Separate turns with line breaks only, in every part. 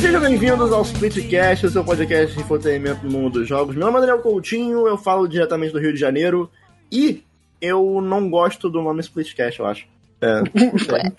Sejam bem-vindos ao Splitcast, o seu podcast de entretenimento no mundo dos jogos. Meu nome é Daniel Coutinho, eu falo diretamente do Rio de Janeiro e eu não gosto do nome Splitcast, eu acho. É.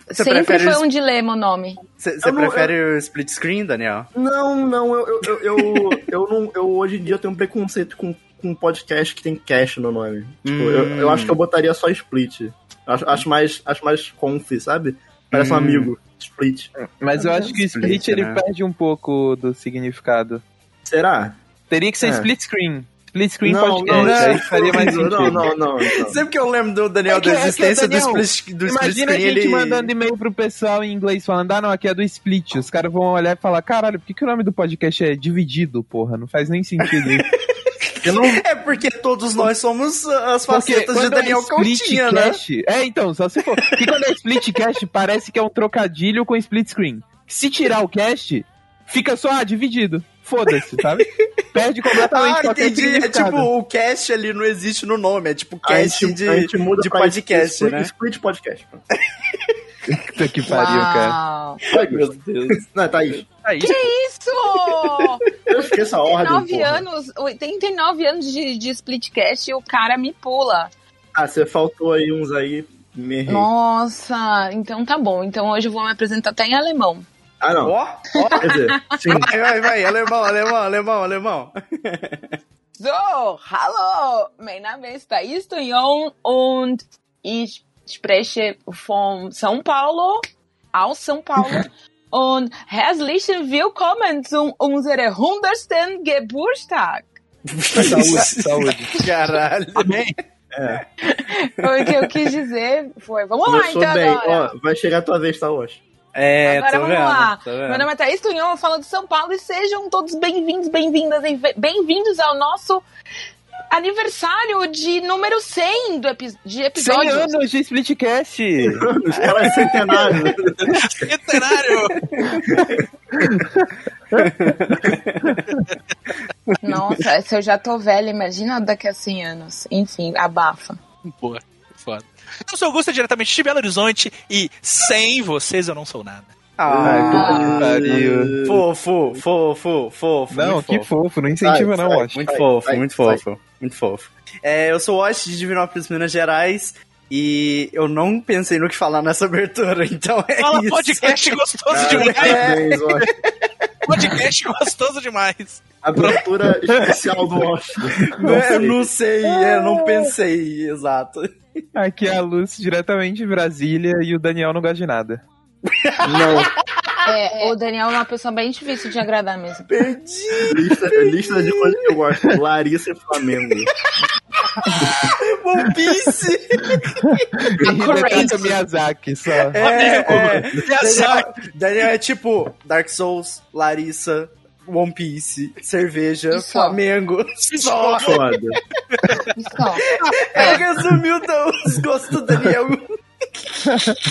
Você
Sempre
prefere
foi
os-
um dilema o nome.
Você você
Eu não-
prefere o split screen, Daniel?
Não, não, eu, eu, eu, eu não, eu hoje em dia eu tenho um preconceito com, com podcast que tem cast no nome. Tipo,
Hum.
eu, eu acho que eu botaria só split. Acho, acho mais, acho mais conf, sabe? Parece um
Hum.
amigo. Split.
Mas eu acho que o
Split,
split, ele
né?
perde um pouco do significado.
Será?
Teria que ser
É.
split screen. Split screen
Não,
podcast,
não,
aí
é
não.
faria mais
não,
sentido.
não, não, não, não.
Sempre que eu lembro do Daniel
É que- é
da
que o
existência do
Daniel-
split, do split
Imagina a
screen,
gente
ele...
mandando e-mail pro pessoal em inglês falando, ah não, aqui é do split. Os caras vão olhar e falar, caralho, por que, que o nome do podcast é dividido, porra? Não faz nem sentido isso.
Eu não
É porque todos nós somos as facetas de
quando é
Daniel
split
Coutinho, né?
cash, É, então, só se for. Porque quando é split cast, parece que é um trocadilho com split screen. Se tirar o cast, fica só ah, dividido. Foda-se, sabe? Perde completamente
Ah,
tá qualquer
entendi. É
significado.
tipo, o cast ali não existe no nome, é tipo
a
cast
gente,
de...
a gente muda
de
pra
podcast,
split,
né?
Split podcast. pronto.
Puta que pariu, cara.
Uau.
Olha,
Deus.
não, Thaís,
Aí,
Isso!
eu esqueço a ordem.
89
porra.
anos, 89 anos de, de splitcast e o cara me pula.
Ah, você faltou aí uns aí. Me
Uhum.
errei.
Nossa, então tá bom. Então hoje eu vou me apresentar até em alemão.
Ah, não.
Ó, ó.
Quer dizer, sim.
Vai, vai, vai. Alemão, alemão, alemão, alemão.
So, hallo, mein Name ist Thais Tunyon und ich spreche von São Paulo aus São Paulo. Und herzlichen Willkommen zu unserem 100. Geburtstag.
saúde, saúde.
Caralho.
É.
Foi o que eu quis dizer. Foi. Vamos lá,
Começou
então,
bem.
agora.
Ó, vai chegar a tua vez, tá, hoje.
É,
Agora
tá
tô
vamos
vendo,
lá.
tô vendo.
Meu nome é Thaís Tunhão, eu falo de São Paulo e sejam todos bem-vindos, bem-vindas, e ve- bem-vindos ao nosso aniversário de número 100 do epi- de
100
episódio.
anos de splitcast.
Ela é centenário.
Literário.
Nossa, se eu já tô velha, imagina daqui a 100 anos. Enfim, abafa.
Boa, foda. Eu sou Augusto, diretamente de Belo Horizonte, e sem vocês eu não sou nada.
Ah, puta que pariu.
Fofo, fofo, fofo.
Não,
muito
que
fofo.
fofo, não incentiva
Sai,
não,
sai.
acho.
Muito
Vai,
fofo,
vai,
muito
vai.
fofo, muito fofo. É, eu sou o Osh de Divinópolis, Minas Gerais, e eu não pensei no que falar nessa abertura, então é
Fala
isso.
podcast gostoso demais!
Parabéns, ó.
Podcast gostoso demais!
Abertura especial do Oscar.
Não, é, eu não sei, é, eu não pensei, exato.
Aqui é a Luz diretamente de Brasília e o Daniel não gosta de nada.
Tá Não.
É, o Daniel é uma pessoa bem difícil de agradar mesmo.
Perdi.
Lista, lista de coisas que eu gosto. Larissa e Flamengo. É
One Piece.
E Renata Miyazaki só.
É, é. Daniel, Daniel é tipo Dark Souls, Larissa, One Piece, cerveja,
E só.
Flamengo. Só.
Foda.
Isso, ó.
É. Ele resumiu os gostos do Daniel.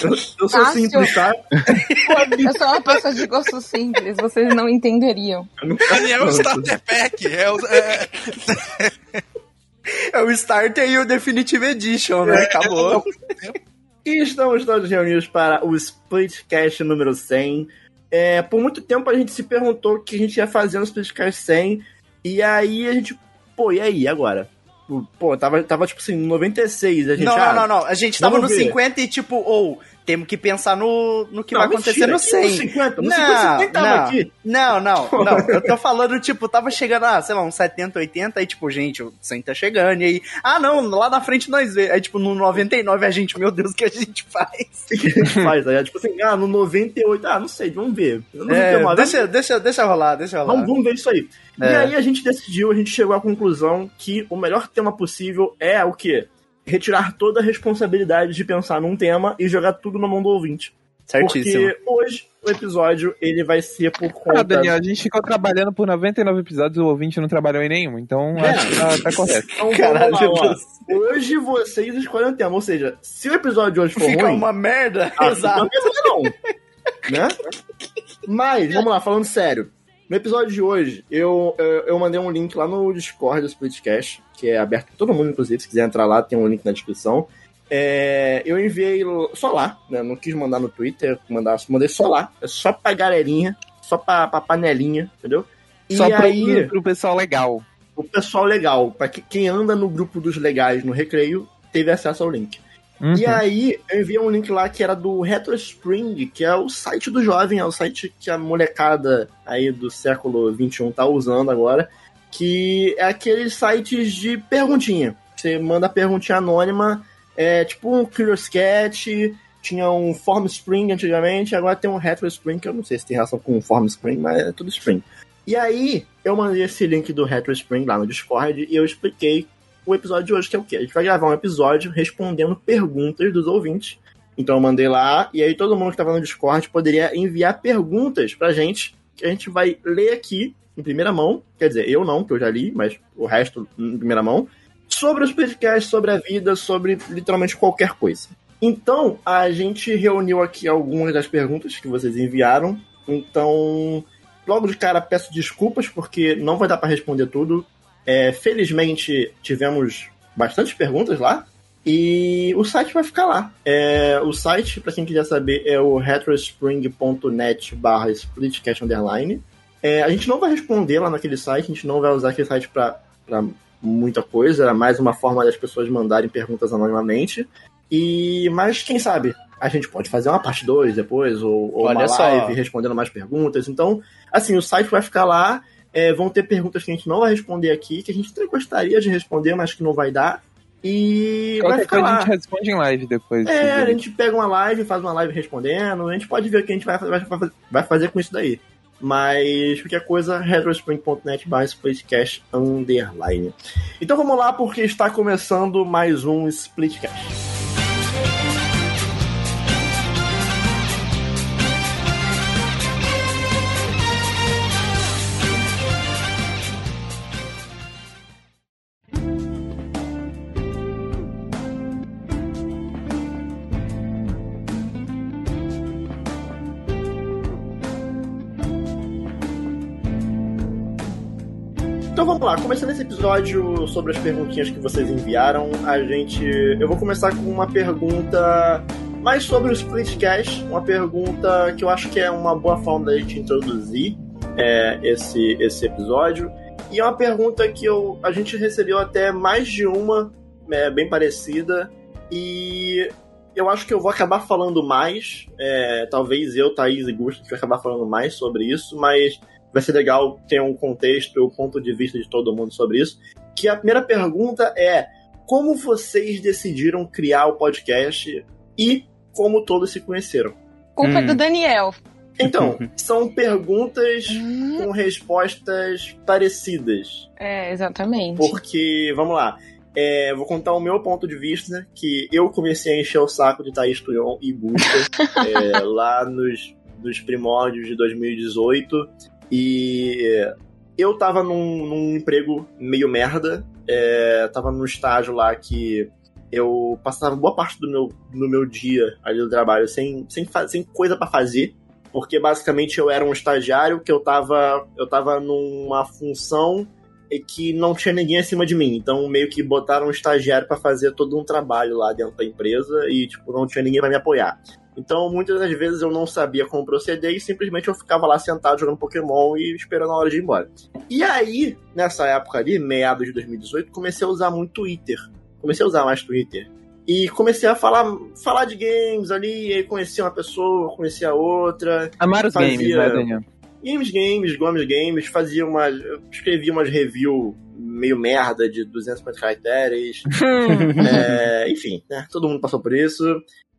Eu sou
Fácil.
simples, tá?
Eu sou uma pessoa de gosto simples, vocês não entenderiam.
Eu nunca-
Daniel Starter Pack. É, o- é,
É o Starter e o Definitive Edition,
É,
né? Acabou.
E estamos todos reunidos para o Splitcast número 100. É, por muito tempo a gente se perguntou o que a gente ia fazer no Splitcast 100. E aí a gente, pô, e aí agora? Pô, tava, tava tipo assim, 96. A gente,
Não,
ah,
não, não, não. A gente tava no
Vamos ver.
50 e tipo, ou, temos que pensar no, no que
Não,
vai
mentira,
acontecer no
aqui no
100.
50, no
Não,
50 nem tava
não.
aqui.
Não, não, não. Eu tô falando, tipo, tava chegando a, sei lá, uns 70, 80, aí tipo, gente, o 100 tá chegando. E aí, ah, não, lá na frente nós vê. Aí tipo, no 99 a gente, meu Deus, o que a gente faz?
O que a gente faz? Aí, tipo assim, ah, no 98, ah, não sei, vamos ver. No
É,
99,
deixa, deixa, deixa rolar, deixa rolar.
Vamos, Então, vamos ver isso aí. E
Tá É.
aí a gente decidiu, a gente chegou à conclusão que o melhor tema possível é o quê? Retirar toda a responsabilidade de pensar num tema e jogar tudo na mão do ouvinte.
Certíssimo.
Porque hoje o episódio ele vai ser por conta.
tá.
Ah, Daniel, a gente ficou trabalhando por 99 episódios e o ouvinte não trabalhou em nenhum, então
É.
acho que tá, tá correto.
Então, vamos
Caralho,
lá, ó.
Deus.
Hoje vocês escolhem o tema. Ou seja, se o episódio de hoje for
Fica
ruim,
uma merda.
Ah,
Exato.
Não, beleza não. né? Mas, vamos lá, falando sério. No episódio de hoje, eu, eu, eu mandei um link lá no Discord do Splitcast, que é aberto pra todo mundo, inclusive. Se quiser entrar lá, tem um link na descrição. É, eu enviei l- só lá, né? Não quis mandar no Twitter, mandar, mandei só lá. É só pra galerinha. só pra, pra panelinha, entendeu? E
Só pro,
aí,
pro pessoal legal.
o pessoal legal, pra que, quem anda no grupo dos legais no recreio, teve acesso ao link. E
Uhum.
aí, eu enviei um link lá que era do Retro Spring, que é o site do jovem, é o site que a molecada aí do século XXI tá usando agora, que é aqueles sites de perguntinha. Você manda a perguntinha anônima, é tipo um Curious Cat, tinha um Form Spring antigamente, agora tem um Retro Spring, que eu não sei se tem relação com o Form Spring, mas é tudo Spring. E aí, eu mandei esse link do Retro Spring lá no Discord e eu expliquei o episódio de hoje, que é o quê? A gente vai gravar um episódio respondendo perguntas dos ouvintes. Então eu mandei lá, e aí todo mundo que tava no Discord poderia enviar perguntas pra gente, que a gente vai ler aqui em primeira mão. Quer dizer, eu não, que eu já li, mas o resto em primeira mão. Sobre os podcasts, sobre a vida, sobre literalmente qualquer coisa. Então, a gente reuniu aqui algumas das perguntas que vocês enviaram. Então, logo de cara peço desculpas, porque não vai dar pra responder tudo. É, felizmente tivemos bastante perguntas lá e o site vai ficar lá. É, o site, para quem quiser saber, é o retrospring.net barra splitcast underline. É, a gente não vai responder lá naquele site, a gente não vai usar aquele site para muita coisa, era mais uma forma das pessoas mandarem perguntas anonimamente. E, mas quem sabe, a gente pode fazer uma parte 2 depois, ou, ou uma
Olha só.
live respondendo mais perguntas. Então, assim, o site vai ficar lá, é, vão ter perguntas que a gente não vai responder aqui, que a gente até gostaria de responder, mas que não vai dar. E vai
Qualquer
ficar
coisa
lá.
a gente responde em live depois. assim.
É, a
se
gente pega uma live, faz uma live respondendo, a gente pode ver o que a gente vai, vai- vai- vai fazer com isso daí. Mas qualquer coisa, retrospring.net barra splitcast underline. Então vamos lá, porque está começando mais um splitcast. Então vamos lá, começando esse episódio sobre as perguntinhas que vocês enviaram, a gente. Eu vou começar com uma pergunta mais sobre o Splitcast, uma pergunta que eu acho que é uma boa forma da gente introduzir é, esse, esse episódio. E é uma pergunta que eu, a gente recebeu até mais de uma, né, bem parecida, e eu acho que eu vou acabar falando mais, é, talvez eu, Thaís e Gusto, que vai acabar falando mais sobre isso, mas vai ser legal ter um contexto, o ponto de vista de todo mundo sobre isso. Que a primeira pergunta é: como vocês decidiram criar o podcast e como todos se conheceram?
Culpa é
Hum.
do Daniel.
Então, são perguntas com respostas parecidas.
É, exatamente.
Porque, vamos lá. é, vou contar o meu ponto de vista, que eu comecei a encher o saco de Thaís Tuyon e Gusta é, lá nos, nos primórdios de 2018. E é, eu tava num, num emprego meio merda. É, tava num estágio lá que eu passava boa parte do meu, do meu dia ali do trabalho sem, sem, fa- sem coisa pra fazer. Porque basicamente eu era um estagiário que eu tava, eu tava numa função é que não tinha ninguém acima de mim. Então, meio que botaram um estagiário pra fazer todo um trabalho lá dentro da empresa e, tipo, não tinha ninguém pra me apoiar. Então, muitas das vezes eu não sabia como proceder e simplesmente eu ficava lá sentado jogando Pokémon e esperando a hora de ir embora. E aí, nessa época ali, meados de 2018, comecei a usar muito Twitter. Comecei a usar mais Twitter. E comecei a falar, falar de games ali, e aí conhecia uma pessoa, conhecia outra,
Amar os
fazia-
games, né, Daniel?
Games Games, Gomes Games, fazia uma. Eu escrevia umas review meio merda de 250 caracteres. É, enfim, né? Todo mundo passou por isso.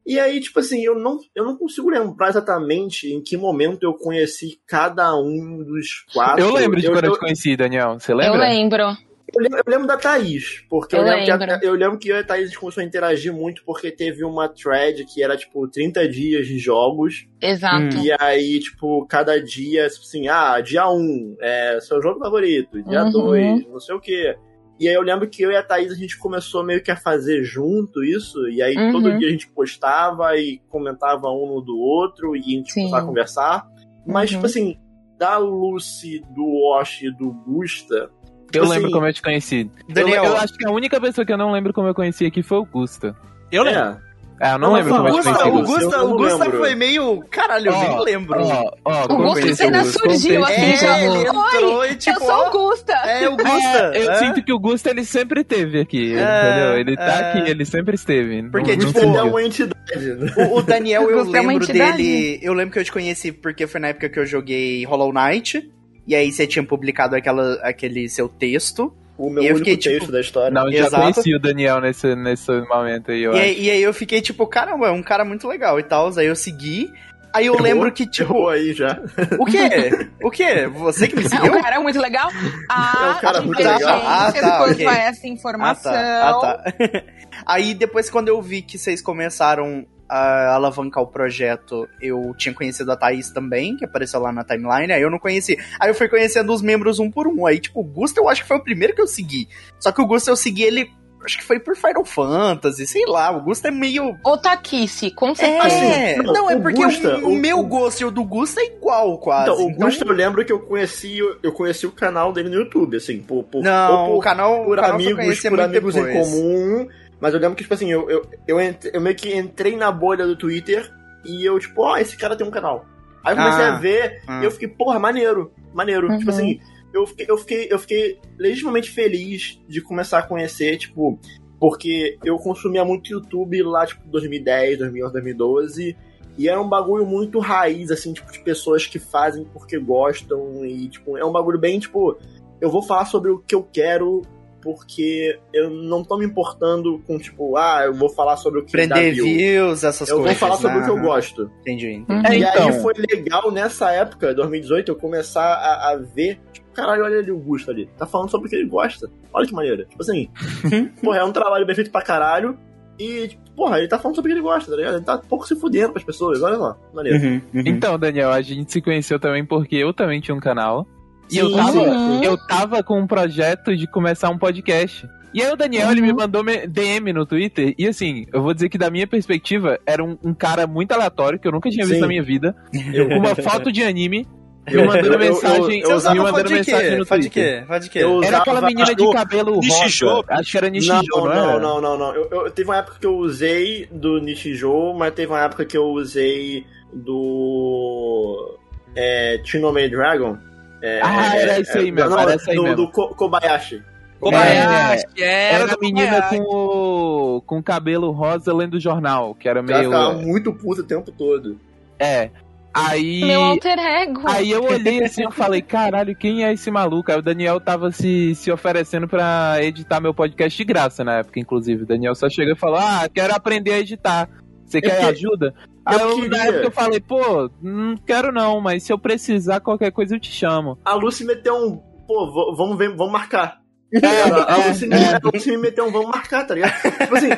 E aí, tipo assim, eu não, eu não consigo lembrar exatamente em que momento eu conheci cada um dos quatro.
Eu lembro de
eu,
quando eu
eu,
te conheci, Daniel. Você
Eu
lembra?
lembro.
eu lembro- eu lembro da Thaís, porque eu,
Eu
lembro que a,
lembro.
eu lembro que eu e a Thaís a gente começou a interagir muito porque teve uma thread que era tipo 30 dias de jogos.
Exato.
E aí, tipo, cada dia, tipo assim, ah, dia 1, um, é seu jogo favorito, dia
Uhum.
2, não sei o quê. E aí eu lembro que eu e a Thaís, a gente começou meio que a fazer junto isso, e aí
Uhum.
todo dia a gente postava e comentava um no do outro, e a gente
Sim.
começava a conversar. Mas,
Uhum.
tipo assim, da Lucy, do Wash e do Gusta,
Eu
Assim,
lembro como eu te conheci. Eu-
Daniel,
eu, acho que a única pessoa que eu não lembro como eu conheci aqui foi o Gusta.
Eu lembro.
é,
Ah, eu não,
Não,
lembro
não,
como é que
Gusta,
foi
Gusta,
Splinter
o
Ghost,
Gusta,
eu
o
não
Gusta
lembro.
foi meio. Caralho, eu nem lembro.
Ó, ó,
O Gusta
compensa,
ainda
Gusta,
surgiu
compensa.
aqui,
É,
já
ele
amor.
entrou e
Eu
tipo.
sou
ó,
Augusta.
É, o Gusta.
É, eu
é.
sinto que o Gusta ele sempre esteve aqui, entendeu? Ele tá
é.
aqui, ele sempre esteve. Não-
Porque,
não
tipo,
sumiu.
é uma entidade. né?
O, o Daniel, eu
Gusta é uma
lembro
entidade.
dele. Eu lembro que eu te conheci porque foi na época que eu joguei Hollow Knight. E aí você tinha publicado aquela, aquele seu texto.
O meu
Eu
único
fiquei, tipo,
texto da história.
Não, eu já
Exato.
conheci o Daniel nesse, nesse momento aí, eu
E
acho.
aí, e aí eu fiquei tipo, caramba, é um cara muito legal e tal. Aí eu segui. Aí eu
Errou?
lembro que, tipo,
Errou aí já.
o quê? O quê? Você que me seguiu?
O cara é muito legal. Ah,
É um cara muito
inteligência
legal.
Ah, tá,
quanto
ok.
a essa informação.
tá. Aí depois, quando eu vi que vocês começaram a alavancar o projeto, eu tinha conhecido a Thaís também, que apareceu lá na timeline, aí eu não conheci. Aí eu fui conhecendo os membros um por um. Aí, tipo, o Gusta eu acho que foi o primeiro que eu segui. Só que o Gusta eu segui ele, acho que foi por Final Fantasy, sei lá. O Gusta é meio.
Otaquice, com certeza.
É,
Assim, não,
não, é
o
porque
Gusta,
o, o
o-
meu
o-
gosto e o do Gusta é igual, quase.
Então, o Gusta, eu lembro que eu conheci, eu conheci o canal dele no YouTube, assim, por, por,
Não,
ou
o canal,
por
o canal só
amigos,
conhecia
por
muito
amigos em
depois.
comum. Mas eu lembro que, tipo assim, eu, eu, eu, ent- eu meio que entrei na bolha do Twitter e eu, tipo, ó, esse cara tem um canal. Aí eu comecei
Ah.
a ver
Ah.
e eu fiquei, porra, maneiro, maneiro.
Uhum.
Tipo assim, eu fiquei, eu, fiquei, eu fiquei legitimamente feliz de começar a conhecer, tipo, porque eu consumia muito YouTube lá, tipo, 2010, 2011, 2012. E era um bagulho muito raiz, assim, tipo, de pessoas que fazem porque gostam. E, tipo, é um bagulho bem, tipo, eu vou falar sobre o que eu quero, porque eu não tô me importando com, tipo, ah, eu vou falar sobre o que dá
Prender
view.
views, essas
Eu vou
coisas.
falar sobre
né?
o que eu gosto.
Entendi, entendi.
Uhum.
É,
e
então.
aí foi legal nessa época, 2018, eu começar a, a ver, tipo, caralho, olha ali o Gusto ali. Tá falando sobre o que ele gosta. Olha que maneira. Tipo assim, porra, é um trabalho bem feito pra caralho. E, tipo, porra, ele tá falando sobre o que ele gosta, tá ligado? Ele tá pouco se fudendo pras pessoas, olha lá, maneiro.
Uhum, uhum.
Então, Daniel, a gente se conheceu também porque eu também tinha um canal. E eu
Sim,
Tá
tava,
sim.
eu tava com um projeto de começar um podcast. E aí o Daniel, ele me mandou me- DM no Twitter. E assim, eu vou dizer que da minha perspectiva, era um, um cara muito aleatório, que eu nunca tinha visto
Sim.
na minha vida. Com uma foto de anime.
Eu-
Eu mandando
eu- eu-
mensagem.
Então,
Você
Eu,
usava
me
foto
mandando
de
mensagem
quê?
no
Foto de
Twitter.
quê? Foto de quê?
Eu-
Era aquela
Usava-
menina de
eu-
cabelo
Nishijo.
rosa. Acho que era Nishijo,
não,
não,
não,
era?
não, não, não. Eu, eu- teve uma época que eu usei do Nishijo, mas teve uma época que eu usei do. É, Chinome Dragon. É,
Ah,
é,
era isso aí
é,
mesmo,
não,
era isso aí
do,
mesmo.
do Ko- Kobayashi.
É.
Kobayashi, é, era,
Era
da
a menina
Kobayashi.
com o, com o cabelo rosa lendo o jornal, que era
Que ela
meio.
ficava muito puta o tempo todo.
É. Aí.
Meu alter ego.
Aí eu olhei assim e falei, caralho, quem é esse maluco? Aí o Daniel tava se, se oferecendo pra editar meu podcast de graça na época, inclusive. O Daniel só chegou e falou, ah, quero aprender a editar. Você quer
que-
ajuda? Aí eu, na
queria.
época eu falei, pô, não quero não, mas se eu precisar qualquer coisa eu te chamo.
A Lucy meteu um. Pô, v- vamos ver, vamos marcar.
É,
a, Lucy, a Lucy me meteu um vamos marcar, tá ligado? Tipo assim,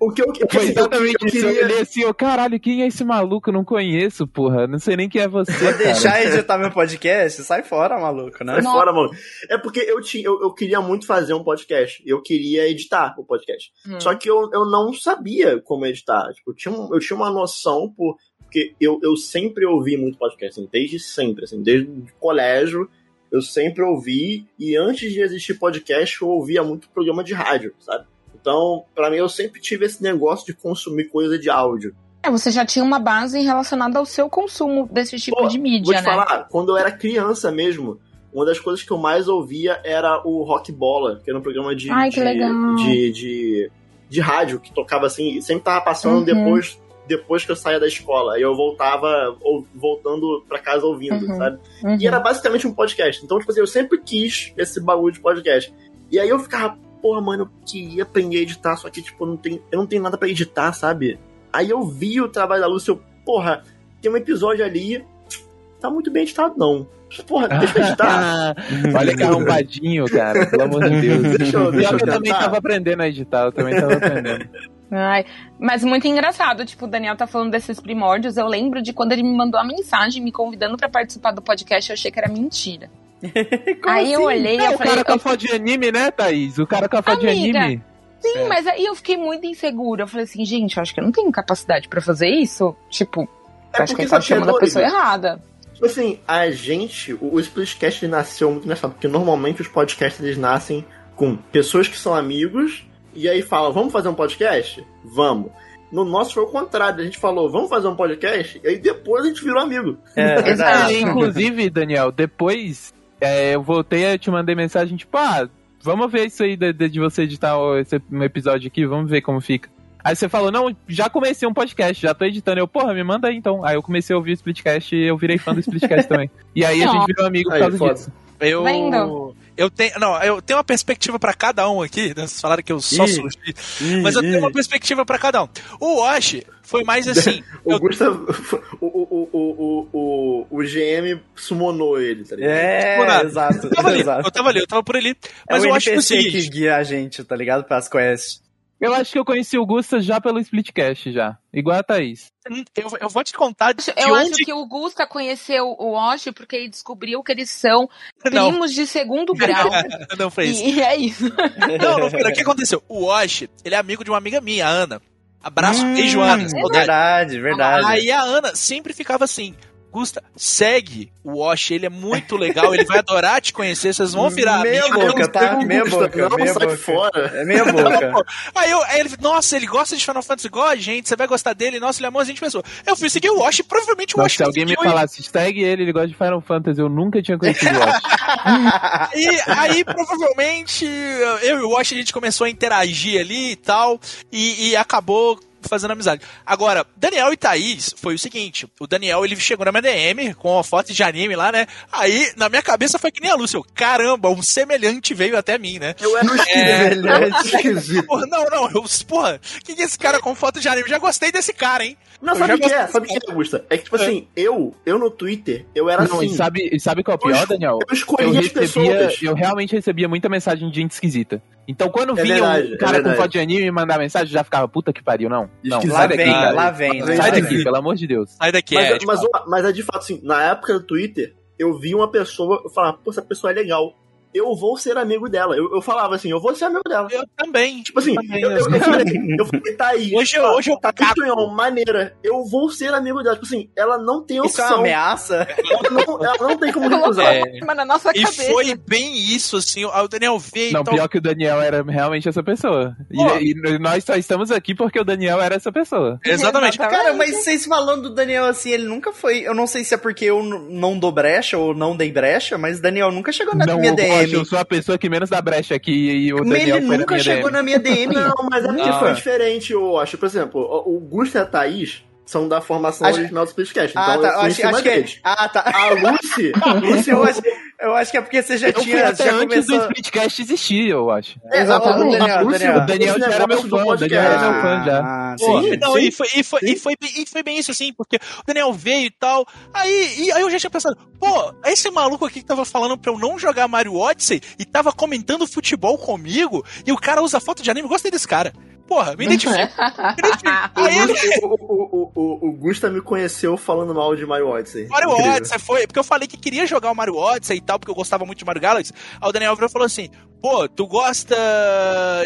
o que eu, o que,
Foi
assim, eu-
exatamente
eu
isso. Eu
queria-
olhei assim, eu, caralho, quem é esse maluco? Eu Não conheço, porra. Não sei nem quem é você.
Vou
cara."
deixar editar meu podcast? Sai fora, maluco, né?
Sai
Nossa.
fora, mano. É porque eu, tinha, eu, eu queria muito fazer um podcast. Eu queria editar o podcast.
Hum.
Só que eu, eu não sabia como editar. Tipo, eu, tinha um- eu tinha uma noção, por, porque eu, eu sempre ouvi muito podcast, assim, desde sempre, assim, desde o colégio. Eu sempre ouvi, e antes de existir podcast, eu ouvia muito programa de rádio, sabe? Então, pra mim, eu sempre tive esse negócio de consumir coisa de áudio.
É, você já tinha uma base relacionada ao seu consumo desse tipo
Pô,
de mídia,
Vou te
né?
falar, quando eu era criança mesmo, uma das coisas que eu mais ouvia era o Rock Bola, que era um programa de,
Ai, que
de,
legal.
de, de, de rádio que tocava assim, e sempre tava passando
Uhum.
depois, depois que eu saía da escola. E eu voltava, ou, voltando pra casa ouvindo,
Uhum.
sabe?
Uhum.
E era basicamente um podcast. Então, tipo assim, eu sempre quis esse bagulho de podcast. E aí eu ficava, porra, mano, eu queria aprender a editar, só que, tipo, não tem, eu não tenho nada pra editar, sabe? Aí eu vi o trabalho da Lúcia, eu, porra, tem um episódio ali, tá muito bem editado, não. Porra, deixa eu editar.
Olha que arrombadinho, cara. Pelo amor de Deus.
Deixa eu,
Pior
deixa eu
que eu também
tentar.
tava aprendendo a editar, eu também tava aprendendo.
Ai, mas muito engraçado, tipo, o Daniel tá falando desses primórdios. Eu lembro de quando ele me mandou a mensagem me convidando pra participar do podcast, eu achei que era mentira. aí eu olhei e
É,
eu
o
falei,
cara com a foto de anime, né, Thaís? O cara com a foto de
Amiga.
anime.
sim, mas aí eu fiquei muito insegura. Eu falei assim, gente, eu acho que eu não tenho capacidade pra fazer isso. Tipo, eu acho
porque
que ele tá
só tinha
chamando a
dois,
pessoa
né?
errada.
Tipo assim, a gente, o, o Splitcast ele nasceu muito nessa, porque normalmente os podcasts eles nascem com pessoas que são amigos e aí falam, vamos fazer um podcast? Vamos. No nosso foi o contrário. A gente falou, vamos fazer um podcast? E aí depois a gente virou amigo.
É, verdade.
E, inclusive, Daniel, depois é, eu voltei e te mandei mensagem, tipo, ah, vamos ver isso aí de, de- de você editar o- esse um episódio aqui, vamos ver como fica. Aí você falou, não, já comecei um podcast, já tô editando. Eu, porra, me manda aí então. Aí eu comecei a ouvir o Splitcast e eu virei fã do Splitcast também. E aí a gente virou amigo por
Aí,
causa
foda.
disso.
Eu,
Vendo?
eu tenho. Não, eu tenho uma perspectiva pra cada um aqui. né? Vocês falaram que eu só
Ih,
surgi. Mas eu tenho uma perspectiva pra cada um. O Wash foi mais assim.
O
eu-
Gustavo, o, o, o, o, o, o GM sumonou ele, tá ligado?
Tipo,
É,
nada.
exato,
Eu tava ali,
exato.
eu tava ali, eu tava por ali.
É
Mas
o
eu acho que é o
NPC
seguinte.
que guia a gente, tá ligado? Pras quests.
Eu acho que eu conheci o Gusta já pelo Splitcast, já. Igual a Thaís.
hum, Eu, eu vou te contar de
Eu acho
onde.
que o Gusta conheceu o Osh porque ele descobriu que eles são
Não,
primos de segundo grau.
não foi isso.
e, e é isso.
Não, não, pera, o que aconteceu? O Osh, ele é amigo de uma amiga minha, a Ana. Abraço,
Hum.
beijo,
É
Ana. Saudade.
Verdade, verdade.
Ah, Aí a Ana sempre ficava assim. Gusta, segue o Osh, ele é muito legal, ele vai adorar te conhecer, vocês vão virar
Meia
amigos.
boca, tá?
O
Meia
Gustavo,
boca,
não,
meia
sai
boca.
fora.
É meia boca.
Aí, eu, aí ele, nossa, ele gosta de Final Fantasy igual a gente, você vai gostar dele, nossa, ele é amorzinho de pessoa. Eu fui seguir o Osh, e provavelmente o
Nossa,
Osh
se alguém me
um
seguiu e-
falasse, segue ele, ele gosta de Final Fantasy, eu nunca tinha conhecido o Watch.
E aí, provavelmente, eu e o Wash, a gente começou a interagir ali e tal, e, e acabou fazendo amizade. Agora, Daniel e Thaís foi o seguinte, o Daniel, ele chegou na minha DM com uma foto de anime lá, né? Aí, na minha cabeça, foi que nem a Lúcia, eu, caramba, um semelhante veio até mim, né?
Eu era um
Semelhante.
esquisito.
Porra, não, não, eu, porra, que que é esse cara com foto de anime? Já gostei desse cara, hein?
Não,
Eu
sabe
já
o que é?
gostei.
Sabe o que é, Gusta? É que, tipo assim, eu, eu no Twitter, eu era
Não, e
assim.
sabe, e sabe qual é o pior, Daniel?
Eu
Eu
escolhi as
recebia,
pessoas.
eu realmente recebia muita mensagem de gente esquisita. Então quando
É
vinha
verdade,
um
é
cara com
verdade.
foto de anime e mandar mensagem, eu já ficava, puta que pariu, não. Não,
Esquisito.
Lá
sai daqui,
vem,
cara.
lá vem. é lá
Sai
Sai
vem.
daqui,
daqui.
pelo amor de Deus.
Sai daqui,
Mas,
é, tipo,
mas, ó, mas é de fato assim, na época do Twitter, eu vi uma pessoa, eu falava, pô, essa pessoa é legal. Eu vou ser amigo dela. Eu, eu falava assim, eu vou ser amigo dela.
eu também.
Tipo assim,
Também,
eu, eu, eu,
eu-
falei assim, eu falei, tá aí.
Hoje eu- hoje eu
tá
cago.
maneira. Eu vou ser amigo dela. Tipo assim, ela não tem
Isso é
um
opção.
uma ameaça?
Ela não, ela não tem como
Colocou
recusar.
É.
a arma na nossa
E
cabeça.
foi bem isso, assim, o- o Daniel veio
Então
Não,
e tal,
pior que o Daniel era realmente essa pessoa. E-
Pô.
E, nós só estamos aqui porque o Daniel era essa pessoa.
exatamente.
Cara, mas vocês falando do Daniel assim, ele nunca foi. Eu não sei se é porque eu n- não dou brecha ou não dei brecha, mas Daniel nunca chegou na
Não,
minha
eu, acho, eu
DM.
sou a pessoa que menos dá brecha aqui e o Daniel
Ele
foi na
nunca
minha
chegou
DM.
na minha DM.
Não, mas é porque
Não.
foi diferente, eu acho. Por exemplo, o o Gusta e a Thaís são da formação
Acho-
original do Splitcast.
Ah,
Então
tá.
eu
Eu acho,
conheci
acho
mais
que é.
deles.
Ah, tá.
A Lucy, a Lucy
Eu
eu
acho, eu acho que é porque você já
Eu fui
tinha.
até
já
antes
começou...
do Splitcast existir, eu acho.
É,
Exatamente.
ô, Daniel,
A Lúcia-
Daniel.
O Daniel já era meu
Esse negócio
fã, o
do é,
Daniel era meu fã já.
É. Ah,
Pô,
Sim,
não,
sim,
e, foi, e, foi, e, foi, bem- e foi bem isso, assim, porque o Daniel veio e tal. Aí, e aí eu já tinha pensado, pô, esse maluco aqui que tava falando pra eu não jogar Mario Odyssey e tava comentando futebol comigo, e o cara usa foto de anime, eu gostei desse cara. Porra, me identifico.
é,
aí Ah, ele,
O, o, o, o, o Gusta me conheceu falando mal de Mario Odyssey.
Mario
Incrível.
Odyssey foi, porque eu falei que queria jogar o Mario Odyssey e tal, porque eu gostava muito de Mario Galaxy. Aí o Daniel virou e falou assim: pô, tu gosta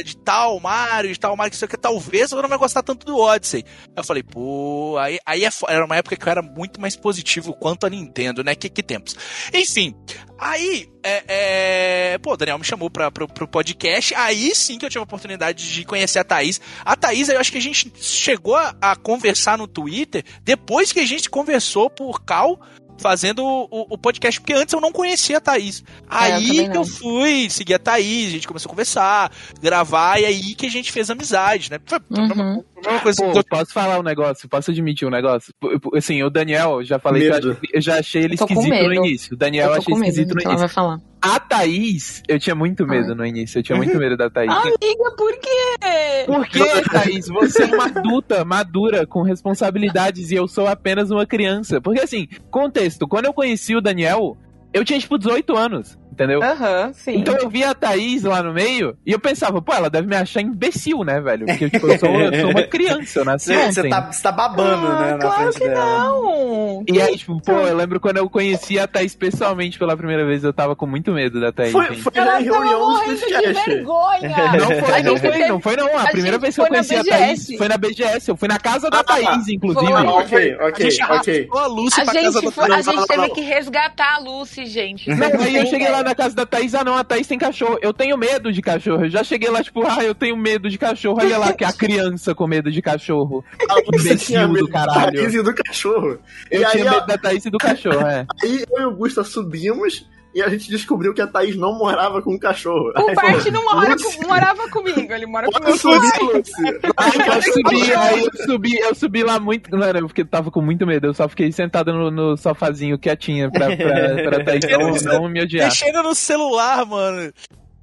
de tal Mario, de tal Mario, que sei o que, talvez eu não vai gostar tanto do Odyssey. Aí eu falei, pô, aí, aí é fo- era uma época que eu era muito mais positivo quanto a Nintendo, né? Que, que tempos. Enfim, aí, é, é, pô, o Daniel me chamou pra, pro, pro podcast, aí sim que eu tive a oportunidade de conhecer a Thaís. A Thaís, eu acho que a gente chegou a, a conversar no Twitter depois que a gente conversou por cal fazendo o, o podcast, porque antes eu não conhecia a Thaís. Aí
É, também
que eu
não.
fui seguir a Thaís, a gente começou a conversar, gravar, e aí que a gente fez amizade, né? Foi a mesma-
Uhum.
a mesma coisa que
Pô, posso falar um negócio? Posso admitir um negócio? P- p- Assim, o Daniel, já falei que eu
Medo.
acho- eu já achei ele
Tô com
esquisito no
medo.
início. O Daniel eu achei esquisito no
ela
início.
vai falar. Ah.
A Thaís, eu tinha muito medo no início. Eu tinha muito medo da Thaís.
Amiga, por quê?
Por que, Thaís? Você é uma adulta, madura, com responsabilidades e eu sou apenas uma criança. Porque, assim, contexto: quando eu conheci o Daniel, eu tinha, tipo, 18 anos, entendeu?
Aham, sim.
Então eu via a Thaís lá no meio e eu pensava, pô, ela deve me achar imbecil, né, velho? Porque tipo, eu, sou, eu sou uma criança, eu nasci
Você, você
ontem. né?
tá, você tá babando,
Ah,
né? Na
claro
frente
que
dela.
Não.
E aí, tipo, pô, eu lembro quando eu conheci a Thaís pessoalmente pela primeira vez, eu tava com muito medo da Thaís.
Foi,
gente.
foi na
Ela tava
reunião do
morrendo de
Splitcast.
vergonha.
Não foi,
A
não
gente
foi,
teve-
não foi, não. A
a
primeira
gente
vez que eu
foi na
conheci a
BGS.
Thaís foi na BGS. Eu fui na casa da
Ah,
Thaís, inclusive.
foi.
Ok,
A
ok,
gente
ok.
arrastou a Lúcia
A
pra casa
gente,
do
foi, a
Não,
gente
não,
teve
não.
que resgatar a Lucy, gente.
Não, aí eu cheguei lá na casa da Thaís, ah não, a Thaís tem cachorro. Eu tenho medo de cachorro. Eu já cheguei lá, tipo, ah, eu tenho medo de cachorro. Olha lá, que a criança com medo de cachorro.
Ah, você
Imbecil
tinha
Um do
medo da
caralho.
Thaís e do cachorro.
Eu
e aí,
tinha
ó,
medo da Thaís e do cachorro, é.
aí eu e o Gusta subimos e a gente descobriu que a Thaís não morava com o cachorro.
O
Aí
Bart
falou,
não mora
Lúcio,
com- morava comigo, ele mora com
bota
meu
sua
pai.
Lúcio.
Aí eu subi, aí eu subi, eu subi lá muito. Mano, eu fiquei- tava com muito medo. Eu só fiquei sentado no, no sofazinho quietinho pra, pra, pra Thaís não, não me odiar.
Mexendo no celular, mano.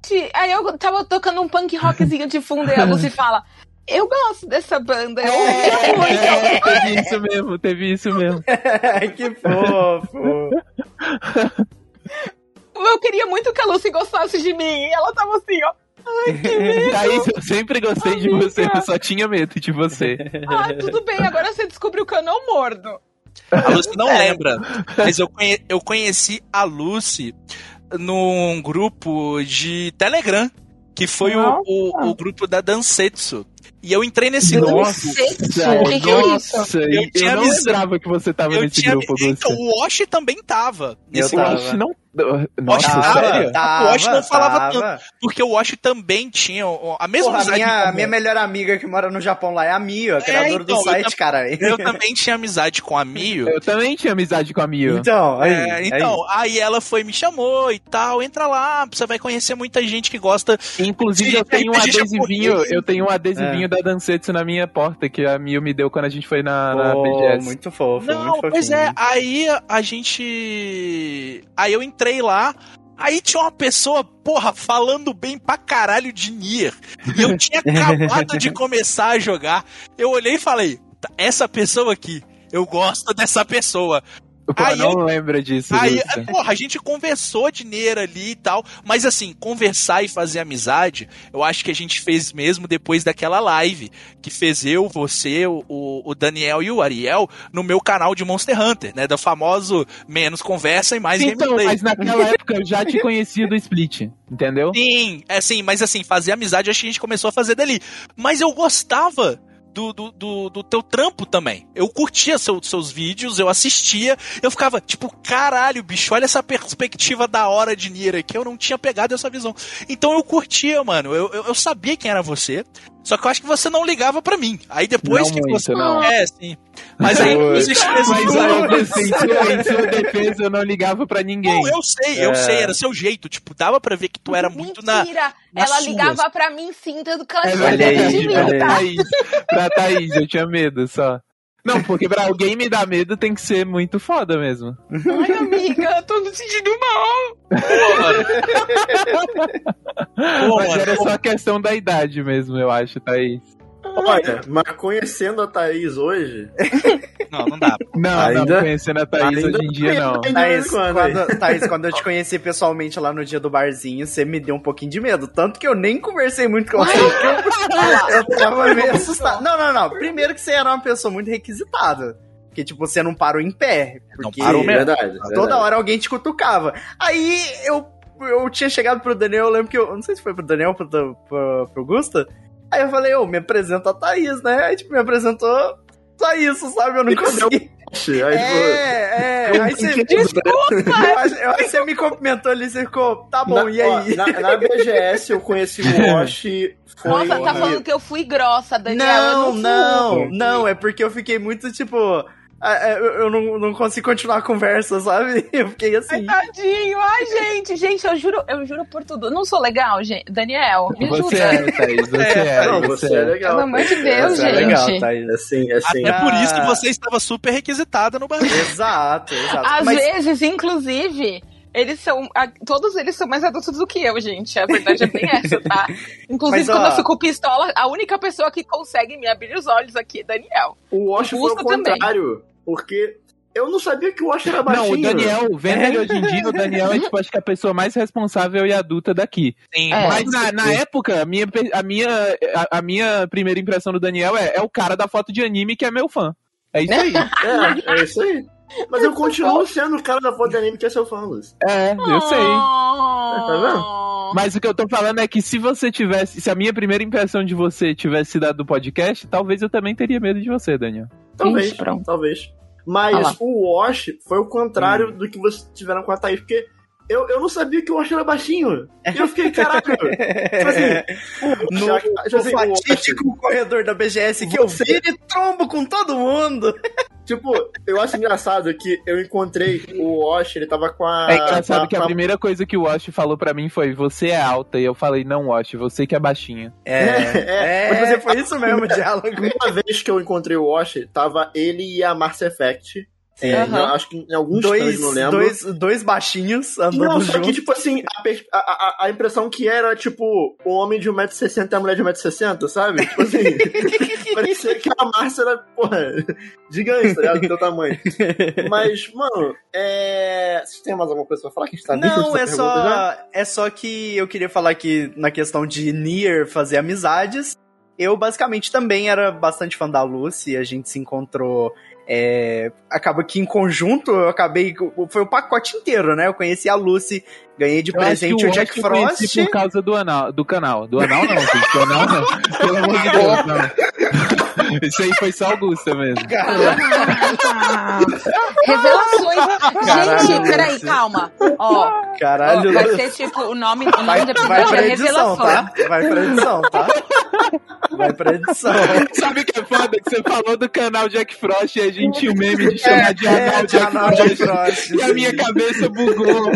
Gente, Aí eu tava tocando um punk rockzinho de fundo e a Lucy fala: Eu gosto dessa banda. Eu ouvi muito.
É, teve isso mesmo, teve isso mesmo.
que fofo.
Eu queria muito que a Lucy gostasse de mim. E ela tava assim, ó. Ai, que medo.
Thaís, eu sempre gostei de
Amiga.
você, eu só tinha medo de você.
Ah, tudo bem, agora você descobriu que eu não mordo.
A Lucy
É.
não lembra, mas eu, conhe- eu conheci a Lucy num grupo de Telegram, que foi o, o, o grupo da Dansetsu. E eu entrei nesse grupo.
O que, que é isso?
Nossa, e
Eu
eu,
tinha
não
avisado.
lembrava que você tava
Eu
nesse
tinha,
grupo, Lúcia.
então, o Osh também tava nesse
Eu
grupo.
tava.
acho que não. Nossa,
Ah,
Tava,
sério?
tá,
O Osh não falava Porque o Osh também tinha o- a mesma
Porra, a
amizade.
minha, a
comum.
minha melhor amiga que mora no Japão lá é a Mia, criadora
então,
do
eu
site,
tam-
cara.
Eu também tinha amizade com a Mio.
Eu também tinha amizade com a Mio.
Então, aí,
É,
aí.
então, aí ela foi, me chamou e tal, entra lá, você vai conhecer muita gente que gosta.
Inclusive,
Sim,
eu tenho um
RPG
adesivinho,
japonês.
eu tenho um adesivinho da Dansetsu na minha porta, que a Mio me deu quando a gente foi na, na
Pô,
BGS.
muito fofo,
Não,
muito fofinho.
pois é, aí a gente. Aí eu entrei lá, aí tinha uma pessoa, porra, falando bem pra caralho de Nier. E eu tinha acabado de começar a jogar. Eu olhei e falei, "Tá, essa pessoa aqui, eu gosto dessa pessoa.
Pô,
Aí
não lembro disso,
Aí,
Lúcia.
porra, a gente conversou de neira ali e tal, mas assim, conversar e fazer amizade, eu acho que a gente fez mesmo depois daquela live que fez eu, você, o, o Daniel e o Ariel no meu canal de Monster Hunter, né? Do famoso menos conversa e mais
Então,
gameplay.
mas naquela época eu já te conhecia do Split, entendeu?
Sim, é assim, mas assim, fazer amizade acho que a gente começou a fazer dali. Mas eu gostava do, do, do, do teu trampo também. Eu curtia seu- seus vídeos, eu assistia, eu ficava tipo, caralho, bicho, olha essa perspectiva da hora de Nier aqui, eu não tinha pegado essa visão. Então eu curtia, mano, eu, eu, eu sabia quem era você, só que eu acho que você não ligava pra mim. Aí depois
Não
que
muito,
você.
não.
É, sim. Mas aí
Putz.
você expressou.
Mas aí, assim, em sua- em sua defesa, eu não ligava pra ninguém.
Não, eu sei, eu
É.
sei, era seu jeito. Tipo, dava pra ver que tu era muito na,
Mentira.
nas
ela
suas.
ligava pra mim sim, tanto que ela
É
tinha
Olha
verdade,
medo
aí,
de mim.
pra
olha aí.
Thaís, pra Thaís, eu tinha medo só. Não, porque pra alguém me dar medo tem que ser muito foda mesmo.
Ai, amiga, eu tô me sentindo mal.
Pô,
Mas
mano,
era
pô.
só questão da idade mesmo, eu acho, Thaís.
Olha, mas conhecendo a Thaís hoje.
Não, não dá.
Não,
Ainda-
não, conhecendo a Thaís
ainda-
hoje em dia não.
ainda de vez
Thaís
em quando, aí.
quando, Thaís, quando eu te conheci pessoalmente lá no dia do barzinho, você me deu um pouquinho de medo. Tanto que eu nem conversei muito com você. porque Eu, eu tava meio assustado. Não, não, não. Primeiro que você era uma pessoa muito requisitada. Porque, tipo, você não parou em pé.
Não
Porque
parou
Sim,
mesmo.
Verdade, verdade.
toda hora alguém te cutucava. Aí eu, eu tinha chegado pro Daniel, eu lembro que eu. eu Não sei se foi pro Daniel ou pro, Dan- pro, pro Gusta. Aí eu falei, ô, me apresenta a Thaís, né? Aí, tipo, me apresentou só isso, sabe? Eu não
Entendeu?
consegui.
Aí,
É, é.
tipo,
Aí você. Eu acho- eu acho que você me cumprimentou ali, você ficou, tá bom,
na,
e aí?
ó, na, na BGS eu conheci o Osh. Foi um
Nossa, tá falando que eu fui grossa, Daniel. eu
não,
fui.
não, não, é porque eu fiquei muito, tipo, ah, é, eu eu não, não consigo continuar a conversa, sabe? Eu fiquei assim.
Ai, tadinho. Ai, gente, gente, eu juro, eu juro por tudo. Eu não sou legal, gente. Daniel, me ajuda.
Você é, Thaís, você é.
Não, você é legal.
Pelo amor de Deus,
Isso é
gente.
legal, Thaís.
Assim, assim.
É por isso que
Ah.
você estava super requisitada no barulho.
Exato, exato.
Às
Mas
vezes, inclusive, eles são. a- todos eles são mais adultos do que eu, gente. A verdade é bem essa, tá? Inclusive,
Mas, ó-
quando eu fico pistola, a única pessoa que consegue me abrir os olhos aqui é Daniel.
O Osh foi o
Busca também.
contrário. Porque eu não sabia que o Osh era
Não,
baixinho.
o Daniel, vendo ele hoje em dia, o Daniel é tipo, acho que a pessoa mais responsável e adulta daqui.
É.
Mas na, na época, a minha, pe- a, minha, a, a minha primeira impressão do Daniel é, é o cara da foto de anime que é meu fã. É isso aí.
É, é isso aí. Mas eu continuo sendo o cara da foto de anime que é seu fã, Lúcio.
É,
Ah.
eu sei.
Tá
Mas o que eu tô falando é que se você tivesse. Se a minha primeira impressão de você tivesse sido a do podcast, talvez eu também teria medo de você, Daniel.
Talvez,
Ixi, pronto.
talvez.
Ah lá.
Hum.
Mas o Wash foi o contrário do que vocês tiveram com a Thaís, porque Eu, eu não sabia que o Osho era baixinho. E eu fiquei, caraca. tipo assim, o
é, No,
Osho- tipo assim, o Osho-
fatídico corredor da BGS que eu
Você-
vi e trombo com todo mundo.
Tipo, eu acho engraçado que eu encontrei o Osh, ele tava com a.
É engraçado
com
que a
com
primeira coisa que o Wash falou pra mim foi: Você é alta. E eu falei: Não, Wash, você que é baixinha.
É,
é,
é,
mas você
foi isso mesmo, o
A
diálogo.
primeira vez que eu encontrei o Osh, tava ele e a Mass Effect. É,
Aham.
eu acho que em alguns
Dois,
dois, não lembro.
dois, dois baixinhos
E
andando
Não, só
juntos.
que, tipo assim, a, pers- a- a- a impressão que era, tipo, o homem de 1,60m e a mulher de 1,60m, sabe? Tipo assim, parecia que a Márcia era, porra, gigante, tá ligado? Do teu tamanho. Mas, mano, é... Vocês têm mais alguma coisa pra falar que a gente tá livre
Não,
dessa
é
pergunta já?
só, é só que eu queria falar que na questão de Nier fazer amizades, eu basicamente também era bastante fã da Lucy, a gente se encontrou. é, acaba que em conjunto eu acabei. Foi o pacote inteiro, né? Eu conheci a Lucy, ganhei de
Eu acho que
presente o,
Wash
Jack
eu conheci
Frost.
Por causa do, anal, do canal. Do anal não, gente. Do anal não. Pelo amor de Deus, não. Isso aí foi só Augusta mesmo.
Ah, Revelações.
Caralho,
Gente, peraí,
Lucy.
calma. Ó, ó,
Caralho,
vai
Lucy.
ser tipo o nome, o
Vai,
nome do
vai
episódio
pra
é
edição,
Revelações.
tá? Vai pra edição, tá? Vai pra edição.
Sabe o que é foda? Que você falou do canal Jack Frost e a gente o meme de chamar de
É,
anal Jack
Diana Jack
Frost.
Frost.
E a minha cabeça bugou.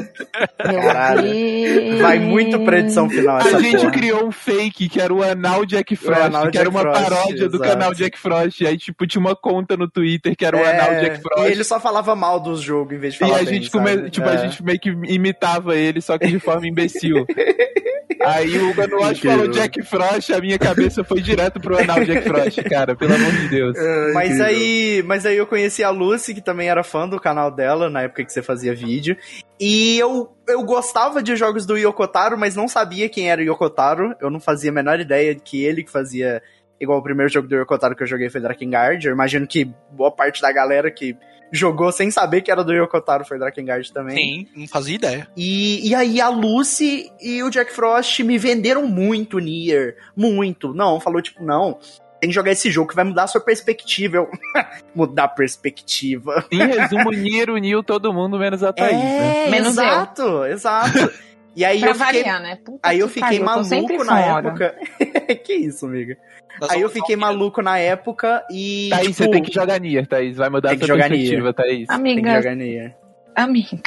Caralho.
Deus.
Vai muito pra edição final essa
A gente
porra.
criou um fake que era o Anal Jack Frost,
Anal
que era
Jack
uma
Frost,
paródia do
exato.
canal Jack Frost. E aí, tipo, tinha uma conta no Twitter que era o
É,
Anal Jack Frost.
E ele só falava mal dos jogos em vez de
E
falar
a
bem,
gente, come-
sabe?
tipo,
É.
a gente meio que imitava ele, só que de forma imbecil. Aí o Vanuatu
Incrível.
falou Jack Frost, a minha cabeça foi direto pro anal Jack Frost, cara, pelo amor de Deus.
Mas aí, mas aí eu conheci a Lucy, que também era fã do canal dela, na época que você fazia vídeo. E eu, eu gostava de jogos do Yokotaro, mas não sabia quem era o Yokotaro. Eu não fazia a menor ideia de que ele que fazia... Igual o primeiro jogo do Yokotaro que eu joguei foi Drakengard. Eu imagino que boa parte da galera que jogou sem saber que era do Yokotaro foi Drakengard também.
Sim, não fazia ideia.
E, e aí a Lucy e o Jack Frost me venderam muito Nier. Muito. Não, falou tipo, não. Tem que jogar esse jogo que vai mudar a sua perspectiva. Eu, mudar a perspectiva.
Em resumo, Niro uniu todo mundo, menos
É,
a Thaís, né?
Menos eu.
exato, exato. E aí
Pra
eu fiquei,
variar, né? Puta
aí eu
que
fiquei
pariu, tô sempre
maluco na
fora.
época. que isso, amiga?
Nós
Aí eu
vamos-
fiquei maluco na época
É,
e.
Tá,
Thaís, você
tipo,
tem que jogar Nier, Thaís. Vai mudar
Tem que
sua
jogar
perspectiva, Thaís.
tem que
Amiga,
jogar Nier.
amiga.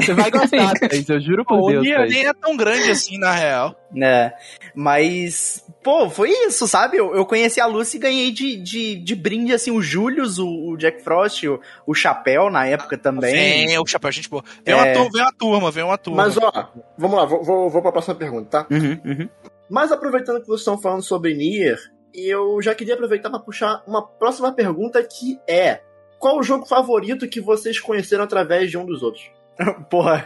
Você vai gostar, Thaís, eu juro por
O
Deus,
Nier
Thaís.
nem é tão grande assim, na real.
né? Mas, pô, foi isso, sabe? Eu, eu conheci a Lucy e ganhei de, de, de brinde, assim, o Julius, o, o Jack Frost, o, o Chapéu na época também.
Vem, o chapéu, gente boa. Vem, uma
É.
turma, vem uma turma, vem uma turma.
Mas, ó, vamos lá, vou, vou, vou pra próxima pergunta, tá?
Uhum, uhum.
Mas aproveitando que vocês estão falando sobre Nier, eu já queria aproveitar para puxar uma próxima pergunta que é: qual o jogo favorito que vocês conheceram através de um dos outros?
Porra.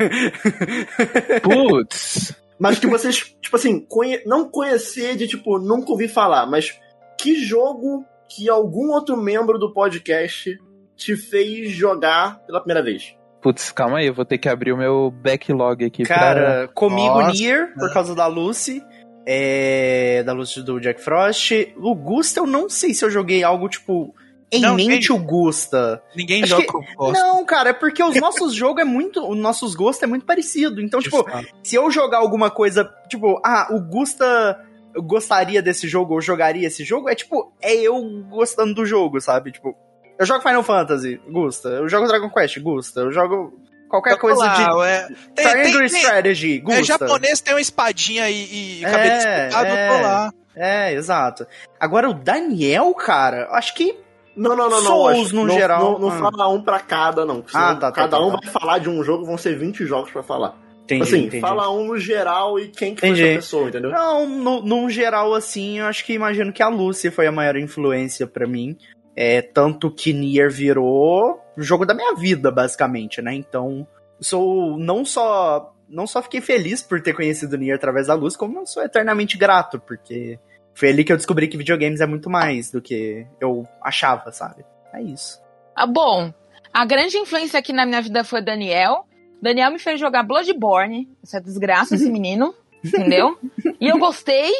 Putz,
Mas que vocês, tipo assim, conhe- não conhecer de tipo, nunca ouvi falar, mas que jogo que algum outro membro do podcast te fez jogar pela primeira vez?
putz, calma aí, eu vou ter que abrir o meu backlog aqui pra...
Cara, comigo
Nossa.
Nier, por causa da Lucy. é, da Lucy do Jack Frost. O Gusta, eu não sei se eu joguei algo, tipo, em
Não,
mente
tem-
o Gusta.
Ninguém
acho
joga
que-
com o gosto.
Não, cara, é porque os nossos jogos é muito. Os nossos gostos é muito parecido. Então, tipo, se eu jogar alguma coisa, tipo, ah, o Gusta eu gostaria desse jogo, ou jogaria esse jogo, é tipo, é eu gostando do jogo, sabe? Tipo, eu jogo Final Fantasy, Gusta. Eu jogo Dragon Quest, Gusta. Eu jogo qualquer coisa de
É, tem, tem,
Triangle
tem,
Strategy,
é
Gusta.
japonês, tem uma espadinha e, e
É,
cabelo espetado, eu
é.
tô lá.
É, exato. Agora o Daniel, cara, acho que
Não, não, não, não.
Souls,
acho-
no
não,
geral.
Não, não
Ah.
fala um pra cada, não. senão
Ah, tá, tá,
cada
tá,
um
tá.
vai falar de um jogo, vão ser 20 jogos pra falar.
tem
assim, fala um no geral e quem que foi
Entendi.
essa pessoa, entendeu?
Não, no, num geral, assim, eu acho que imagino que a Lucy foi a maior influência pra mim. É, tanto que Nier virou o jogo da minha vida, basicamente, né? Então, sou não só não só fiquei feliz por ter conhecido Nier através da Lucy, como eu sou eternamente grato, porque foi ali que eu descobri que videogames é muito mais do que eu achava, sabe? É isso.
Ah, bom, a grande influência aqui na minha vida foi o Daniel. Daniel me fez jogar Bloodborne, essa desgraça, esse menino, entendeu? E eu gostei,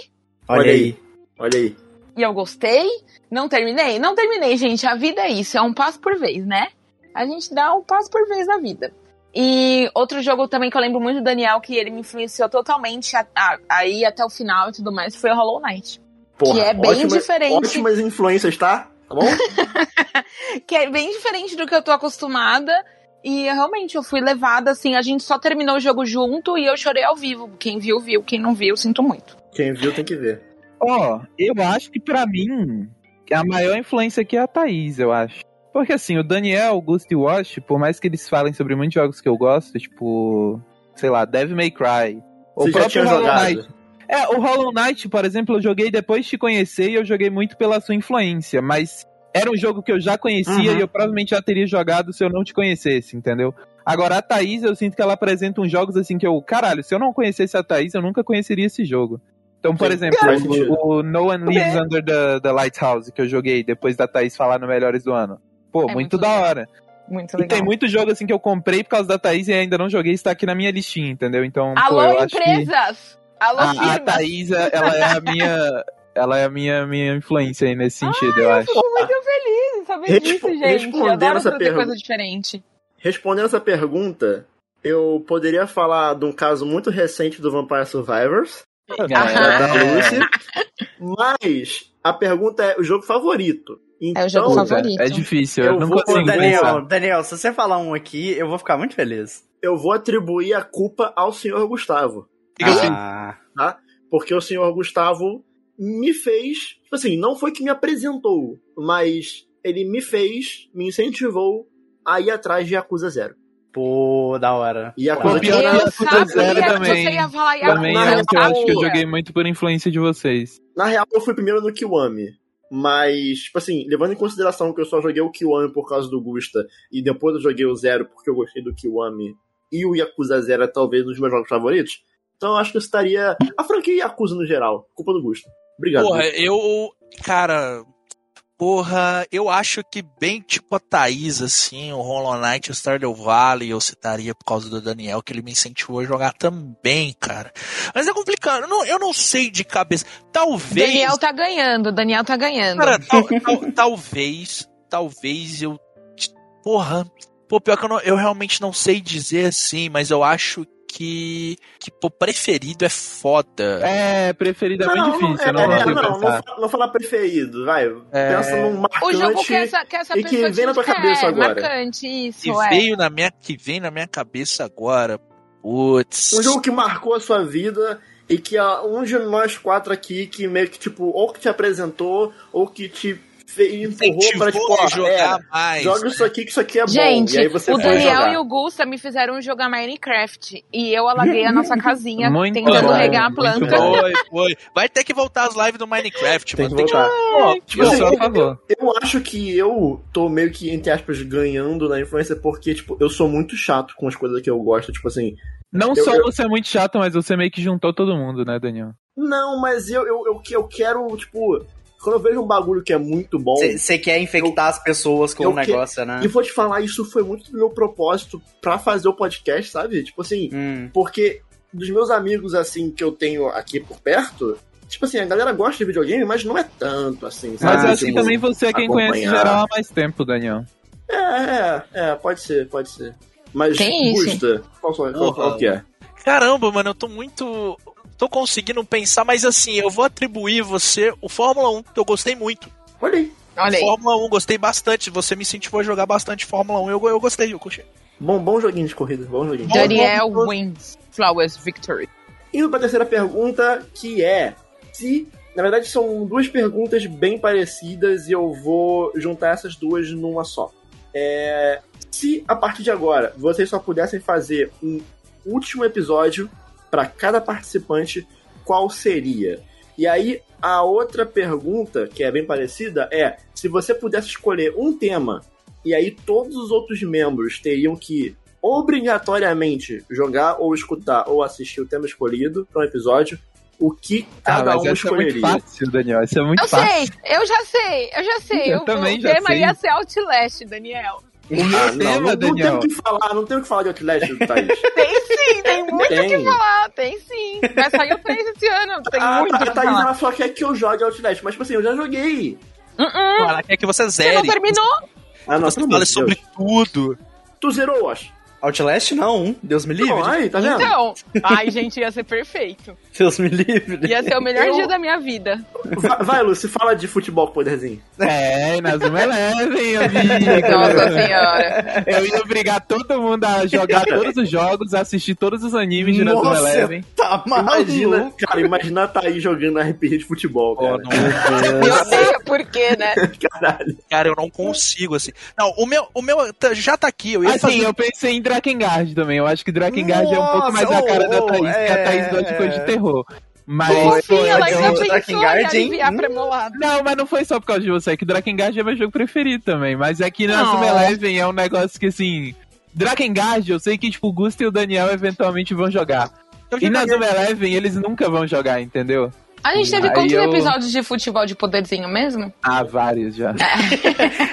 Olha aí. Olha aí.
e eu gostei. Não terminei? Não terminei, gente. A vida é isso, é um passo por vez, né? A gente dá um passo por vez na vida. E outro jogo também que eu lembro muito do Daniel, que ele me influenciou totalmente a- a- aí até o final e tudo mais, foi o Hollow Knight. Que é bem
ótimas-
diferente.
Ótimas influências, tá? Tá bom?
Que é bem diferente do que eu tô acostumada. E realmente eu fui levada, assim, a gente só terminou o jogo junto e eu chorei ao vivo. Quem viu, viu. Quem não viu, sinto muito.
Quem viu tem que ver.
Ó, eu acho que pra mim, a maior influência aqui é a Thaís, eu acho. Porque assim, o Daniel, o Gust e o Wash, por mais que eles falem sobre muitos jogos que eu gosto, tipo, sei lá, Devil May Cry. ou
Você já tinha
Knight.
jogado.
É, o Hollow Knight, por exemplo, eu joguei depois de te conhecer e eu joguei muito pela sua influência, mas era um jogo que eu já conhecia
Uhum.
e eu provavelmente já teria jogado se eu não te conhecesse, entendeu? Agora, a Thaís, eu sinto que ela apresenta uns jogos assim que eu, caralho, se eu não conhecesse a Thaís, eu nunca conheceria esse jogo. Então, por
Sim,
exemplo,
faz sentido.
o, o No One Lives Under the, the Lighthouse, que eu joguei depois da Thaís falar no Melhores do Ano. Pô,
É
muito
muito
da
legal.
hora.
Muito
E
legal.
tem muito jogo assim que eu comprei por causa da Thaís e ainda não joguei, está aqui na minha listinha, entendeu? Então, pô, eu
Alô,
acho que Ah,
empresas! Alô,
a, a
firmas!
Thaís, é- ela é a minha. Ela é a minha, minha influência aí nesse sentido, eu acho.
Fico muito feliz em saber
Respo-
disso, gente. Eu
respondendo
adoro
essa
fazer
pergunta.
coisa diferente.
Respondendo essa pergunta, eu poderia falar de um caso muito recente do Vampire Survivors,
é
da
Ah.
Lucy, mas a pergunta é o jogo favorito. Então,
É o jogo
Puta,
favorito.
é difícil, eu,
Eu
não
vou-
consigo
Ô, Daniel,
pensar.
Daniel, se você falar um aqui, eu vou ficar muito feliz.
eu vou atribuir a culpa ao senhor Gustavo.
Diga assim,
Ah,
porque o senhor Gustavo me fez, tipo assim, não foi que me apresentou, mas ele me fez, me incentivou a ir atrás de Yakuza Zero.
pô, da hora.
E a
Da
coisa
hora.
que- Campeonato
Eu
Yakuza Zero
sabia que
também.
você ia falar Yakuza.
Também
na
é um que eu acho que eu
sabia.
joguei muito por influência de vocês.
Na real, eu fui primeiro no Kiwami. Mas, tipo assim, levando em consideração que eu só joguei o Kiwami por causa do Gusta e depois eu joguei o Zero porque eu gostei do Kiwami e o Yakuza Zero é talvez um dos meus jogos favoritos, então eu acho que eu estaria. A franquia Yakuza no geral, culpa do Gusta. Obrigado.
porra,
Gusta.
eu. Cara. Porra, eu acho que bem tipo a Thaís, assim, o Hollow Knight, o Stardew Valley, eu citaria por causa do Daniel, que ele me incentivou a jogar também, cara. Mas é complicado, eu não, eu não sei de cabeça. Talvez.
Daniel tá ganhando, Daniel tá ganhando.
Cara, tal- tal- talvez, talvez eu. te- Porra. Pô, pior que eu, não- eu realmente não sei dizer assim, mas eu acho que. Que, pô, preferido é foda.
É, preferida é
Não,
muito
não,
difícil, eu
é,
não
é,
consigo
não, não
pensar.
fa- não falar preferido, vai.
É.
Pensa num marcante.
o jogo que essa, que essa
e que
pessoa
vem na
te
tua
quer,
cabeça agora.
marcante, isso,
que
é.
veio na minha que vem na minha cabeça agora. Putz.
Um jogo que marcou a sua vida e que ah, um de nós quatro aqui que meio que, tipo, ou que te apresentou ou que te fe- empurrou pra, tipo,
incentivou
ó,
a jogar
é,
mais. né?
joga isso aqui que isso aqui é bom.
Gente,
E aí você
o
foi
Daniel
jogar.
e o Gusta me fizeram jogar Minecraft. E eu alaguei a nossa casinha
Muito
tentando
bom,
regar a
muito
planta.
bom.
Foi, foi. Vai ter que voltar as lives do Minecraft,
Tem que
mano.
voltar.
Pô,
Tipo
eu
assim,
sou a favor.
Eu acho que eu tô meio que, entre aspas, ganhando na influência porque, tipo, eu sou muito chato com as coisas que eu gosto. Tipo assim,
Não
eu-
só
eu-
você é muito chato, mas você meio que juntou todo mundo, né, Daniel?
não, mas eu, eu, eu, eu quero, tipo, quando eu vejo um bagulho que é muito bom.
Você quer infectar as pessoas com
eu
o negócio, né?
E vou te falar, isso foi muito do meu propósito pra fazer o podcast, sabe? Tipo assim,
Hum,
Porque dos meus amigos, assim, que eu tenho aqui por perto, tipo assim, a galera gosta de videogame, mas não é tanto, assim, sabe?
Mas eu
Ah,
acho que
Tipo,
também você é quem conhece
acompanhar.
geral há mais tempo, Daniel.
É, é, é, pode ser, pode ser. Mas
Tem isso.
custa. Qual, qual, qual, qual que é?
Caramba, mano, eu tô muito. Tô conseguindo pensar, mas assim, eu vou atribuir você o Fórmula 1, que eu gostei muito.
Olha aí.
Olha aí.
Fórmula 1, gostei bastante. Você me incentivou a jogar bastante Fórmula 1. Eu, eu gostei, eu gostei.
Bom, bom joguinho de corrida, bom joguinho.
um
Bom.
Daniel wins. Flowers Victory.
Indo pra terceira pergunta, que é se. Na verdade, são duas perguntas bem parecidas e eu vou juntar essas duas numa só. É, se a partir de agora vocês só pudessem fazer um último episódio para cada participante, qual seria? E aí, a outra pergunta, que é bem parecida, é se você pudesse escolher um tema e aí todos os outros membros teriam que obrigatoriamente jogar ou escutar ou assistir o tema escolhido para um episódio, o que cada um
essa é muito
escolheria.
fácil, Daniel. Isso é muito
Eu
fácil.
sei, eu já sei, eu já sei.
Eu
o-
também
o
já
tema
sei.
ia ser Outlast, Daniel.
ah,
tema,
não, não, não tem
Daniel.
o que falar, não tem o que falar de Outlast, Thaís.
Tem sim, tem muito o
Tem.
que falar, tem sim. Vai sair o 3 esse ano, tem
Ah,
a,
tá,
muito o
a
que
Thaís
falar.
Ah, tá, ela só quer que é eu jogue Outlast, mas tipo assim, eu já joguei.
Uh-uh,
Ela quer que você
Você
zere.
não terminou?
Ah, não,
Você
pelo amor
fala
de
sobre
Deus.
tudo.
Tu zerou, eu acho.
Outlast não, é? Deus me livre.
Não, aí, tá vendo?
Então, ai, gente, ia ser perfeito.
Deus me livre.
Ia ser o melhor
Eu-
dia da minha vida.
Vai, vai, Lúcio, fala de futebol poderzinho.
É, nós vamos leve, hein, amigo.
Nossa senhora.
Eu ia obrigar todo mundo a jogar todos os jogos, assistir todos os animes de Nazuma
Nossa,
Eleven.
tá
Imagina,
maluco.
cara, imagina a Thaís jogando RPG de futebol,
Oh,
cara.
Eu odeio por quê, né?
Caralho.
Cara, eu não consigo, assim. Não, o meu, o meu tá- já tá aqui. Eu ia fazer
Assim, eu pensei em Drakengard também. Eu acho que Drakengard é um pouco mais a
Nossa,
cara da
oh,
Thaís, que a
é,
Thaís gosta de coisa
é.
de terror. Mas
Enfim,
foi-
ela
eu-
ainda
Dragon
pensou em
Guard, hein?
aliviar
Hum.
pra meu lado.
Não, mas não foi só por causa de você, é que Drakengard é meu jogo preferido também. Mas é que na
Não.
Summer Eleven é um negócio que, assim... Drakengard, eu sei que, tipo, o Gusta e o Daniel eventualmente vão jogar.
eu já
E na
joguei.
Summer Eleven eles nunca vão jogar, entendeu?
A gente teve
Aí
quantos
eu-
episódios de futebol de poderzinho mesmo?
Ah, vários já.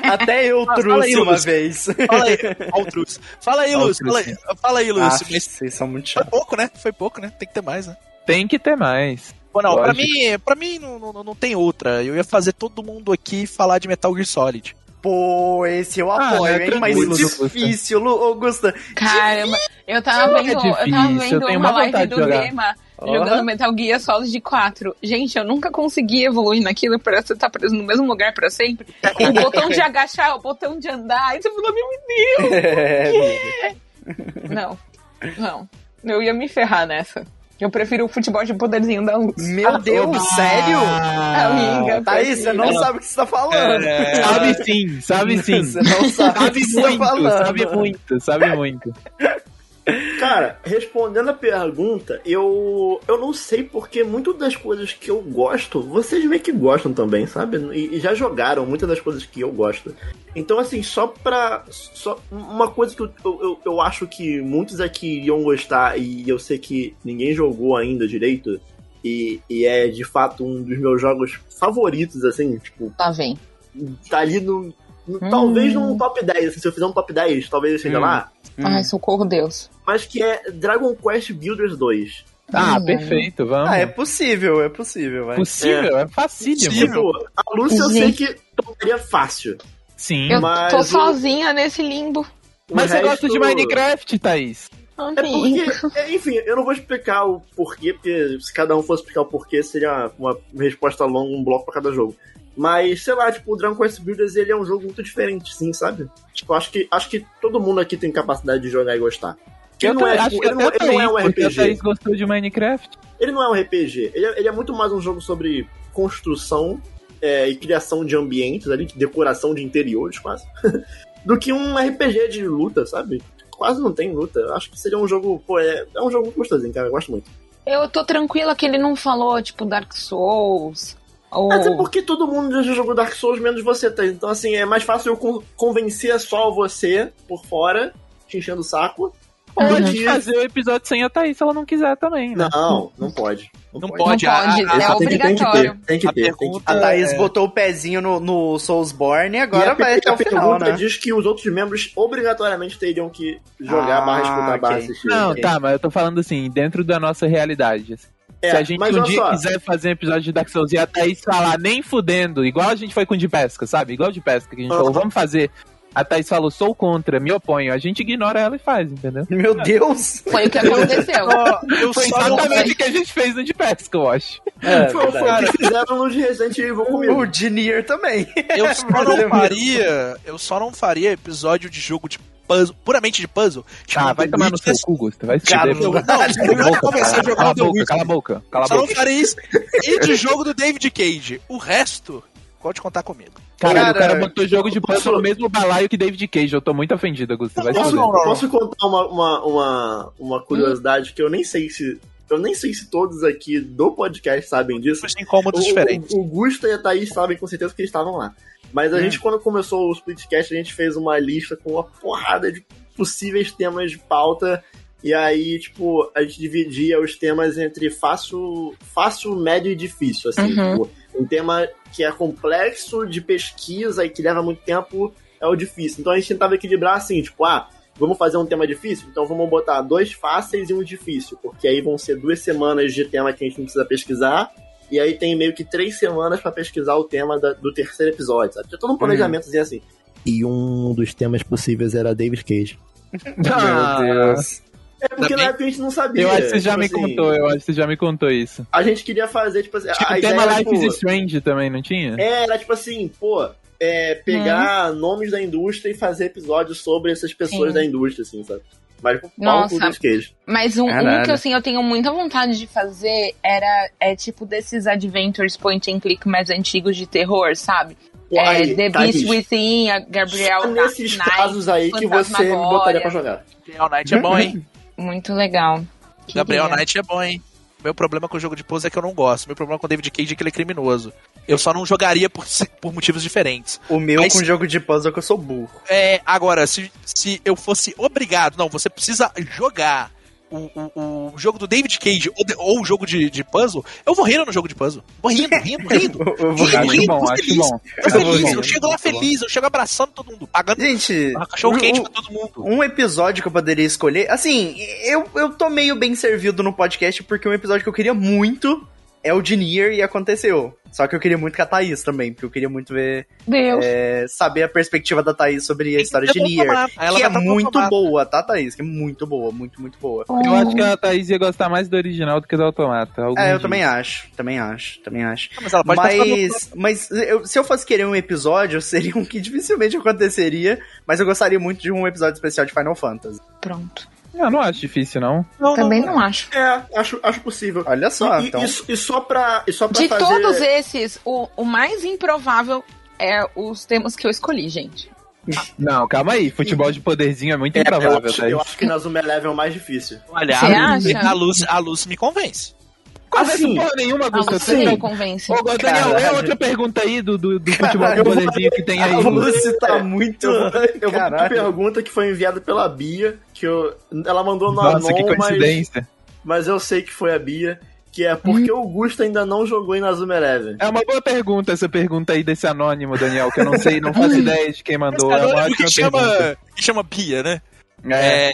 Até eu
Ah, fala aí,
trouxe uma
Lúcio.
vez.
Fala aí, ó, o Trux. Fala aí,
Ó, o
Lúcio. Fala aí, fala aí
Ah,
Lúcio. Mas
vocês são muito
foi
chatos.
pouco, né? Foi pouco, né? Tem que ter mais, né?
Tem que ter mais.
Bom, não, pra
Lógico.
mim, pra mim não, não, não tem outra. Eu ia fazer todo mundo aqui falar de Metal Gear Solid.
Pô, esse eu
Ah,
apoio,
né,
hein? Mas
tranquilo,
difícil, Lu, Augusta.
Caramba, eu tava
É
vendo, eu tava
difícil, eu
vendo
tenho
uma
uma
live
vontade de
do
jogar.
Dema
Ó.
jogando Metal Gear Solid 4. Gente, eu nunca consegui evoluir naquilo, parece que você tá preso no mesmo lugar pra sempre. O botão de agachar, o botão de andar, aí você falou, meu
É, amiga.
Deus. Não, não, eu ia me ferrar nessa. Eu prefiro o futebol de poderzinho da luz.
Meu Deus, sério?
Amiga,
Thaís, você não
prefiro.
sabe o que você tá falando.
Sabe sim, sabe sim.
Você não sabe o que
Sabe
você tá
muito,
falando.
sabe muito, sabe muito.
Cara, respondendo a pergunta, eu eu não sei porque muitas das coisas que eu gosto, vocês meio que gostam também, sabe? E, e já jogaram muitas das coisas que eu gosto. Então, assim, só pra. Só uma coisa que eu, eu, eu- eu acho que muitos aqui iriam gostar, e eu sei que ninguém jogou ainda direito, e, e é de fato um dos meus jogos favoritos, assim, tipo,
né? Lá vem.
tá ali no. no- Talvez num top 10, assim, se eu fizer um top 10, talvez eu esteja
Hum.
lá.
Ai, socorro, Deus.
mas que é Dragon Quest Builders 2.
Ah,
Hum.
perfeito, vamos.
Ah, é possível, é possível, vai.
possível, é, facílimo.
Tipo, a Lúcia eu sei
Gente.
que tomaria fácil.
Sim.
Eu
Mas
tô
o-
sozinha nesse limbo.
O
Mas você gosta
resto-
de Minecraft, Thaís?
É porque, é, enfim, eu não vou explicar o porquê, porque se cada um fosse explicar o porquê, seria uma uma resposta longa, um bloco pra cada jogo. Mas, sei lá, tipo, o Dragon Quest Builders ele é um jogo muito diferente, sim, sabe? Tipo, acho que, acho que todo mundo aqui tem capacidade de jogar e gostar. Ele não,
tô-
é, tipo,
acho que
ele, não,
até
ele não é um
Thaís, porque a Thaís
RPG.
gostou de Minecraft.
Ele não é um RPG. Ele é, ele é muito mais um jogo sobre construção é, e criação de ambientes ali, decoração de interiores, quase. do que um RPG de luta, sabe? Quase não tem luta. Eu Acho que seria um jogo, pô, é, é um jogo gostosinho, cara. Eu gosto muito.
Eu tô tranquila que ele não falou, tipo, Dark Souls. Ou...
É, Até porque todo mundo já jogou Dark Souls, menos você, tá? Então, assim, é mais fácil eu con- convencer só você por fora, te enchendo o saco.
Pode fazer o episódio sem a Thaís se ela não quiser também, né?
Uhum. Não, não pode. Não,
Não
pode.
pode,
ah,
Não pode,
a-
né?
a-
Esse tem que-
obrigatório.
Tem que ter, tem que ter.
A
tem que
pergunta-
ter.
A Thaís botou o pezinho no, no Soulsborne e agora
É. E a pe-
vai até
a
o final,
pergunta
né?
diz que os outros membros obrigatoriamente teriam que jogar
Ah,
barra escutar
ok.
barra assistir.
Não, tá, mas eu tô falando assim, dentro da nossa realidade. assim.
É,
Se a gente
mas
um
olha
dia
só,
quiser fazer um episódio de Dark Souls e a Thaís falar nem fudendo, igual a gente foi com o de pesca, sabe? Igual o de pesca, que a gente
Aham.
falou, vamos fazer. A Thaís falou, sou contra, me oponho. A gente ignora ela e faz, entendeu?
Meu
Ah.
Deus!
Foi o que aconteceu.
Eu
Foi
só não
exatamente o que a gente fez no de pesca, eu acho.
É,
foi, foi o que fizeram no de Resident Evil comigo.
O Dinier também.
Eu só
Mas é
não
mesmo.
faria. Eu só não faria episódio de jogo de puzzle, puramente de puzzle. Tipo,
Ah, vai
The
tomar no seu
Witness.
cu, Gusta. Vai se
Cara,
fuder.
Não,
Cala
eu
a
já
boca,
comecei a
cara.
jogar
Cala
o
a
The
boca,
Witness.
cala a boca, cala a
Só não
boca.
faria isso. E de jogo do David Cage. O resto, pode contar comigo.
Caralho, o
Cara,
cara botou jogo de
posso-
puzzle no mesmo balaio que David Cage. Eu tô muito ofendido, Gusta. Vai se
Posso,
fuder.
não, não.
posso contar uma, uma, uma, uma curiosidade que eu nem sei se. Eu nem sei se todos aqui do podcast sabem disso.
Isso tem cômodos diferentes.
O, o Gusta e a Thaís sabem com certeza que eles estavam lá. Mas a
Hum.
gente, quando começou o Splitcast, a gente fez uma lista com uma porrada de possíveis temas de pauta. E aí, tipo, a gente dividia os temas entre fácil, fácil médio e difícil, assim.
Uhum.
Tipo, um tema que é complexo, de pesquisa e que leva muito tempo, é o difícil. Então a gente tentava equilibrar assim, tipo, ah, vamos fazer um tema difícil? Então vamos botar dois fáceis e um difícil, porque aí vão ser duas semanas de tema que a gente não precisa pesquisar, e aí tem meio que três semanas pra pesquisar o tema da- do Uhum. terceiro episódio, sabe? Tinha todo um planejamentozinho assim. E um dos temas possíveis era David Cage.
Ah,
É porque
Também-
na época a gente não sabia.
Eu acho que você já
Tipo
me
assim,
contou, eu acho que você já me contou isso.
A gente queria fazer, tipo assim.
Acho que
a
o
ideia
tema
era,
Life
tipo,
is Strange também, não tinha?
É, era tipo assim, pô, é, pegar nomes da indústria e fazer episódios sobre essas pessoas
Né?
da
Sim.
indústria, assim, sabe? Mas com pau
Nossa.
com os queijos.
Mas um, um
Caralho.
que assim, eu tenho muita vontade de fazer era é tipo desses adventures point and click mais antigos de terror, sabe?
Pô,
é,
aí,
The
tá,
Beast
gente.
Within, a Gabriel
Só
Dark
nesses
Knight.
casos aí que você me
Fantasmagória.
botaria pra jogar.
Gabriel Knight é bom, hein?
Muito legal.
Gabriel
Queria.
Knight é bom, hein? Meu problema com o jogo de pose é que eu não gosto. Meu problema com o David Cage é que ele é criminoso. Eu só não jogaria por, se- por motivos diferentes.
O meu
Mas-
com jogo de puzzle é que eu sou burro.
É, agora, se, se eu fosse obrigado, não, você precisa jogar o, o, o jogo do David Cage ou, de- ou o jogo de, de puzzle, eu vou rindo no jogo de puzzle. Vou rindo, rindo, rindo.
Eu- eu vou-
Ih,
Acho
rindo,
bom,
tô
acho
feliz.
bom.
Eu,
Tá bom,
feliz,
bom.
eu chego lá feliz, eu chego abraçando todo mundo, pagando
Gente,
cachorro quente
um-
pra todo mundo.
um episódio que eu poderia escolher. Assim, eu, eu tô meio bem servido no podcast porque um episódio que eu queria muito é o de Nier e aconteceu. Só que eu queria muito com a Thaís também, porque eu queria muito ver,
Deus.
é, saber a perspectiva da Thaís sobre a história de
Eu vou
Nier.
tomar. Ela
que
vai
é
tomar.
muito boa, tá, Thaís? Que é muito boa, muito, muito boa.
Eu acho que a Thaís ia gostar mais do original do que do automata. algum
É, eu
dia.
também acho, também acho, também acho.
Mas ela pode participar do-
Mas, mas eu- se eu fosse querer um episódio, seria um que dificilmente aconteceria, mas eu gostaria muito de um episódio especial de Final Fantasy.
Pronto.
Eu não acho difícil, não.
Não, não,
Também
não.
não acho.
É, acho, acho possível.
Olha só,
e, e-
então.
e- e só pra, e só pra
De
fazer...
todos esses, o, o mais improvável é os temas que eu escolhi, gente.
Não, calma aí. Futebol de poderzinho é muito
É, eu,
improvável,
acho,
Thaís.
eu acho que na Zoom Eleven é o mais difícil.
Olha,
Você
a luz,
acha?
a, luz, a luz me convence.
Assim,
porra nenhuma,
Ah,
Gusta.
você
Você-
me convence.
Ô, Daniel, lê
Caralho.
outra pergunta aí do, do, do futebol de
Caralho, eu vou-
poderzinho que tem aí.
A Lucy tá muito.
É. Eu vou, eu vou pra
Caralho.
pergunta que foi enviada pela Bia, que eu, ela mandou no
Nossa, que
Anon, um mas,
coincidência.
mas eu sei que foi a Bia, que é
Hum.
porque o Gusto ainda não jogou em Nazuma Eleven.
É uma boa pergunta essa pergunta aí desse anônimo, Daniel, que eu não sei, não faço ideia de quem mandou. É
Esse
uma
anônimo
ótima
que chama,
pergunta.
que chama Bia, né?
É.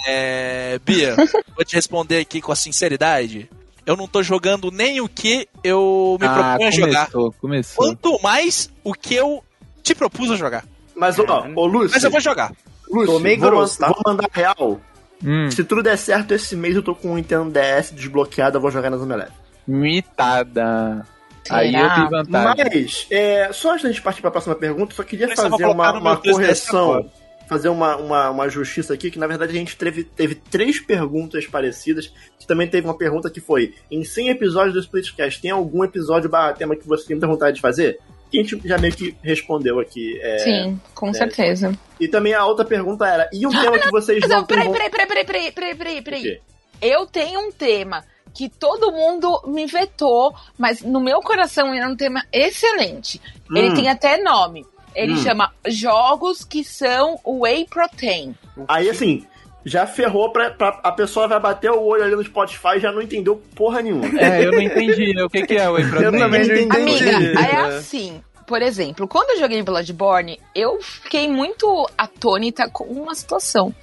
É. Bia, vou te responder aqui com a sinceridade. Eu não tô jogando nem o que eu me
ah,
proponho a jogar.
começou, começou.
Quanto mais o que eu te propus a jogar.
Mas, ó, ô, Lúcio,
Mas eu vou jogar.
Lúcio,
Tomei
vou,
grosso,
man-
tá?
vou mandar real.
Hum,
Se tudo der certo, esse mês eu tô com o Nintendo DS desbloqueado, eu vou jogar na Zona Leve.
mitada. Aí eu
Será?
vi vantagem.
Mas, é, só antes da gente partir pra próxima pergunta, só queria
Tá. Mas eu vou
fazer uma,
colocar no
uma
meu 3DS
correção,
agora.
fazer uma, uma, uma justiça aqui, que na verdade a gente teve, teve três perguntas parecidas, que também teve uma pergunta que foi, em 100 episódios do Splitcast, tem algum episódio barra tema que você tem muita vontade de fazer? Que a gente já meio que respondeu aqui. é.
Sim, com certeza.
E também a outra pergunta era, e um tema que vocês
Mas
não
eu,
têm
peraí,
vontade...
peraí, peraí, peraí, peraí, peraí, peraí,
O
peraí.
quê?
Eu tenho um tema que todo mundo me vetou, mas no meu coração ele é um tema excelente. Ele
Hum.
tem até nome. Ele
Hum.
chama Jogos que são Whey Protein.
Aí assim, já ferrou pra, pra- A pessoa vai bater o olho ali no Spotify e já não entendeu porra nenhuma.
É, eu não entendi o que, que é o Whey Protein.
Eu também não entendi.
Amiga, é
É.
assim. Por exemplo, quando eu joguei Bloodborne, eu fiquei muito atônita com uma situação.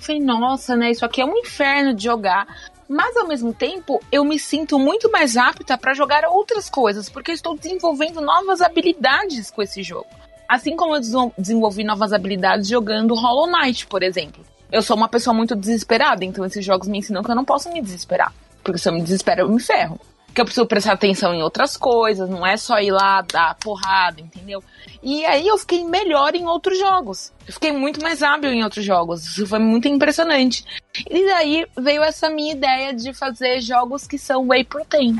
Falei, nossa, né? Isso aqui é um inferno de jogar. Mas ao mesmo tempo, eu me sinto muito mais apta para jogar outras coisas, porque eu estou desenvolvendo novas habilidades com esse jogo. Assim como eu desenvol- desenvolvi novas habilidades jogando Hollow Knight, por exemplo. Eu sou uma pessoa muito desesperada, então esses jogos me ensinam que eu não posso me desesperar. Porque se eu me desespero, eu me ferro que eu preciso prestar atenção em outras coisas, não é só ir lá dar porrada, entendeu? E aí eu fiquei melhor em outros jogos. Eu fiquei muito mais hábil em outros jogos. Isso foi muito impressionante. E daí veio essa minha ideia de fazer jogos que são whey protein.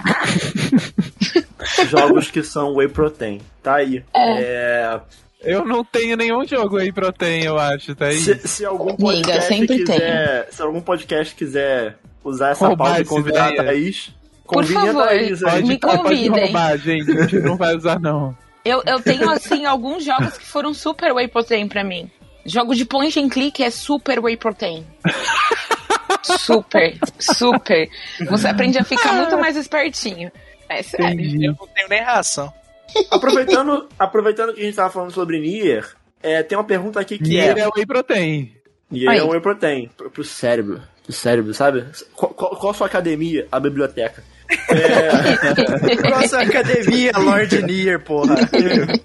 Jogos que são Whey Protein. Tá aí. É,
Eu não tenho nenhum jogo Whey Protein, eu acho, tá aí.
se, se algum
Amiga,
podcast
sempre
quiser. Se algum podcast quiser usar essa
Roubar
pauta e
essa
convidar
ideia.
a Thaís,
Por
convide a
favor.
Thaís aí.
Pode,
me
pode
convidem.
roubar, gente. A gente não vai usar, não.
Eu, eu tenho, assim, alguns jogos que foram super whey protein pra mim. Jogo de point and click é super whey protein. Super, super. Você aprende a ficar muito mais espertinho. É sério.
Eu não tenho nem reação.
Aproveitando, aproveitando que a gente tava falando sobre Nier, é, tem uma pergunta aqui que
Nier
é.
é Whey Protein.
Nier é
Aí.
um Whey Protein. Pro, pro cérebro. Pro cérebro, sabe? Qual, qual, qual a sua academia? A biblioteca.
Nossa academia, Lord Nier, porra.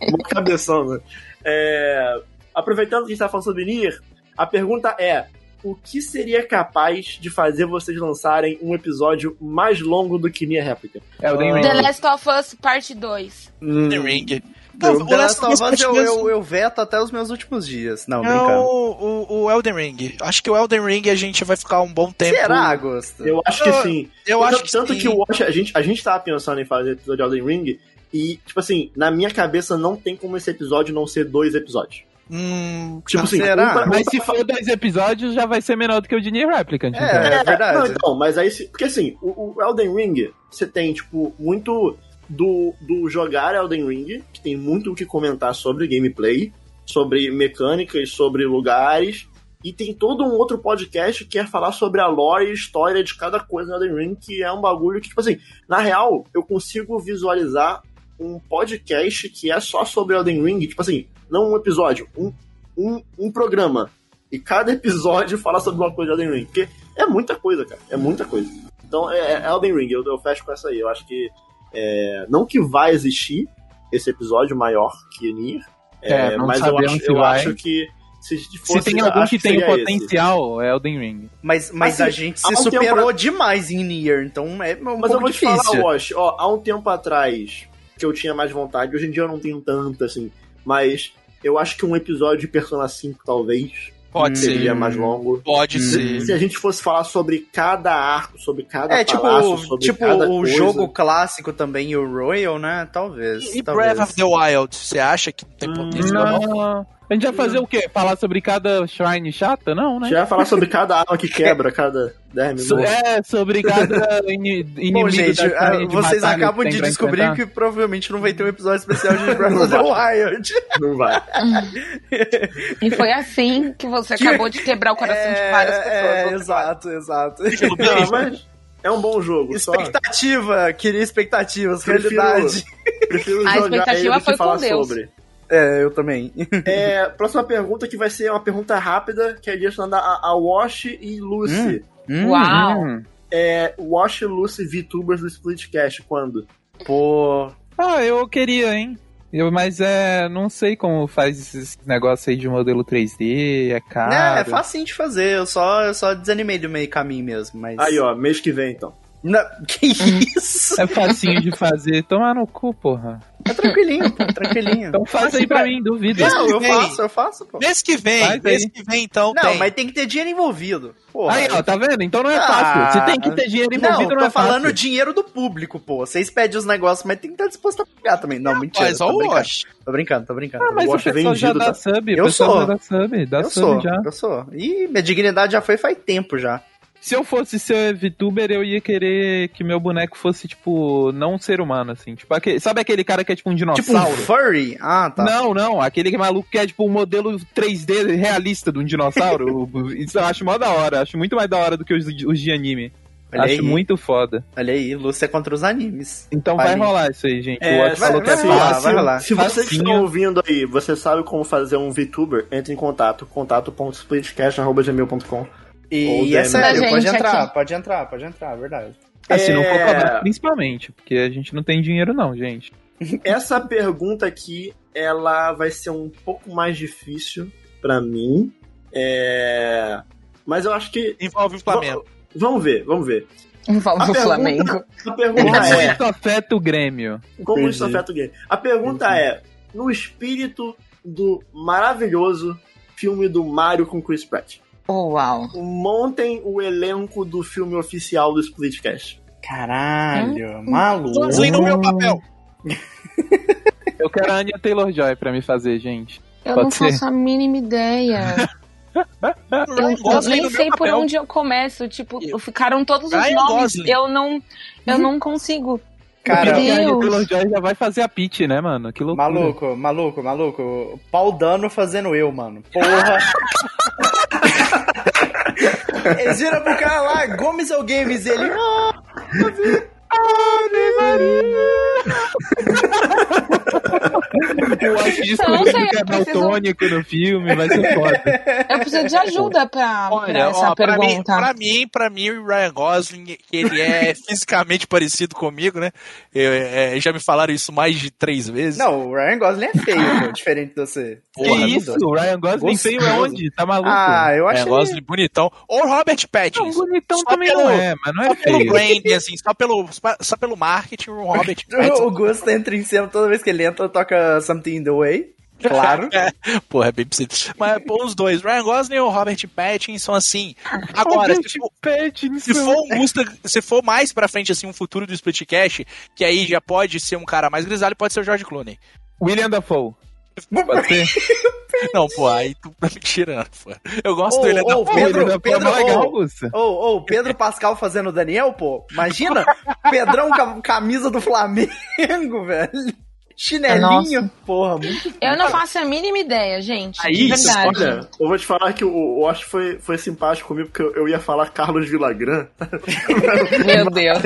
Uma cabeção, né? É, aproveitando que a gente tá falando sobre Nier, a pergunta é: o que seria capaz de fazer vocês lançarem um episódio mais longo do que Nia Replica?
É o
Ah.
Elden
The
Ring.
Last of Us Parte 2.
Hum.
The Ring.
Não,
o
o The Last of Us eu,
Us-
eu, eu veto até os meus últimos dias. Não,
É
brincando.
o, o, o Elden Ring. Acho que o Elden Ring a gente vai ficar um bom tempo.
Será, Augusto?
Eu acho que
Eu-
sim.
Eu
Tanto-
acho que
tanto
sim.
que o Watch, a gente, a gente tava pensando em fazer episódio de Elden Ring e, tipo assim, na minha cabeça não tem como esse episódio não ser dois episódios.
Hum,
Tipo
Ah,
assim,
será?
um pra- um
Mas
pra-
se for dois episódios, já vai ser menor do que o de Nier Replicant. então.
É, é verdade.
Não, então, mas aí, se- porque assim, o, o Elden Ring, você tem, tipo, muito do, do jogar Elden Ring, que tem muito o que comentar sobre gameplay, sobre mecânicas, sobre lugares, e tem todo um outro podcast que é falar sobre a lore e história de cada coisa no Elden Ring, que é um bagulho que, tipo assim, na real, eu consigo visualizar um podcast que é só sobre Elden Ring, tipo assim, não um episódio, um, um, um programa. E cada episódio fala sobre uma coisa de Elden Ring. Porque é muita coisa, cara. É muita coisa. Então, é, é Elden Ring, eu, eu fecho com essa aí. Eu acho que. é, não que vai existir esse episódio maior que Nier. É,
É, não
mas eu
sabemos
acho,
se
eu
vai.
acho que. Se,
Se
fosse,
tem algum
acho
que tem o
seria esse.
potencial, é Elden Ring.
Mas, mas
Assim,
a gente
há
se
um
superou
tempo
demais em Nier, então é
Mas eu
um pouco
vou
difícil.
te falar, Wash, ó, há um tempo atrás que eu tinha mais vontade, hoje em dia eu não tenho tanto, assim, mas eu acho que um episódio de Persona 5, talvez,
Pode ser.
Hum, seria mais longo.
Pode
Hum.
ser.
Se a gente fosse falar sobre cada arco, sobre cada
é,
palácio,
tipo,
sobre
tipo
cada
o
coisa.
jogo clássico também e o Royal, né? Talvez.
E
talvez.
Breath of the Wild, você acha que não tem
Hum,
potencial? não?
Não. Ah, A gente vai fazer o quê? Falar sobre cada shrine chata? Não, né?
Já ia falar sobre cada arma que quebra, cada 10
So-
minutos.
é, sobre cada ini inimigo
Bom, gente,
da
ah,
shrine de
vocês
batalha
acabam
que
de
tem pra
descobrir
enfrentar.
que provavelmente não vai ter um episódio especial de Breath of the
Não
Wild.
Não vai.
E foi assim que você acabou de quebrar o coração de várias
É,
pessoas.
exato, exato.
Não, mas é um bom jogo. Só
Expectativa, queria expectativas,
Prefiro-
realidade.
prefiro
A
jogar
expectativa
ele do
foi
que
com
falar
Deus.
sobre.
É, eu também.
É, próxima pergunta que vai ser uma pergunta rápida, que é direcionada a, a Wash e Lucy.
Uau!
Hum.
É, Wash e Lucy VTubers do Splitcast, quando?
Pô,
Ah, eu queria, hein? Eu, mas é. Não sei como faz esses negócio aí de modelo 3D, é caro.
É, é facinho de fazer, eu só, eu só desanimei do meio caminho mesmo, mas...
Aí, ó, mês que vem, então.
Na- Que isso?
É facinho de fazer. Tomar no cu, porra.
Tá tranquilinho, pô, tranquilinho.
Então faz aí pra mim, duvida.
Não, eu
Ei.
faço, eu faço, pô.
Mês que vem,
Faz
mês
aí.
que vem então
Não,
tem.
mas tem que ter dinheiro envolvido. Porra.
Aí, ó, tá vendo? Então não é
Ah.
fácil. Se tem que ter dinheiro
Não,
envolvido,
tô
não, é
falando
fácil.
dinheiro do público, pô. Vocês pedem os negócios, mas tem que estar disposto a pagar também. Não, mentira.
Mas
tô,
ó, o
brincando,
Wash.
tô brincando, tô brincando.
Ah, mas
Watch
o pessoal já
vendido,
dá
tá?
sub.
Eu
o pessoal
sou.
já dá sub. Dá
eu
sub
sou,
já.
eu sou. Ih, minha dignidade já foi faz tempo já.
Se eu fosse ser VTuber, eu ia querer que meu boneco fosse, tipo, não um ser humano, assim. Tipo, aquele, sabe aquele cara que é tipo um
Tipo um
dinossauro?
furry? Ah, tá.
Não, não, aquele maluco que é tipo um modelo 3D realista de um dinossauro. Isso eu acho mó da hora. Acho muito mais da hora do que os, de- os de anime.
Olha
acho
aí,
muito foda.
olha aí, Lúcia é contra os animes.
Então
Vai
vai
aí.
rolar isso aí, gente. o Watch
vai-
falou que é
vai rolar,
fácil.
vai rolar.
Se vocês que
Facinho.
estão ouvindo aí, você sabe como fazer um VTuber, entre em contato, contato.splitcast.gmail.com. Ou
E é
DM.
sério,
Da
pode
gente
entrar,
aqui. Hum?
pode entrar, pode entrar, é verdade.
Ah, Se não for
É.
cobrar, principalmente, porque a gente não tem dinheiro, não, gente.
Essa pergunta aqui, ela vai ser um pouco mais difícil pra mim. É... Mas eu acho que.
Envolve o
Uhum.
Flamengo.
Vamos ver, vamos ver.
Envolve
A
o
pergunta-
Flamengo.
A
Como
pergunta é.
isso afeta o Grêmio?
Como isso
Entendi.
afeta o game? A pergunta é: no espírito do maravilhoso filme do Mario com Chris Pratt,
Oh, uau.
montem o elenco do filme oficial do Splitcast.
Caralho, maluco.
Fui Assim, no meu papel.
Eu quero a Anya Taylor-Joy pra me fazer, gente.
Eu
Pode
não
ser?
faço a mínima ideia. Eu,
Ryan
eu
Gosling
nem
assim, no
sei
meu
por
papel.
onde eu começo. Tipo,
Eu-
ficaram todos os
Ryan
nomes.
Gosling.
Eu não, eu não consigo.
Porque
Cara,
Meu
a Anya
Deus.
Taylor-Joy já vai fazer a Peach, né, mano? Que loucura.
maluco, maluco, maluco. Pau dano fazendo eu, mano. Porra. Eles viram pro cara lá, Gomes é o Games, ele.
o artista
Não sei, eu
fica
preciso-
daltônico no filme, vai ser foda.
Eu preciso de ajuda pra, pra
Olha,
essa
ó, pra, mim,
pergunta.
pra mim, pra mim, o Ryan Gosling, que ele é fisicamente parecido comigo, né? Eu, é, já me falaram isso mais de três vezes.
Não, o Ryan Gosling é feio, pô, diferente de você.
Que
Porra,
isso? O Ryan Gosling
Gostoso.
feio é onde? Tá maluco?
Ah, eu achei...
Ryan Gosling bonitão. Ou Robert
não,
Pattinson.
bonitão
só
também
pelo-
não é, mas não
Só
é
pelo
feio.
branding, assim, só pelo, só pelo marketing, o Robert Pattinson.
O Gusto entra em cena toda vez que ele entra, toca Something in the Way. Claro.
Porra, é bem possível. Mas pô, os dois, Ryan Gosling e o Robert Pattinson, assim. Agora, se for, se for um Mustang, se for mais pra frente, assim, um futuro do Split Cash, que aí já pode ser um cara mais grisalho, pode ser o George Clooney.
William Dafoe. Pode ser?
Não, pô, aí tu tá me tirando, pô. Eu gosto
Ô,
dele.
ô,
não,
Pô, William Dafoe é
Pedro,
mó legal,
ô. tá
Gusta.
Ou ou, Pedro Pascal fazendo o Daniel, pô. Imagina, Pedrão com a camisa do Flamengo, velho. Chinelinho, porra, muito
Eu não faço a mínima ideia, gente.
Aí,
de verdade.
Olha, eu vou te falar que o, o Osh foi, foi simpático comigo, porque eu, eu ia falar Carlos Villagrán.
Meu Deus.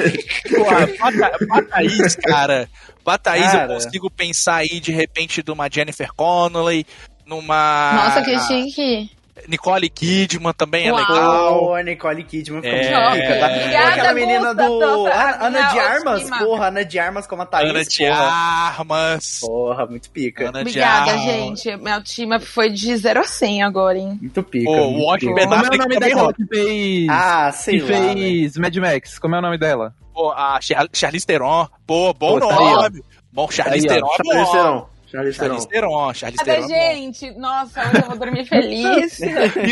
Bataís, cara. Bataís, eu
Cara.
consigo pensar aí, de repente, de uma Jennifer Connelly, numa.
Nossa, que chique.
Nicole Kidman também
Uau.
é legal.
Pô, Nicole Kidman ficou
É.
muito
Obrigada,
tá?
Gusta,
Aquela menina do.
nossa,
Ana, Ana de
ótima.
Armas, porra, Ana de Armas como a Thaís.
Ana de
porra.
Armas.
Porra, muito pica.
Ana de
Obrigada,
Armas.
gente. Meu time foi de 0 a 100 agora, hein?
Muito pica.
Pô,
muito
o Watchmen
Como
Ben
é o
Affleck
nome
também
daquela
rola.
que fez...
Ah, sei
que
lá. velho.
fez Mad Max, como é o nome dela?
Pô, a Char Charlize Theron. Pô, bom
Pô, tá aí, ó.
nome. bom, Charlize
Tá aí,
Theron.
ó.
é
Charles
bom.
Theron. Charles Theron.
Charlize Theron. Charlize
Cada
Theron. é bom.
gente, nossa, hoje eu vou dormir feliz.
E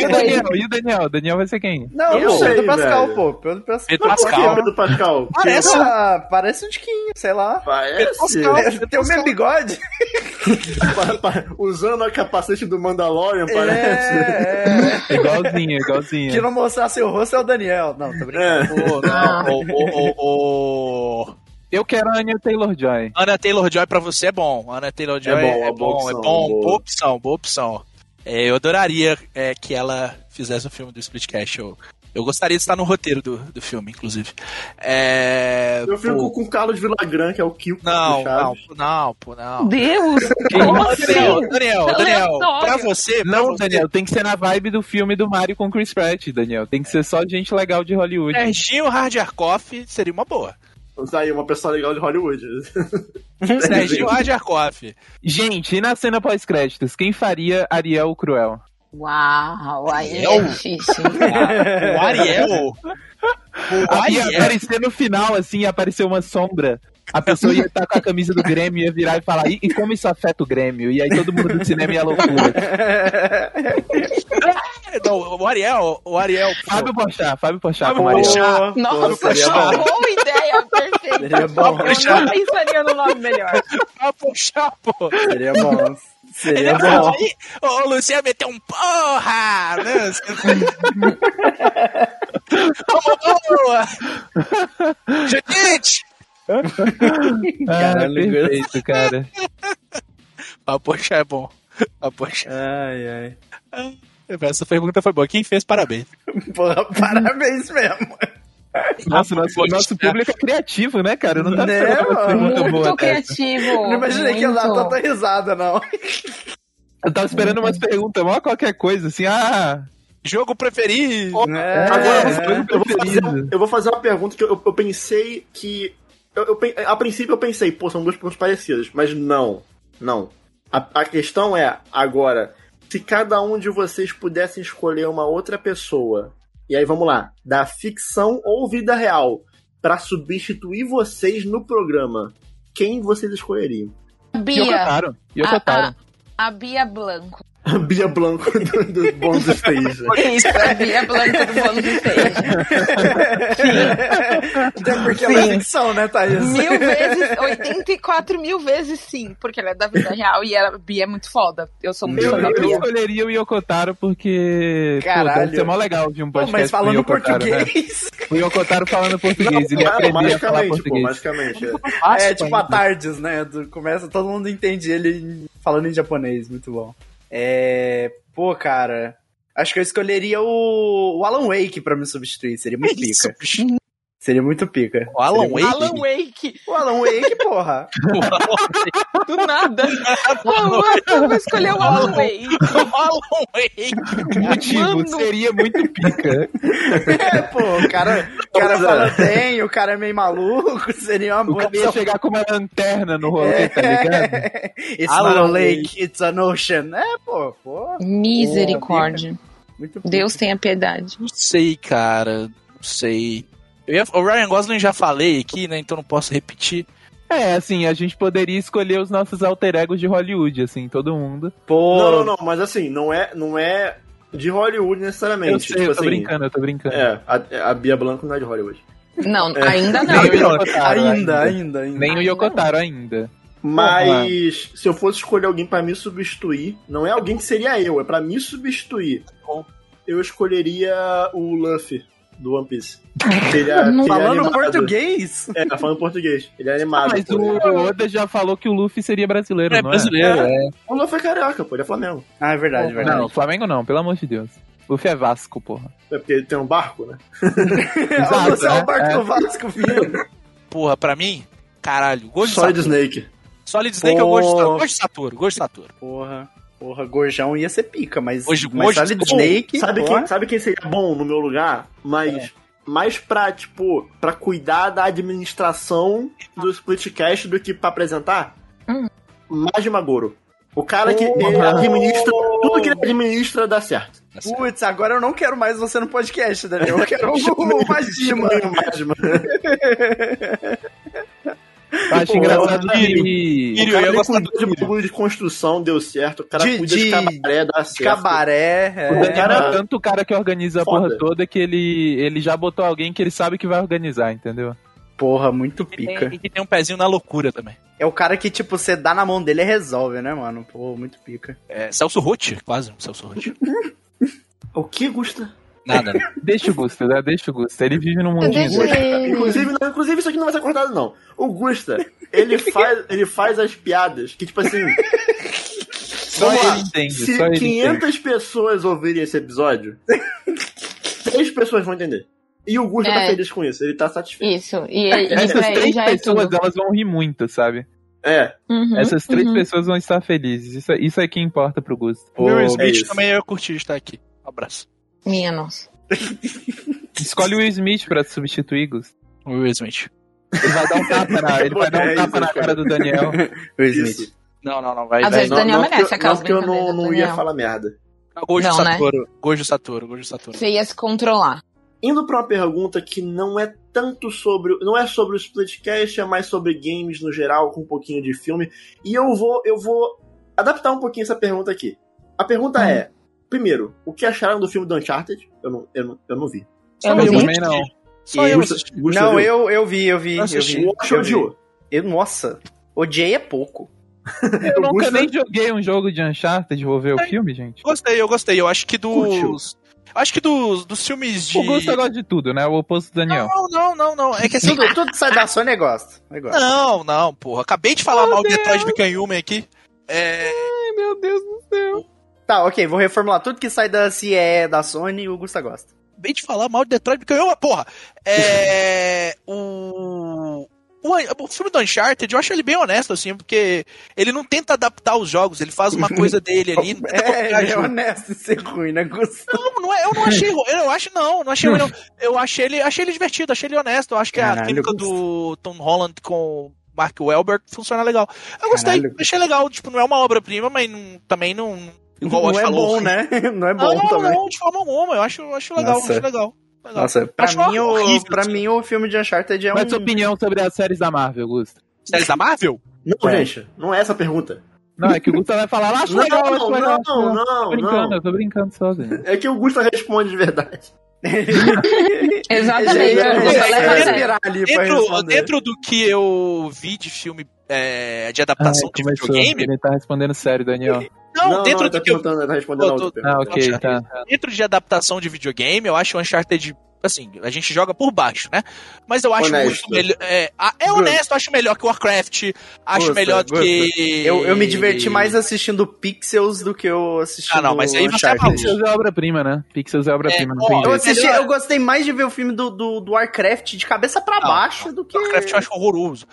o Daniel? E o Daniel? O Daniel vai ser quem?
Não,
Eu
pô,
sei,
Pedro Pascal,
velho.
pô. Pedro Pascal.
Pedro
Qual que é o
Pascal.
nome do Pascal?
Parece.
Ah, parece um tiquinho, sei lá.
Parece.
Pedro Pascal.
Tem o mesmo bigode?
Pa- pa- Usando a capacete do Mandalorian, parece.
É, é.
Igualzinho, igualzinho.
Que não mostrar seu rosto é o Daniel. Não, tô brincando.
É.
Pô,
Ah.
não, o- o- o- o-
Eu quero a Anya Taylor-Joy.
Ana Taylor Joy pra você é bom. Ana Taylor Joy
É bom,
é bom,
é
é
boa
bom, é
opção,
bom.
boa.
Boa opção, boa opção. É, eu adoraria é, que ela fizesse o filme do Split Cash. Eu, eu gostaria de estar no roteiro do, do filme, inclusive. É,
Eu fico
pô,
com o Carlos Villagrán, que é o Kiko do
Não,
Chaves.
não, pô, não, pô, não.
Deus, como assim?
Daniel, Daniel, Daniel,
Aleatório.
pra você, pra
Não,
você,
Daniel, tem que ser na vibe do filme do Mario com Chris Pratt, Daniel. Tem que ser só gente legal de Hollywood.
Serginho Hardjarkoff seria uma boa.
Usa Tá aí uma pessoa legal de Hollywood.
Serginho Hardjarkoff.
Gente, e na cena pós-créditos, quem faria Ariel o Cruel?
Uau, aí é
Eu?
difícil.
O Ariel. O
Ia
Ariel.
aparecer no final, assim, ia aparecer uma sombra. A pessoa ia estar com a camisa do Grêmio, ia virar e falar, e, e como isso afeta o Grêmio? E aí todo mundo do cinema ia à loucura.
Não, o Ariel, o Ariel. pô.
Fábio Pochá, Fábio Pochá
Fábio
com Ariel.
Porchat.
É,
Nossa,
seria bom.
boa ideia, perfeita.
Seria bom,
Eu não pensaria no nome melhor.
Ah, puxar, pô.
seria bom.
Ele
Seria
fala
bom.
aí, ô o Luciano meteu um porra! Né? Boa! Judite!
Ah,
Caralho,
perfeito, cara.
Ah, poxa, é bom. Ah, poxa.
Ai, ai.
Essa pergunta foi boa. Quem fez, parabéns.
Porra, parabéns mesmo.
Nossa, nosso, nosso público é criativo, né, cara? Eu não tava
Né,
esperando uma
mano?
pergunta boa
Muito
dessa.
criativo.
Não imaginei que ia dar
muito.
tanta risada, não.
Eu tava esperando umas perguntas, mó qualquer coisa, assim, ah...
Jogo preferido.
É,
né,
Agora,
é.
eu, vou fazer, um eu vou fazer uma pergunta que eu, eu pensei que. Eu, eu pen- a princípio eu pensei, pô, são duas perguntas parecidas, mas não. Não. A, a questão é, agora, se cada um de vocês pudesse escolher uma outra pessoa, e aí vamos lá, da ficção ou vida real, pra substituir vocês no programa, quem vocês escolheriam?
Bia.
Yokotaro. Yokotaro.
A, a, a Bia Blanco.
A Bia Blanco do, do Bom do Stage.
Isso, a Bia Blanco do Bolo do Stage.
Até porque ela é ficção, né, Thaís?
Mil vezes, 84 mil vezes sim, porque ela é da vida real e ela, a Bia é muito foda. Eu sou muito
Meu
fã da
Eu, eu
Bia.
escolheria o Yokotaro porque.
Caralho.
Pô, deve ser mó legal de um
Pô,
podcast.
mas
com o
falando
Yokotaro, né?
português.
O Yokotaro falando português. ele ia
Não,
aprender a
basicamente, pô,
falar é português.
basicamente. é.
É tipo a tardes, né? Do- Começa, todo mundo entende ele em- falando em japonês, muito bom. É. Pô,
É
cara. Acho que eu escolheria o, o Alan Wake pra me substituir, seria muito pica. Seria muito pica.
O Hum, Alan Wake.
Alan Wake,
O Alan Wake, porra.
do nada. Mano, eu vou escolher o Alan Wake.
O Alan Wake.
Que motivo?
Mano.
Seria muito pica.
É, pô, o cara, o cara fala bem, o cara é meio maluco, seria uma
O
boa
cara ia
opção.
chegar com uma lanterna no rolê, tá
É.
ligado?
It's
Alan
not a lake,
Wake.
it's an ocean. É, pô, pô.
Misericórdia.
Muito pica.
Deus tenha piedade.
Não sei, cara. Não sei. Eu ia- o Ryan Gosling já falei aqui, né? Então não posso repetir.
É, assim, a gente poderia escolher os nossos alter egos de Hollywood, assim, todo mundo.
Pô,
Não, não, não, mas assim, não é, não é de Hollywood necessariamente.
eu sei,
tipo
eu tô
assim,
brincando, eu tô brincando.
É, a, a Bia Blanco não é de Hollywood.
Não,
É.
ainda não.
Nem o Yokotaro
Ainda, ainda, ainda.
Nem o Yokotaro ainda.
Mas se eu fosse escolher alguém pra me substituir, não é alguém que seria eu, é pra me substituir.
Bom.
Eu escolheria o Luffy do One Piece. Ele é, ele
Não.
é
Falando
animado.
português?
É, tá falando português. Ele é
Ah,
animado.
mas
pô.
o Oda já falou que o Luffy seria brasileiro,
É
não
brasileiro,
é?
O Luffy é carioca, pô, ele é Flamengo.
Ah, é
Tá
verdade, é verdade.
Não, Flamengo não, pelo amor de Deus. Luffy é Vasco, porra.
É porque ele tem um barco, né?
Exato,
Você é
né?
o barco
É.
do Vasco, filho.
Porra, pra mim, caralho. Gosto de
Solid
Satoru.
Snake.
Solid Snake eu
Pô.
gosto de Satoru. Gosto de Satoru. Gosto de Satoru.
Porra, porra, Gorjão ia ser pica, mas,
Hoje-
mas
hoje-
Solid
Pô,
Snake,
Sabe
porra.
quem, sabe quem seria bom no meu lugar? Mas mais pra, tipo, pra cuidar da administração do splitcast do que pra apresentar?
Hum.
Majima Goro. O cara que ele
Porra.
administra, tudo que ele administra dá certo.
Putz, agora eu não quero mais você no podcast, Daniel. Eu quero um o o Majima.
Chamei o Majima.
Eu acho
Pô, é
engraçado
o Kiri.
que.
O
Kiri,
cara
eu
ele
gosto
cuidou
do
de
Kiri.
bagulho de construção, deu certo. O cara
De-
cuida de,
de-
cabaré, dá certo.
Cabaré,
O
é.
Daniel
cara-
é tanto o cara que organiza a
Foda.
porra toda que ele, ele já botou alguém que ele sabe que vai organizar, entendeu?
Porra, muito
E
pica.
tem, e que tem um pezinho na loucura também.
É o cara que, tipo, você dá na mão dele e resolve, né, mano? Pô, muito pica.
É, Celso Rotti, quase um Celso Rotti.
O que, Gusta?
Nada, né?
Deixa o Gusta, né? Deixa o Gusta. Ele vive num mundinho
Deixa
dele.
ele.
Inclusive, não, inclusive, isso aqui não vai ser cortado, não. O Gusta, ele faz, ele faz as piadas que, tipo assim,
Só
Vamos lá.
ele entende,
se
só ele entende.
500 pessoas ouvirem esse episódio, 3 pessoas vão entender. E o Gusta tá
É.
feliz com isso, ele tá satisfeito.
Isso, e, e
Essas
pra ele
três
já é
pessoas,
tudo.
elas vão rir muito, sabe?
É,
Uhum,
Essas três
uhum.
pessoas vão estar felizes. Isso, isso é que importa pro Gusta.
Pô,
Will
é
Smith
isso.
também eu curti de estar aqui. Um abraço.
Minha nossa.
Escolhe o Will Smith pra substituir, Gusta.
Will Smith.
Ele vai dar um tapa na, ele vai
É,
dar um tapa na cara do Daniel.
Will Smith.
isso.
Não, não, não. Vai,
Às
vai.
vezes o Daniel
porque
merece
eu-
aquelas
não porque eu não,
brincadeiras do
não ia
Daniel.
falar merda.
Gojo
Não, né?
Satoru. Gojo Satoru. Gojo Satoru.
Você ia se controlar.
Indo pra uma pergunta que não é tanto sobre. Não é sobre o Splitcast, é mais sobre games no geral, com um pouquinho de filme. E eu vou, eu vou adaptar um pouquinho essa pergunta aqui. A
Hum.
pergunta é: primeiro, o que acharam do filme do Uncharted? Eu não, eu não, eu não vi.
Eu não
Eu
vi.
também não.
Só eu
Gusta-
assisti.
Gusta
Não,
viu?
eu, eu vi, eu vi.
Eu
Eu,
assisti.
vi.
O Osho
eu vi.
odiou.
Eu- nossa, odiei é pouco.
Eu nunca
Gusta-
nem joguei um jogo de Uncharted, vou ver o filme, gente.
Gostei, eu gostei. Eu acho que dos.
Curtiu.
Acho que dos, dos filmes de.
O Gusta gosta de tudo, né? O oposto do Daniel.
Não, não, não, não. É que assim.
Tudo, tudo que sai da Sony eu gosto. Eu gosto.
Não, não, porra. Acabei de falar mal de Detroit Become Human aqui. É.
Ai, meu Deus do céu.
Tá, ok, vou reformular. Tudo que sai da CIE da Sony, o Gusta gosta.
Acabei de falar mal de Detroit Become Human, porra. É. o. O, o filme do Uncharted, eu acho ele bem honesto, assim, porque ele não tenta adaptar os jogos, ele faz uma coisa dele ali. não tenta copiar
É, é
jogo.
honesto ser ruim, né, Gusta?
Não, não é, eu não achei ruim. Eu acho não, não achei ruim, não. Eu achei ele, achei ele divertido, achei ele honesto. Eu acho que a
Caralho,
química
Gusta.
do Tom Holland com o Mark Wahlberg funciona legal. Eu gostei,
Caralho,
achei legal. Tipo, não é uma obra-prima, mas não- também não. Igual o
não
Osh
é
falou.
bom, né? Não é bom
Não, não,
também.
não, de forma alguma. Eu acho, eu acho legal,
Nossa.
acho legal. legal.
Nossa, pra
Acho
mim, o,
horrível,
pra
assim.
mim o filme de Uncharted é
Qual é a sua
um...
opinião sobre as séries da Marvel, Gusta?
Séries da Marvel?
Não,
É.
gente, não é essa a pergunta.
Não, é que o Gusta vai falar, "Ah, acho
Não,
legal, acho
não,
legal. acho legal."
não,
Tô
não,
brincando,
não.
eu tô brincando só, gente.
É que o Gusta responde de verdade.
Exatamente.
Ele-
eu vou
ele-
falar
ele-
pra
ele-
você.
respirar ali pra
Dentro,
responder.
dentro do que eu vi de filme é, de
Ai,
adaptação de
começou.
videogame.
Ele tá respondendo sério, Daniel.
Não, dentro
ele
do
tá
que eu
perguntando, ele tá respondendo a outra
Ah,
pergunta.
ok, tá.
Dentro de adaptação de videogame, eu acho o Uncharted assim, a gente joga por baixo, né? Mas eu acho
Honesto.
muito melhor. É, a- é
Good.
honesto, acho melhor que Warcraft, acho
Gosto,
melhor do
gosto.
que.
Eu, eu me diverti mais assistindo Pixels do que eu assistindo
Ah, não, mas aí você é
Uncharted.
maluco.
Pixels é obra-prima, né? Pixels é obra-prima,
É,
não tem
ó,
Eu
jeito.
assisti,
Melhor.
eu gostei mais de ver o filme do, do, do Warcraft de cabeça pra
Não,
baixo do que.
Warcraft eu acho horroroso.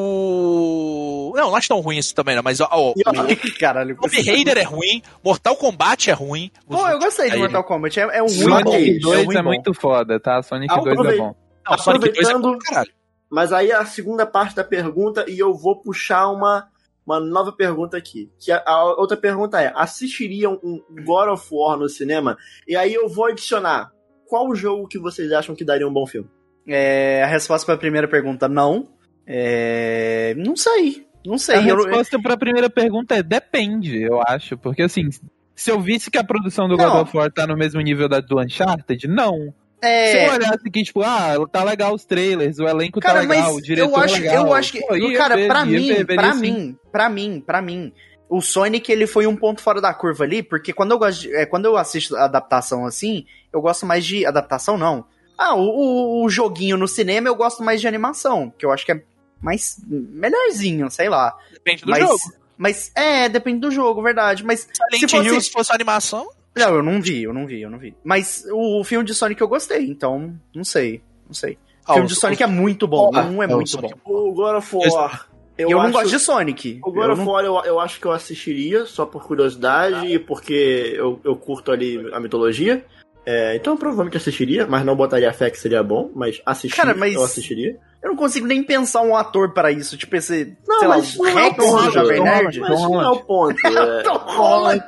O. Não, não acho tão ruim isso também, não, mas ó, ó,
E olha, Caralho, eu
Tomb Raider é ruim, Mortal Kombat é ruim. os
Pô, eu gostei de
Aí.
Mortal Kombat. É, é um
Sonic
ruim
Sonic
bom.
2 é,
um ruim bom.
muito foda, tá? Sonic
Ah,
2 é
aproveita.
bom.
Não, Sonic 2 é bom pra caralho.
Mas aí a segunda parte da pergunta, e eu vou puxar uma, uma nova pergunta aqui. Que a, a outra pergunta é: assistiriam um God of War no cinema? E aí eu vou adicionar. Qual jogo que vocês acham que daria um bom filme?
É, a resposta pra primeira pergunta, não. É, não sei. Não sei.
A
Eu-
resposta pra primeira pergunta é depende, eu acho. Porque assim, se eu visse que a produção do God
Não.
of War tá no mesmo nível da do Uncharted, não. Se
é,
eu olhasse que, tipo, ah, tá legal os trailers, o elenco tá
cara,
legal, o
mas
diretor
eu acho,
legal.
eu acho que,
Pô, ia
cara,
ver,
pra
ia
mim,
ver, veria
pra
sim.
mim, pra mim, pra mim, o Sonic ele foi um ponto fora da curva ali, porque quando eu gosto, de- é, quando eu assisto a adaptação assim, eu gosto mais de adaptação não. Ah, o, o- o joguinho no cinema eu gosto mais de animação, que eu acho que é mais melhorzinho, sei lá.
Depende do
mas,
jogo.
mas é, depende do jogo, verdade, mas
Silent
fosse-
Hill, se fosse animação,
Não, eu não vi, eu não vi, eu não vi. Mas o, o filme de Sonic eu gostei, então não sei, não sei. O
Ah,
filme
o-
de Sonic é muito bom,
Ah,
um é
é, o
muito bom.
Sonic
O God of War.
Eu,
Eu,
não
acho-
gosto de Sonic.
O God
eu
of
não-
War eu, eu acho que eu assistiria, só por curiosidade e porque eu, eu curto ali a mitologia. É, então eu provavelmente assistiria, mas não botaria fé que seria bom, mas assistir
Cara, mas-
eu assistiria.
eu não consigo nem pensar um ator pra isso, tipo esse,
Não,
sei
mas
lá,
não
o
é Tom
Rex do
Holland,
Jovem
Tom
Nerd.
Mas isso não é o ponto. É,
Tom Holland.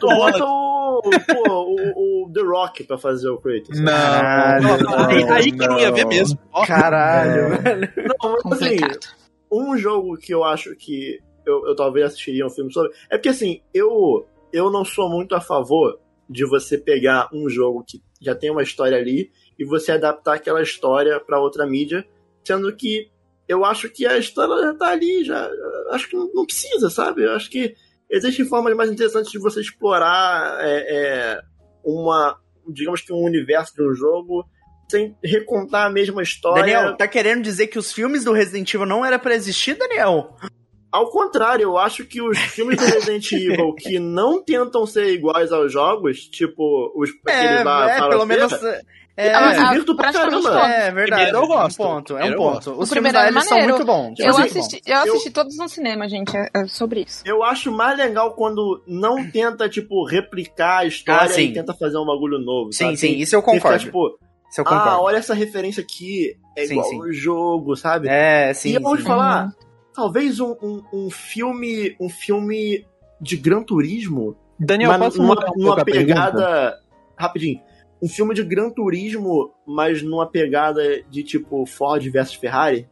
tu bota o, pô, o, o The Rock pra fazer o Kratos.
Não,
Caralho,
não,
aí, aí que eu não ia ver
não.
mesmo. Ó,
Caralho,
É.
velho.
Não, mas assim,
Complicado.
um jogo que eu acho que eu, eu talvez assistiria um filme sobre. É porque assim, eu, eu não sou muito a favor de você pegar um jogo que já tem uma história ali e você adaptar aquela história pra outra mídia, sendo que eu acho que a história já tá ali, já. Acho que não, não precisa, sabe? Eu acho que existem formas mais interessantes de você explorar é, é, uma. digamos que um universo de um jogo sem recontar a mesma história.
Daniel, tá querendo dizer que os filmes do Resident Evil não era pra existir, Daniel?
Ao contrário, eu acho que os filmes do Resident Evil que não tentam ser iguais aos jogos, tipo os
É,
aquele da
é
Farofeira,
pelo menos... É,
eu me
Ah,
divirto pra
praticamente
caramba.
todos.
é verdade,
Primeiro eu gosto,
é um ponto, é um
primeiro eu
ponto. Os
O
filmes
primeiro
da
é
Alice são
maneiro.
muito bons.
Eu
muito bons.
assisti, eu assisti todos no cinema, gente, é- é sobre isso.
Eu acho mais legal quando não tenta, tipo, replicar a história
Ah, sim.
e tenta fazer um bagulho novo.
Sim,
sabe?
sim, isso eu
Tem que ficar,
concordo.
tipo,
Isso eu
ah,
concordo.
olha essa referência aqui, é
Sim,
igual
sim.
ao jogo, sabe?
É, sim.
e eu vou te
sim.
falar, talvez um, um, um filme. Um filme de Gran Turismo
Daniel,
mas
posso
numa,
mudar um pouco
numa
a pergunta?
pegada. Rapidinho. Um filme de Gran Turismo, mas numa pegada de tipo Ford versus Ferrari.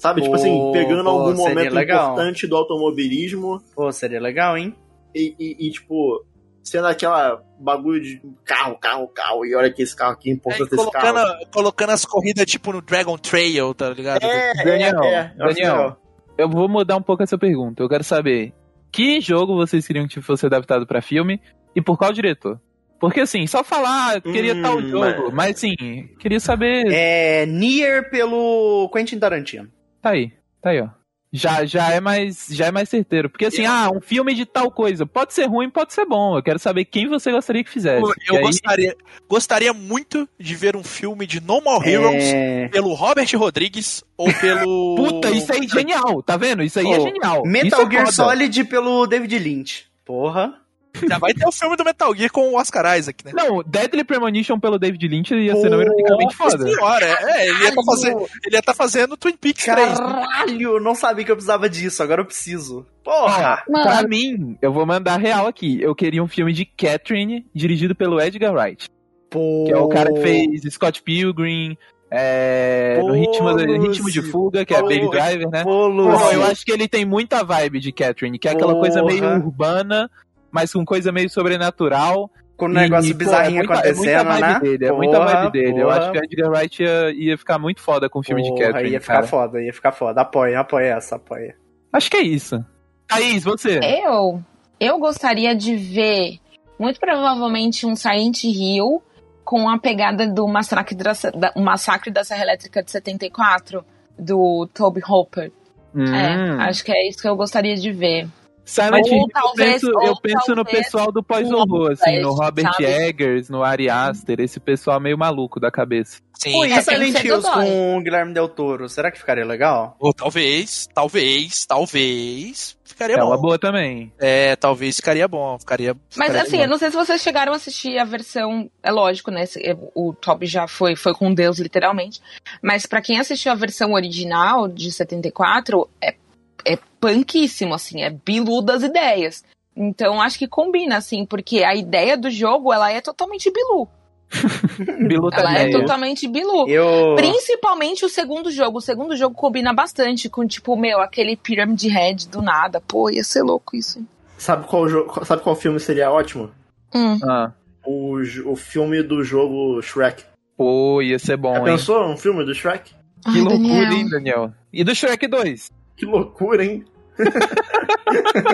Sabe? tipo
Pô,
assim, pegando
pô,
algum
seria
momento
legal.
importante do automobilismo
Pô, seria legal, hein?
e, e- e, tipo, sendo aquela bagulho de carro, carro, carro, e olha que esse carro aqui é
aí
importante esse carro.
colocando, colocando as corridas tipo no Dragon Trail, tá ligado?
É,
Daniel,
é, é, eu acho
Daniel.
legal.
Eu vou mudar um pouco essa pergunta. Eu quero saber que jogo vocês queriam que fosse adaptado pra filme e por qual diretor? Porque assim, só falar, ah, eu queria
Hum,
tal jogo,
mas-
mas assim, queria saber.
É. Nier pelo Quentin Tarantino.
Tá aí, tá aí, ó. Já, já é mais, já é mais certeiro. Porque assim, ah, um filme de tal coisa, pode ser ruim, pode ser bom. Eu quero saber quem você gostaria que fizesse.
Pô,
E
Tipo, Eu
aí-
gostaria, gostaria muito de ver um filme de No More Heroes
É...
pelo Robert Rodrigues ou pelo.
Puta, isso aí é genial, tá vendo? Isso aí é
Ô,
genial.
Metal
Isso é
Gear
foda.
Solid pelo David Lynch. Porra.
é
Já vai ter o filme do Metal Gear com o Oscar Isaac, né?
Não, Deadly Premonition pelo David Lynch ia
Pô,
ser numericamente
Nossa
foda.
senhora, é, é, ele ia estar fazendo, ele ia tá fazendo Twin Peaks 3. né?
Caralho, eu não sabia que eu precisava disso, agora eu preciso. Porra.
Pra
Mano,
mim, eu vou mandar real aqui. Eu queria um filme de Catherine, dirigido pelo Edgar Wright,
Pô.
que é o cara que fez Scott Pilgrim, é, no
Pô,
ritmo, ritmo de
Lucy.
fuga, que é
Pô,
Baby Driver, né?
Pô,
Pô,
Lucy.
eu acho que ele tem muita vibe de Catherine, que é aquela coisa
Assim. Porra.
meio urbana, mas com coisa meio sobrenatural.
Com um
E,
negócio
pô,
bizarrinho
é muita-
acontecendo,
É muita
né?
vibe dele, é muita
Porra,
vibe dele. Eu
porra.
acho que o Edgar Wright ia, ia ficar muito foda com o filme de
Porra,
Catherine,
Ia ficar
cara.
foda, ia ficar foda. Apoia, apoia essa, apoia.
Acho que é isso. Thaís,
É,
você?
eu, eu gostaria de ver, muito provavelmente, um Silent Hill com a pegada do Massacre da, da- o massacre da Serra Elétrica de 74, do Toby Hopper.
Hum.
É, acho que é isso que eu gostaria de ver.
Silent
Ou
Hill, eu
talvez-
penso,
ou
eu penso no
talvez
pessoal do
um
pós-horror, assim, no
Outlast,
Robert
sabe?
Eggers, no Ari Aster, esse pessoal meio maluco da cabeça.
Sim.
Pô,
É,
e
tem
Silent
que ser
Hills
Godoy.
com o Guilherme Del Toro, será que ficaria legal?
Ou talvez, talvez, talvez. Ficaria
é
bom.
uma boa também.
É, talvez ficaria bom. Ficaria.
Mas
ficaria
assim,
bom.
eu não sei se vocês chegaram a assistir a versão. É lógico, né? se- O Toby já foi, foi com Deus, literalmente. Mas pra quem assistiu a versão original de 74, é, é punkíssimo, assim, é biluda as ideias. Então acho que combina, assim, porque a ideia do jogo ela é totalmente bilu.
Bilu
Ela é
também.
totalmente bilu.
Eu.
Principalmente o segundo jogo. O segundo jogo combina bastante com, tipo, meu, aquele Pyramid Head do nada. Pô, ia ser louco isso.
Sabe qual, jogo, sabe qual filme seria ótimo?
Hum.
Ah,
O, j- o filme do jogo Shrek.
pô, ia ser bom,
Já
hein?
pensou um filme do Shrek?
Que
Ai,
loucura,
Daniel.
hein, Daniel? E do Shrek 2?
Que loucura, hein?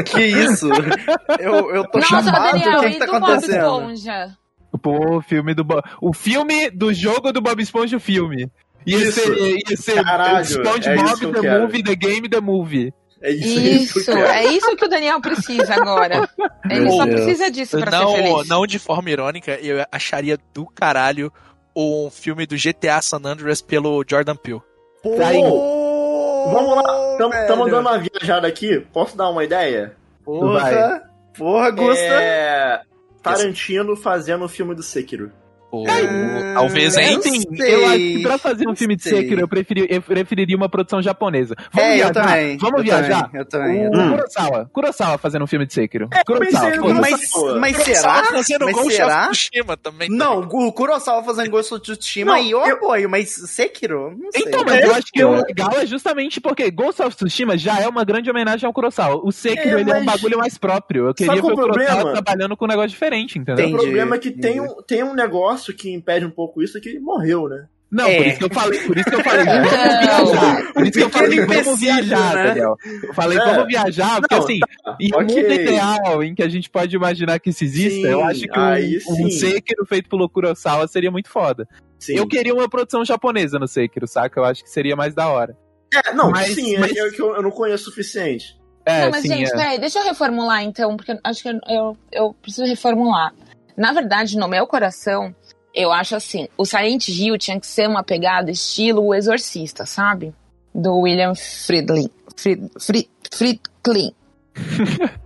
Que isso? Eu, eu tô
Nossa,
chamado, o
Daniel, então
que,
e
que tá
do Bob
acontecendo?
Esponja?
Pô, o filme do Bob... O filme do jogo do Bob Esponja, o filme. Ia
Isso.
ser, ia ser
Caralho, é isso que
SpongeBob
eu
The
quero.
Movie, The Game, The Movie.
É isso, é isso,
Isso,
cara.
é isso que o Daniel precisa agora. Ele
Meu
só
Deus.
precisa disso pra ser
Não,
feliz.
não de forma irônica, eu acharia do caralho um filme do GTA San Andreas pelo Jordan Peele.
Pô,
Tá aí. Vamos lá,
velho.
estamos dando uma viajada aqui. Posso dar uma ideia?
Porra, porra, Gusta.
É... Tarantino fazendo o filme do Sekiro.
Ou-
É,
talvez, hein?
sei.
Enfim, eu acho que pra fazer um filme de
sei.
Sekiro, eu, preferi, eu preferiria uma produção japonesa. Vamos
É, eu
viajar?
também.
Vamos
eu
viajar?
Também, eu também. eu
O
também.
Kurosawa. Kurosawa fazendo um filme de Sekiro.
pensei
Kurosawa.
no
pô,
Kurosawa.
Mas, mas
Kurosawa
será?
Fazendo
Mas
tá gol
será?
será? Shima também. tá
né?
Não, o Kurosawa fazendo Ghost of Tsushima
Não,
aí eu,
eu-
apoio, mas Sekiro? Não sei.
Então, mas eu acho que o legal é justamente porque Ghost of Tsushima já é uma grande homenagem ao Kurosawa. O Sekiro,
É,
ele é um
mas-
bagulho mais próprio. Eu
Sabe
queria ver
qual
o
é o
Kurosawa
problema?
trabalhando com um negócio diferente, entendeu?
Tem.
o problema é que
entendi.
tem um, tem um negócio que impede um pouco isso, é que ele morreu, né?
Não,
É.
por isso que eu falei, por isso que eu falei, vamos
Então.
viajar. Por isso que eu falei,
Pequeno
vamos
imbecil,
viajar,
né?
Daniel. Eu falei,
É.
vamos viajar, porque
Não,
assim,
Ah,
E o
ok.
mundo ideal em que a gente pode imaginar que isso exista,
Sim,
eu acho que
aí
um, um
sim.
Sekiro feito pelo Kurosawa seria muito foda.
Sim.
Eu queria uma produção japonesa no Sekiro, saca? Eu acho que seria mais da hora.
É, não,
mas-
sim, é
mas-
que eu- que eu, eu não conheço o suficiente.
É,
Não, mas,
sim,
gente,
é.
peraí, deixa eu reformular então, porque eu acho que eu, eu, eu preciso reformular. Na verdade, no meu coração, eu acho assim: o Silent Hill tinha que ser uma pegada estilo O Exorcista, sabe? Do William Friedlin. Fried, Fried, Friedlin.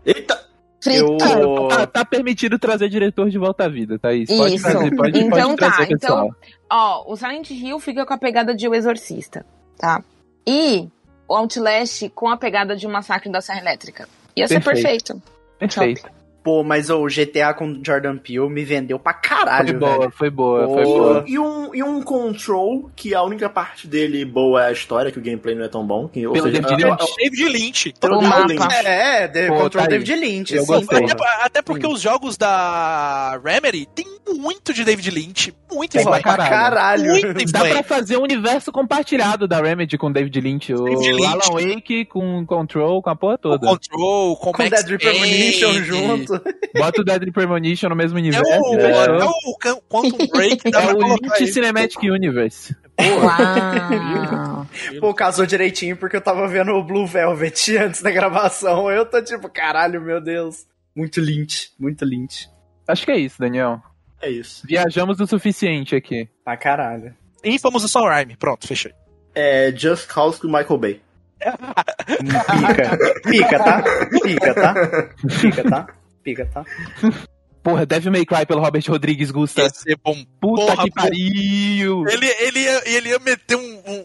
Eita!
Friedkin.
Eu-
Tá, tá permitido trazer diretor de volta à vida, Thaís. Pode
Isso.
trazer, pode,
Então
pode
tá,
trazer, pessoal.
Ó, o Silent Hill fica com a pegada de O Exorcista, tá? E o Outlast com a pegada de O Massacre da Serra Elétrica. Ia ser
Perfeito.
perfeito.
Perfeito.
Pô, mas o GTA com Jordan Peele me vendeu pra
Foi
caralho, velho.
Tá boa, foi boa, foi
Boa.
boa.
E um, e um control, que a única parte dele boa é a história, que o gameplay não é tão bom. Que, ou
Pelo
seja, é,
David
eu-
Lynch.
eu-
É David Lynch.
eu-
O
eu-
mapa.
Lynch.
É, é, The
Pô,
Control
tá aí.
David Lynch,
Eu
sim.
gostei.
Então, Até, até porque os jogos da Remedy tem muito de David Lynch. Muito
Tem
influência.
pra caralho.
Muito
Dá pra
influência.
fazer um universo compartilhado da Remedy com David Lynch, o
David Lynch.
Alan Wake com Control, com a porra
O
toda.
Control, com,
Com
Max
Dead Reaper
Payne.
Munition junto.
Bota o Deadly Premonition no mesmo
É
universo.
o,
fechou.
é o Can- Quantum Break. dá
É
pra
o
colocar
Lynch
aí.
Cinematic Universe.
Uau!
Pô, casou direitinho porque eu tava vendo o Blue Velvet antes da gravação. Eu tô tipo, caralho, meu Deus. Muito Lynch, muito Lynch.
Acho que é isso, Daniel.
É isso.
Viajamos o suficiente aqui.
Pra caralho.
Infamous e Sol Rhyme. Pronto, fechei.
É Just Cause com Michael Bay.
Pica. Pica, tá? Pica, tá? Pica, tá? Pica, tá?
Porra, Devil May Cry pelo Robert Rodrigues Gusta.
Ia ser bom
Puta
Porra,
que
porra.
pariu!
Ele, ele, ia, ele ia meter um, um-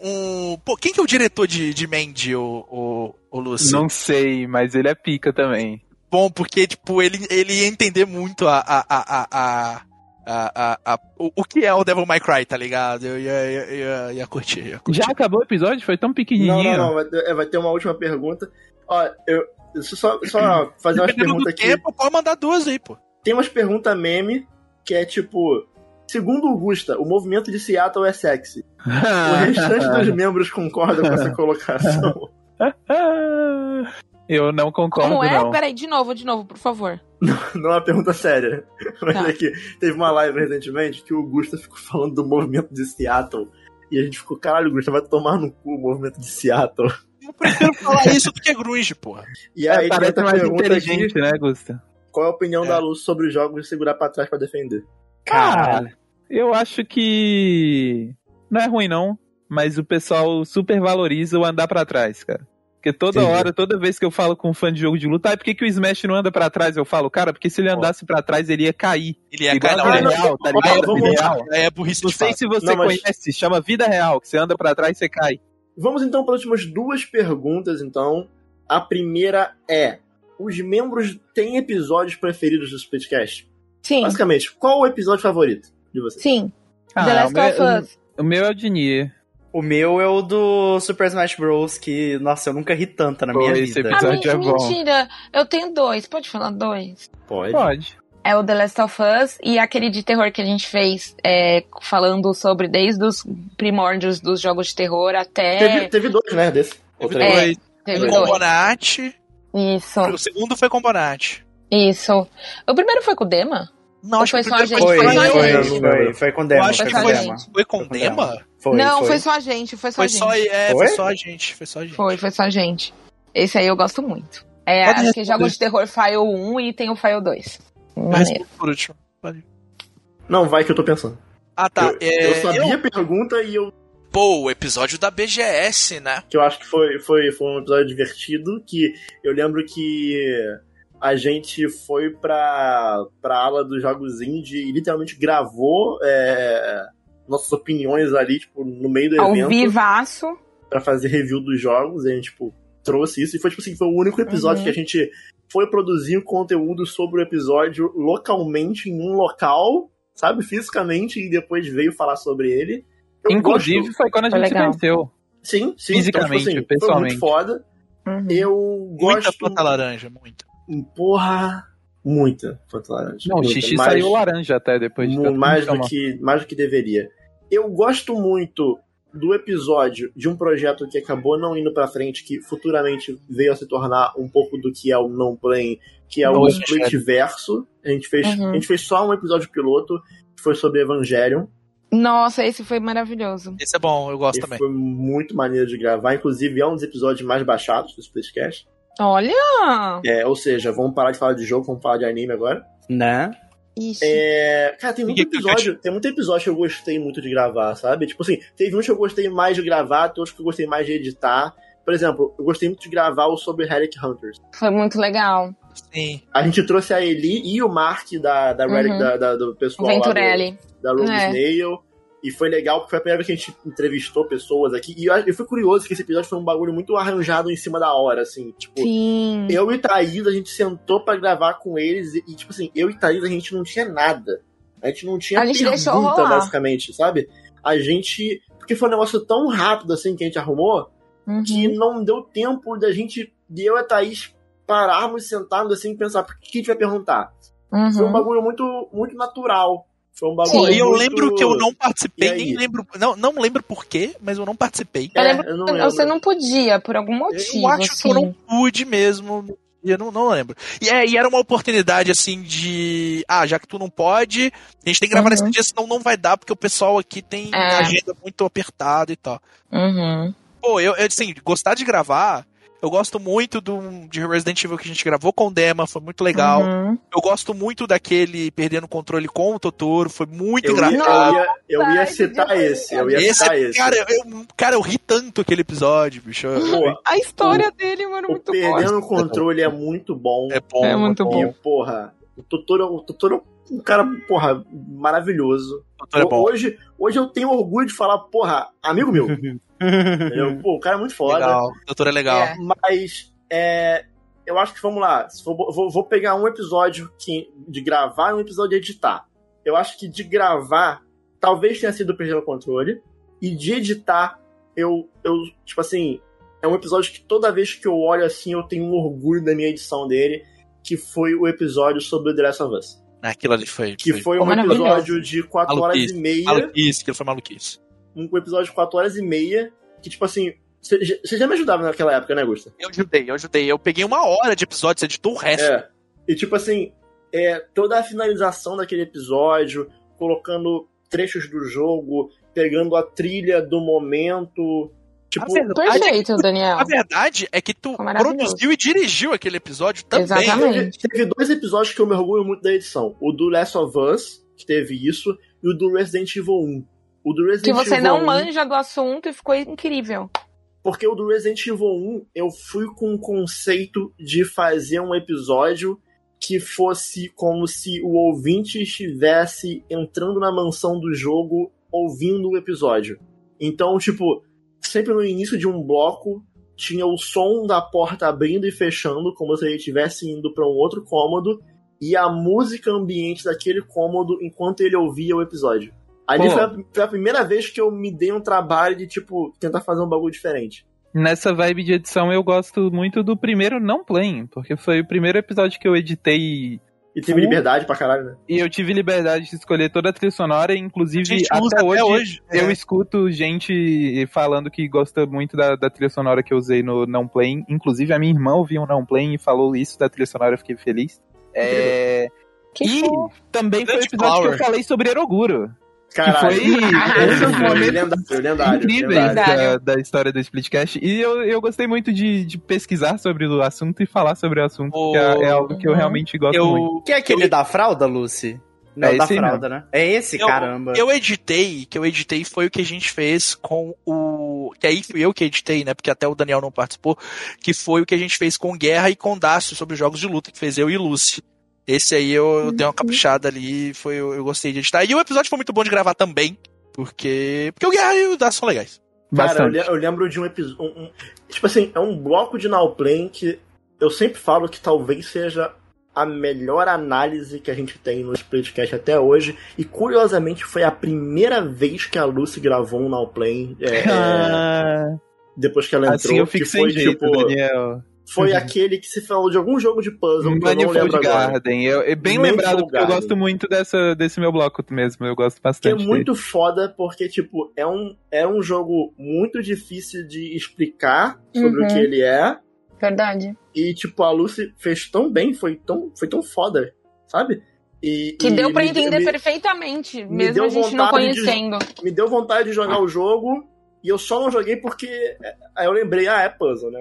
um- Pô, quem que é o diretor de, de Mandy, o, o, o Lúcio?
Não sei, mas ele é pica também.
Bom, porque, tipo, ele, ele ia entender muito a. a, a, a, a... A, a, a- o, o que é o Devil May Cry, tá ligado? Eu ia, ia, ia, ia curtir. ia curtir.
Já acabou o episódio? Foi tão
Não,
pequenininho.
não, não. Vai ter, é, vai ter uma última pergunta. Ó, eu. Deixa eu só, só fazer umas
Dependendo do
perguntas aqui.
tempo, pode mandar duas aí, pô.
Tem umas perguntas meme que é tipo. Segundo o Gusta, o movimento de Seattle é sexy.
Ah.
O restante dos membros concorda com essa colocação.
Ah, Eu não concordo,
Como é?
não.
Peraí, de novo, de novo, por favor.
Não é uma pergunta séria. Mas
Tá.
é que teve uma live recentemente que o Gusta ficou falando do movimento de Seattle. E a gente ficou, caralho, Gusta, vai tomar no cu o movimento de Seattle.
Eu prefiro falar isso do que grunge, porra.
E
É,
aí, tem
parece
outra
mais
pergunta aqui,
inteligente, né, Gusta?
qual é a opinião
É.
da Luz sobre os jogos de segurar pra trás pra defender?
Cara, Ah, eu acho que não é ruim não, mas o pessoal supervaloriza o andar pra trás, cara. Porque toda
Entendi.
hora, toda vez que eu falo com um fã de jogo de luta, ah, por que, que o Smash não anda pra trás? Eu falo, cara, porque se ele andasse pra trás, ele ia cair.
Ele é
Igual
cara,
a
não,
vida
é-
real, tá
Olha,
ligado?
vamos
Vida
lá.
real.
é burrice
Não
de
sei
fato.
se você
Não, mas-
conhece, chama vida real, que você anda pra trás, você cai.
Vamos então para as últimas duas perguntas, então. A primeira é: os membros têm episódios preferidos do Splitcast?
Sim,
Basicamente, qual o episódio favorito de vocês?
sim. The
Ah, o,
Last of
meu,
Us.
o meu é o Dinier.
O meu é o do Super Smash Bros. Que, nossa, eu nunca ri tanto na
Pô,
minha
esse
vida.
Ah, men-
episódio é bom.
mentira. Eu tenho dois. Pode falar dois?
Pode.
Pode.
É o The Last of Us e aquele de terror que a gente fez, é, falando sobre desde os primórdios dos jogos de terror
Teve,
até.
teve dois, né? Desse. Ou
Teve
três?
dois.
Oi,
Teve
O
dois.
Combonate.
um.
Isso,
O segundo foi Combonate.
isso. O primeiro foi com o Dema?
Não, acho que
Foi
o primeiro
só a
Ah, foi
Foi,
Foi só
foi,
gente.
foi, foi, com
Eu
demo,
acho
foi
que
só
com
foi,
demo.
gente.
foi com Dema?
Foi,
não,
foi.
foi. só a gente, foi só a
Foi
gente.
só, é,
Foi?
foi só a gente. Foi só a gente.
Foi, foi só a gente. Esse aí eu gosto muito. É,
Pode
acho que
responder.
jogos de terror File 1 e tem o File 2.
Mas
Maneiro.
por último.
Não, vai que eu tô pensando.
Ah, tá. é,
eu sabia
eu-
a pergunta e eu,
Pô, o episódio da BGS, né?
que eu acho que foi, foi, foi um episódio divertido. Que eu lembro que a gente foi pra, pra ala dos jogos indie e literalmente gravou é, nossas opiniões ali, tipo, no meio do
Ao
evento.
vivaço.
Pra fazer review dos jogos, e a gente, tipo, trouxe isso. E foi, tipo assim, foi o único episódio
Uhum.
que a gente foi produzir conteúdo sobre o episódio localmente, em um local, sabe, fisicamente, e depois veio falar sobre ele. Eu
Inclusive, foi quando a
Foi
gente se
legal.
conheceu.
Sim, sim. então, tipo assim,
Fisicamente,
Foi muito
pessoalmente.
foda.
Uhum.
Eu
Muita
gosto...
planta laranja, muita.
Porra! Muita planta laranja.
Não, o
muita,
xixi
mais-
saiu laranja até depois de
mu-
tanto
mais, do
reclamar.
que, mais do que deveria. Eu gosto muito do episódio de um projeto que acabou não indo pra frente, que futuramente veio a se tornar um pouco do que é o não play, que é o
Nossa,
split verso. A gente fez,
Uhum.
a gente fez só um episódio piloto que foi sobre Evangelion.
Nossa, esse foi maravilhoso.
Esse é bom, eu gosto
E
também.
foi muito maneiro de gravar. Inclusive, é um dos episódios mais baixados do Splitcast.
Olha!
É, ou seja, vamos parar de falar de jogo, vamos falar de anime agora.
Né?
Ixi.
É, cara, tem muito
Ninguém tem
episódio. Tem muito episódio que eu gostei muito de gravar, sabe? Tipo assim, teve uns que eu gostei mais de gravar, tem outros que eu gostei mais de editar. Por exemplo, eu gostei muito de gravar o sobre Relic Hunters.
Foi muito legal.
Sim.
A gente trouxe a Eli e o Mark da, da Relic,
Uhum.
da, da- do
O
pessoal lá do,
Venturelli.
da Rogue
É.
Snail. E foi legal, porque foi a primeira vez que a gente entrevistou pessoas aqui. E eu, eu fui curioso que esse episódio foi um bagulho muito arranjado em cima da hora, assim. Tipo,
Sim.
eu e Thaís, a gente sentou pra gravar com eles e, e, tipo assim, eu e Thaís, a gente não tinha nada. A gente não tinha
A gente
pergunta,
deixou rolar.
basicamente, sabe? A gente. Porque foi um negócio tão rápido assim que a gente arrumou
Uhum.
que não deu tempo da gente, de eu e a Thaís, pararmos sentados assim e pensar, por que a gente vai perguntar? Foi um
Uhum.
bagulho muito, muito natural. Foi um
Sim.
bagulho.
Pô, e eu
muito-
lembro que eu não
E
participei,
aí?
nem lembro. Não, não lembro porquê, mas eu não participei.
Eu
É,
lembro
eu não lembro.
Você não podia, por algum motivo.
Eu acho que
assim.
eu não pude mesmo. Eu não, não lembro. E, é, e era uma oportunidade, assim, de. Ah, já que tu não pode, a gente tem que gravar
Uhum.
nesse dia, senão não vai dar, porque o pessoal aqui tem
É.
agenda muito apertada e tal.
Uhum.
Pô, eu, eu, assim, gostar de gravar, eu gosto muito do, de Resident Evil que a gente gravou com o Dema, foi muito legal.
Uhum.
Eu gosto muito daquele Perdendo o Controle com o Totoro, foi muito
Eu ia,
engraçado.
eu ia, eu ia
Nossa,
citar
esse
esse, eu ia
Esse,
citar esse.
Cara, é eu, cara, eu ri tanto aquele episódio, bicho. Eu-
Pô,
A história dele, mano,
o
muito boa.
Perdendo o Controle é muito bom.
É bom.
É muito
E,
bom.
porra, o Totoro, o Totoro é um cara, porra, maravilhoso.
o Totoro é bom.
Hoje, hoje eu tenho orgulho de falar, porra, amigo meu. entendeu? Pô, o cara é muito foda.
Legal. O Totoro é legal.
É.
Mas, é, eu acho que, vamos lá, se for- vou, vou pegar um episódio que, de gravar e um episódio de editar. Eu acho que de gravar, talvez tenha sido Perdendo o Controle. E de editar, eu, eu, tipo assim, é um episódio que toda vez que eu olho assim, eu tenho um orgulho da minha edição dele, que foi o episódio sobre o The Last of Us.
Aquilo ali foi.
Que foi um
maravilhoso.
episódio de 4 horas
Maluquice,
e meia.
Maluquice, aquilo foi maluquice.
Um episódio de 4 horas e meia. Que, tipo assim, Você você já me ajudava naquela época, né, Gusta?
Eu ajudei, eu ajudei. Eu peguei uma hora de episódio, você editou o resto.
É. E tipo assim, é, toda a finalização daquele episódio, colocando trechos do jogo, pegando a trilha do momento. Tipo,
A verdade
Perfeito, Daniel.
A verdade é que tu
é. Foi maravilhoso.
produziu e dirigiu aquele episódio também.
Exatamente.
teve, teve dois episódios que eu me orgulho muito da edição: o do Last of Us, que teve isso, e o do Resident Evil 1. O do Resident
Que você
Evil
não
1,
manja do assunto e ficou incrível.
Porque o do Resident Evil 1, eu fui com o conceito de fazer um episódio que fosse como se o ouvinte estivesse entrando na mansão do jogo ouvindo o episódio. Então, tipo, sempre no início de um bloco tinha o som da porta abrindo e fechando, como se ele estivesse indo para um outro cômodo, e a música ambiente daquele cômodo enquanto ele ouvia o episódio. Ali
Pô.
foi a, foi a primeira vez que eu me dei um trabalho de, tipo, tentar fazer um bagulho diferente.
Nessa vibe de edição, eu gosto muito do primeiro não playing, porque foi o primeiro episódio que eu editei
E teve
Sim.
liberdade pra caralho, né?
e eu tive liberdade de escolher toda a trilha sonora, e inclusive até, hoje,
é.
eu escuto gente falando que gosta muito da, da trilha sonora que eu usei no não playing. Inclusive a minha irmã ouviu o não playing e falou isso da trilha sonora, eu fiquei feliz. É,
Que
e
fofo.
também foi o
Grande
episódio que
Flower.
eu falei sobre Eroguro.
Caralho.
Que foi-
Esse é
foi
foi lendário, lendário.
incríveis
lendário.
da,
lendário.
é da história do Splitcast. E eu, eu gostei muito de, de pesquisar sobre o assunto e falar sobre o assunto,
Oh.
que é, é algo que eu
Uhum.
realmente gosto muito.
Eu,
Que é aquele da fralda, Lucy? Não,
É
da
esse aí
fralda, né? É esse,
Eu-
caramba.
eu editei, que eu editei foi o que a gente fez com o. Que aí fui eu que editei, né? Porque até o Daniel não participou. Que foi o que a gente fez com Guerra e com Dácio sobre jogos de luta, que fez eu e Lucy. Esse aí eu, eu dei uma caprichada ali, foi, eu, eu gostei de editar. E o episódio foi muito bom de gravar também, porque. Porque o Guerra e o Dácio são legais.
Cara, eu,
Bastante.
le- eu lembro de um episódio. tipo assim, é um bloco de Nowplane que eu sempre falo que talvez seja a melhor análise que a gente tem no Splitcast até hoje. E curiosamente foi a primeira vez que a Lucy gravou um Nowplane. É, é,
Ah,
depois que ela entrou.
assim eu fico
que
sem
foi,
jeito, né? Uhum.
tipo,
Daniel.
foi aquele que se falou de algum jogo de puzzle que eu não
Manifold
lembro agora.
Garden. Eu, é bem
Manifold
lembrado, porque eu
Garden.
gosto muito dessa, desse meu bloco mesmo. Eu gosto
Que é
bastante. dele.
muito foda, porque, tipo, é um, é um jogo muito difícil de explicar sobre
Uhum.
o que ele é.
Verdade.
E, tipo, a Lucy fez tão bem, foi tão, foi tão foda, sabe? E,
Que
e
deu pra
me-
entender
me,
perfeitamente,
me
mesmo
deu
a gente não
vontade de-
conhecendo.
me deu vontade de jogar o jogo, e eu só não joguei porque. Aí eu lembrei, ah, é puzzle, né?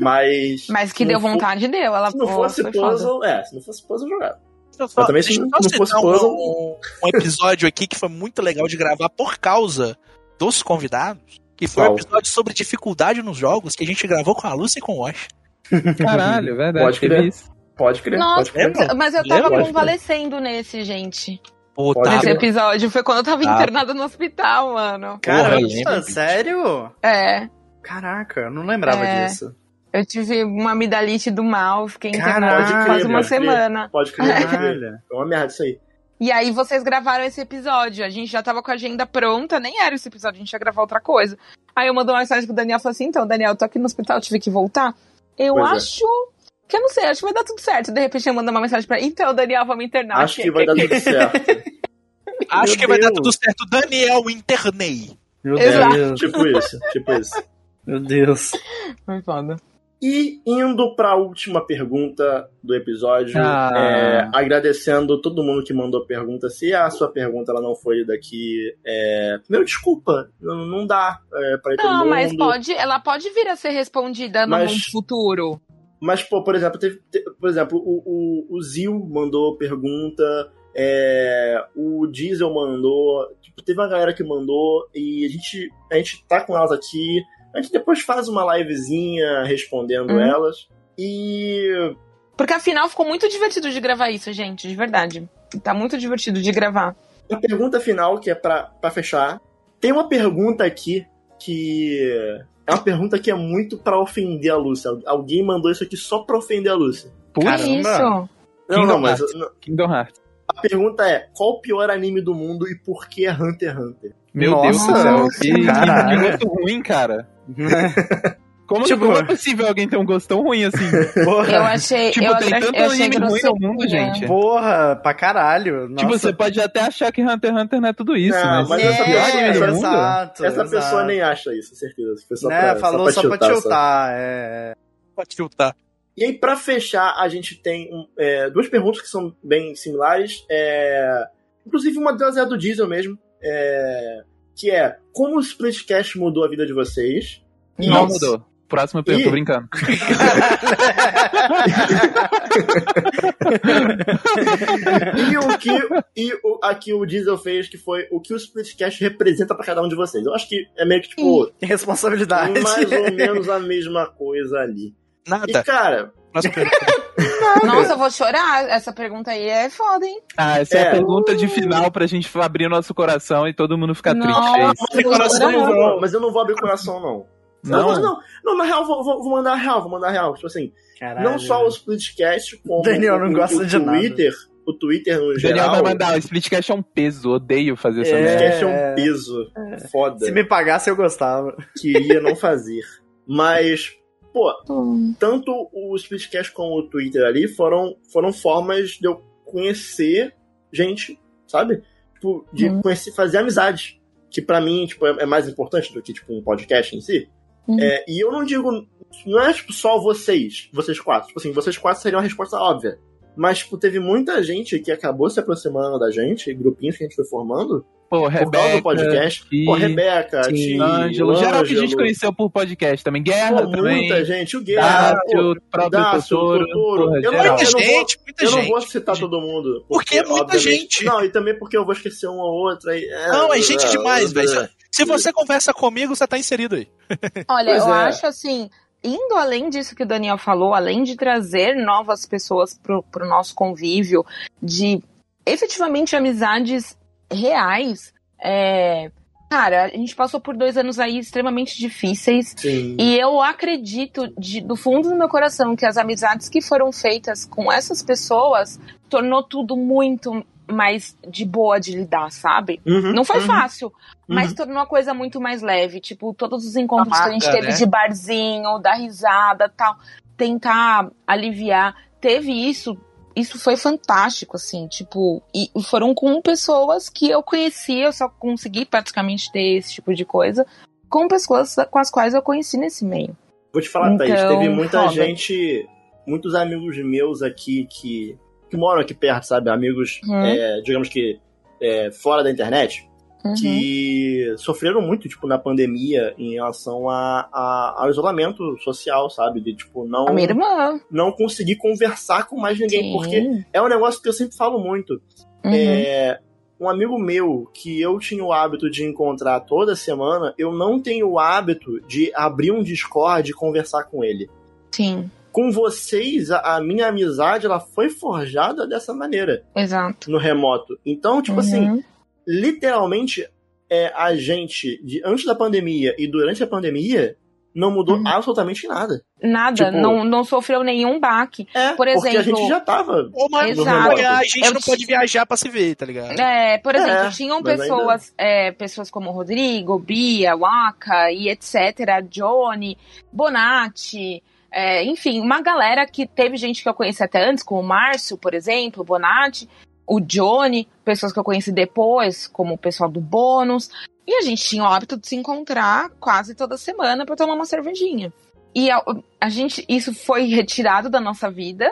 Mas.
Mas que
se não
deu
fo-
vontade, deu. Ela
Se não
pô,
fosse
foi foda.
puzzle, é, se não fosse puzzle, eu jogava.
Deixa eu só-
Mas também se
deixa eu
não-
só
não fosse
citar um-
puzzle-
um, um episódio aqui que foi muito legal de gravar por causa dos convidados, que foi um
Qual?
episódio sobre dificuldade nos jogos que a gente gravou com a Lucy e com o Wash.
Caralho, verdade.
Pode
teve
crer.
isso.
Pode crer,
Nossa,
pode crer.
Lembra?
mas eu tava
Lembra?
convalescendo nesse, gente.
Pô,
Pode
tá.
Nesse
crer.
episódio. Foi quando eu tava
Tá.
internada no hospital, mano.
Cara,
Porra, eu lembro, bicho.
sério?
É.
Caraca, eu não lembrava
É.
disso.
Eu tive uma amidalite do mal, fiquei internada
Caralho,
quase uma
pode crer.
semana.
Pode crer, pode crer.
Caralho.
É uma merda isso aí.
E aí vocês gravaram esse episódio. A gente já tava com a agenda pronta, nem era esse episódio, a gente ia gravar outra coisa. Aí eu mandei uma mensagem pro Daniel, falei assim, então, Daniel, eu tô aqui no hospital, eu tive que voltar. Eu
Pois é.
acho... Que eu não sei, acho que vai dar tudo certo. De repente eu mando uma mensagem pra ele, então, Daniel, vamos internar.
Acho que vai dar tudo certo.
Acho
Meu
que vai dar
Deus.
tudo certo. Daniel Internei.
Meu
Exato.
Deus,
tipo isso, tipo isso.
meu Deus.
Foi foda.
E indo para a última pergunta do episódio,
Ah.
é, agradecendo todo mundo que mandou pergunta. Se a sua pergunta ela não foi daqui, é, meu desculpa, não, não dá é, para todo
Não,
mundo.
mas pode, ela pode vir a ser respondida
Mas-
no futuro.
Mas, pô, por exemplo, teve, te- por exemplo, o, o, o Zil mandou pergunta, é, o Diesel mandou, tipo, teve uma galera que mandou e a gente, a gente tá com elas aqui. A gente depois faz uma livezinha respondendo
Hum.
elas. E
Porque afinal ficou muito divertido de gravar isso, gente, de verdade. Tá muito divertido de gravar.
a pergunta final, que é pra, pra fechar. Tem uma pergunta aqui que. É uma pergunta que é muito pra ofender a Lúcia. Algu- Alguém mandou isso aqui só pra ofender a Lúcia.
Putz,
Caramba.
Que isso?
Não,
Kingdom
não, mas. não.
Kingdom Hearts.
A pergunta é: qual o pior anime do mundo e por que é Hunter x Hunter?
Meu
Nossa,
Deus do céu. Que, que, que
caralho.
gosto ruim, cara. Como,
Tipo-
como é possível alguém ter um gosto tão ruim assim?
Eu
Porra,
achei.
tipo,
É, eu
tem
achei,
tanto
eu achei né?
anime ruim no mundo,
grosseira.
gente.
porra, pra caralho. Nossa.
Tipo, você pode até achar que Hunter x Hunter não é tudo isso,
Não,
mas,
mas
esse é o
essa
pior
pessoa-
anime do
essa-
mundo.
Essa pessoa nem acha isso, certeza. Foi só
né,
pra,
falou só pra
tiltar, só.
tiltar. É.
Pode tiltar.
E aí, pra fechar, a gente tem um, é, duas perguntas que são bem similares. É, inclusive, uma delas é a do Diesel mesmo. é, que é, como o Splitcast mudou a vida de vocês? E-
Não mudou. Próxima pergunta,
E-
tô brincando.
E o que e o, a que o Diesel fez, que foi o que o Splitcast representa pra cada um de vocês. Eu acho que é meio que,
Hum,
tipo,
Responsabilidade.
mais ou menos a mesma coisa ali. E,
Nada.
cara,
Nossa, pergunta.
Nossa, eu vou chorar. Essa pergunta aí é foda, hein?
Ah, essa é,
É.
a pergunta de final pra gente abrir o nosso coração e todo mundo ficar triste. é isso.
Nossa, eu vou
Nicolas
eu
chorar.
não
Cage.
vou- mas eu não vou abrir o coração, não.
Não?
Não, não, não, na real, vou, vou- vou mandar a real, vou mandar a real. Tipo assim,
Caralho.
não só o Splitcast, como
Daniel não
o,
gosta
o
de nada.
Twitter, o Twitter no
O Daniel
geral.
vai mandar, o Splitcast é um peso, odeio fazer essa
É.
O
merda.
Splitcast é um peso foda
Se me pagasse, eu gostava.
que iria não fazer. Mas, pô,
Hum.
tanto o Splitcast como o Twitter ali foram, foram formas de eu conhecer gente, sabe? Tipo, de
Uhum.
conhecer, fazer amizade. Que pra mim, tipo, é, é mais importante do que, tipo, um podcast em si.
Uhum.
É, e eu não digo... Não é, tipo, só vocês. Vocês quatro. Tipo assim, vocês quatro seriam a resposta óbvia. Mas, tipo, teve muita gente que acabou se aproximando da gente, grupinhos que a gente foi formando,
Pô,
por causa do
Rebeca,
podcast.
Ti,
Pô, Rebeca, Ti,
Sim, Ângelo, geral que a gente
Ângelo.
conheceu por podcast também.
Pô,
Guerra também.
muita gente. O Guerra, pô,
Dácio, o próprio
Dácio,
Totoro.
Totoro.
Porra,
Eu não
geral.
Muita
eu não vou-
gente, muita
eu
gente.
não vou citar todo mundo.
Porque é muita
obviamente-
gente.
Não, e também porque eu vou esquecer uma ou outra. e-
Não, é gente demais,
é,
velho.
é.
Se você conversa comigo, você tá inserido aí.
Olha,
Pois
eu
é.
acho assim. Indo além disso que o Daniel falou, além de trazer novas pessoas pro, pro nosso convívio, de efetivamente amizades reais, é, cara, a gente passou por dois anos aí extremamente difíceis.
Sim.
E eu acredito de- do fundo do meu coração que as amizades que foram feitas com essas pessoas tornou tudo muito mais de boa de lidar, sabe?
Uhum,
Não foi
uhum,
fácil, mas
uhum.
tornou a coisa muito mais leve. Tipo, todos os encontros
A marca,
que a gente teve
né?
de barzinho, dar risada, tal, tentar aliviar. Teve isso, isso foi fantástico, assim, tipo, e e foram com pessoas que eu conhecia, eu só consegui praticamente ter esse tipo de coisa, com pessoas com as quais eu conheci nesse meio.
Vou te falar, Thaís.
Então,
Teve muita
roda.
gente, muitos amigos meus aqui que, que moram aqui perto, sabe? Amigos,
Uhum.
é, digamos que é, fora da internet.
Uhum.
que sofreram muito, tipo, na pandemia em relação a, a- ao isolamento social, sabe? De, tipo, não,
Uhum. A minha irmã.
não conseguir conversar com mais ninguém,
sim.
porque é um negócio que eu sempre falo muito.
Uhum.
É, um amigo meu que eu tinha o hábito de encontrar toda semana, eu não tenho o hábito de abrir um Discord e conversar com ele.
Sim,
Com vocês, a, a minha amizade, ela foi forjada dessa maneira,
exato.
no remoto. Então, tipo assim,
Uhum.
literalmente é, a gente, de, antes da pandemia e durante a pandemia, não mudou
Uhum.
absolutamente nada.
Nada,
tipo-
não, não sofreu nenhum baque.
É,
Por
porque a
exemplo-
gente já tava.
Ô, mas
Exato.
não vou- a gente
Eu
não
te-
pode viajar pra se ver, tá ligado?
É, por exemplo,
É,
tinham
mas ainda-
pessoas, é, pessoas como Rodrigo, Bia, Waka e etc., Johnny, Bonatti, é, enfim, uma galera que teve gente que eu conheci até antes, como o Márcio, por exemplo, Bonatti, o Johnny, pessoas que eu conheci depois, como o pessoal do Bônus. E a gente tinha o hábito de se encontrar quase toda semana pra tomar uma cervejinha. E a, a gente, isso foi retirado da nossa vida,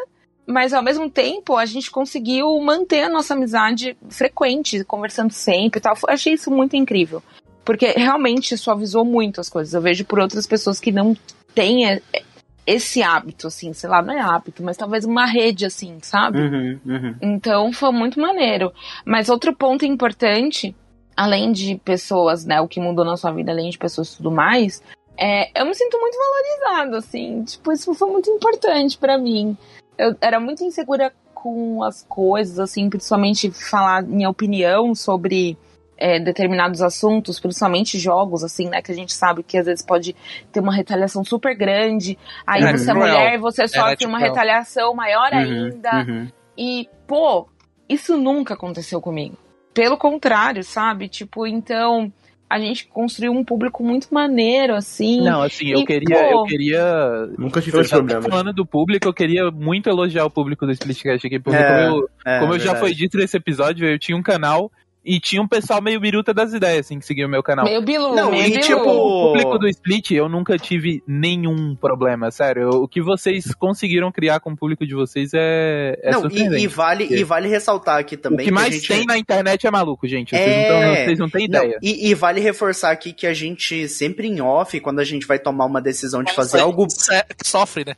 mas ao mesmo tempo a gente conseguiu manter a nossa amizade frequente, conversando sempre e tal. Eu achei isso muito incrível. Porque realmente suavizou muito as coisas. Eu vejo por outras pessoas que não têm é, é, esse hábito, assim, sei lá, não é hábito, mas talvez uma rede, assim, sabe?
Uhum, uhum.
Então foi muito maneiro. Mas outro ponto importante, além de pessoas, né, o que mudou na sua vida, além de pessoas e tudo mais, é, eu me sinto muito valorizada, assim. Tipo, isso foi muito importante pra mim. Eu era muito insegura com as coisas, assim, principalmente falar minha opinião sobre é, determinados assuntos, principalmente jogos, assim, né, que a gente sabe que às vezes pode ter uma retaliação super grande. Aí
É,
você é
cruel.
mulher, você sofre
tipo,
uma
cruel.
retaliação maior
Uhum,
ainda.
uhum.
E, pô, isso nunca aconteceu comigo. Pelo contrário, sabe? Tipo, então, a gente construiu um público muito maneiro, assim.
Não, assim,
E,
eu queria,
pô,
eu queria.
Nunca tive
Eu
esse
já tô
problema.
falando do público, eu queria muito elogiar o público do Splitcast aqui, porque
É,
como, eu,
É,
como eu já
verdade.
foi dito nesse episódio, eu tinha um canal e tinha um pessoal meio biruta das ideias, assim, que seguia o meu canal.
Meio bilu,
Não,
meio
e
bilu.
tipo-
O público do Split, eu nunca tive nenhum problema, sério. Eu- O que vocês conseguiram criar com o público de vocês é, é
não, e,
surpreendente.
e vale, e vale ressaltar aqui
o
também.
que mais
a gente-
tem na internet é maluco, gente. Vocês,
É.
não, tão- vocês não têm
Não,
ideia.
e, e vale reforçar aqui que a gente sempre em off, quando a gente vai tomar uma decisão de fazer
Nossa,
algo.
é, Sofre, né?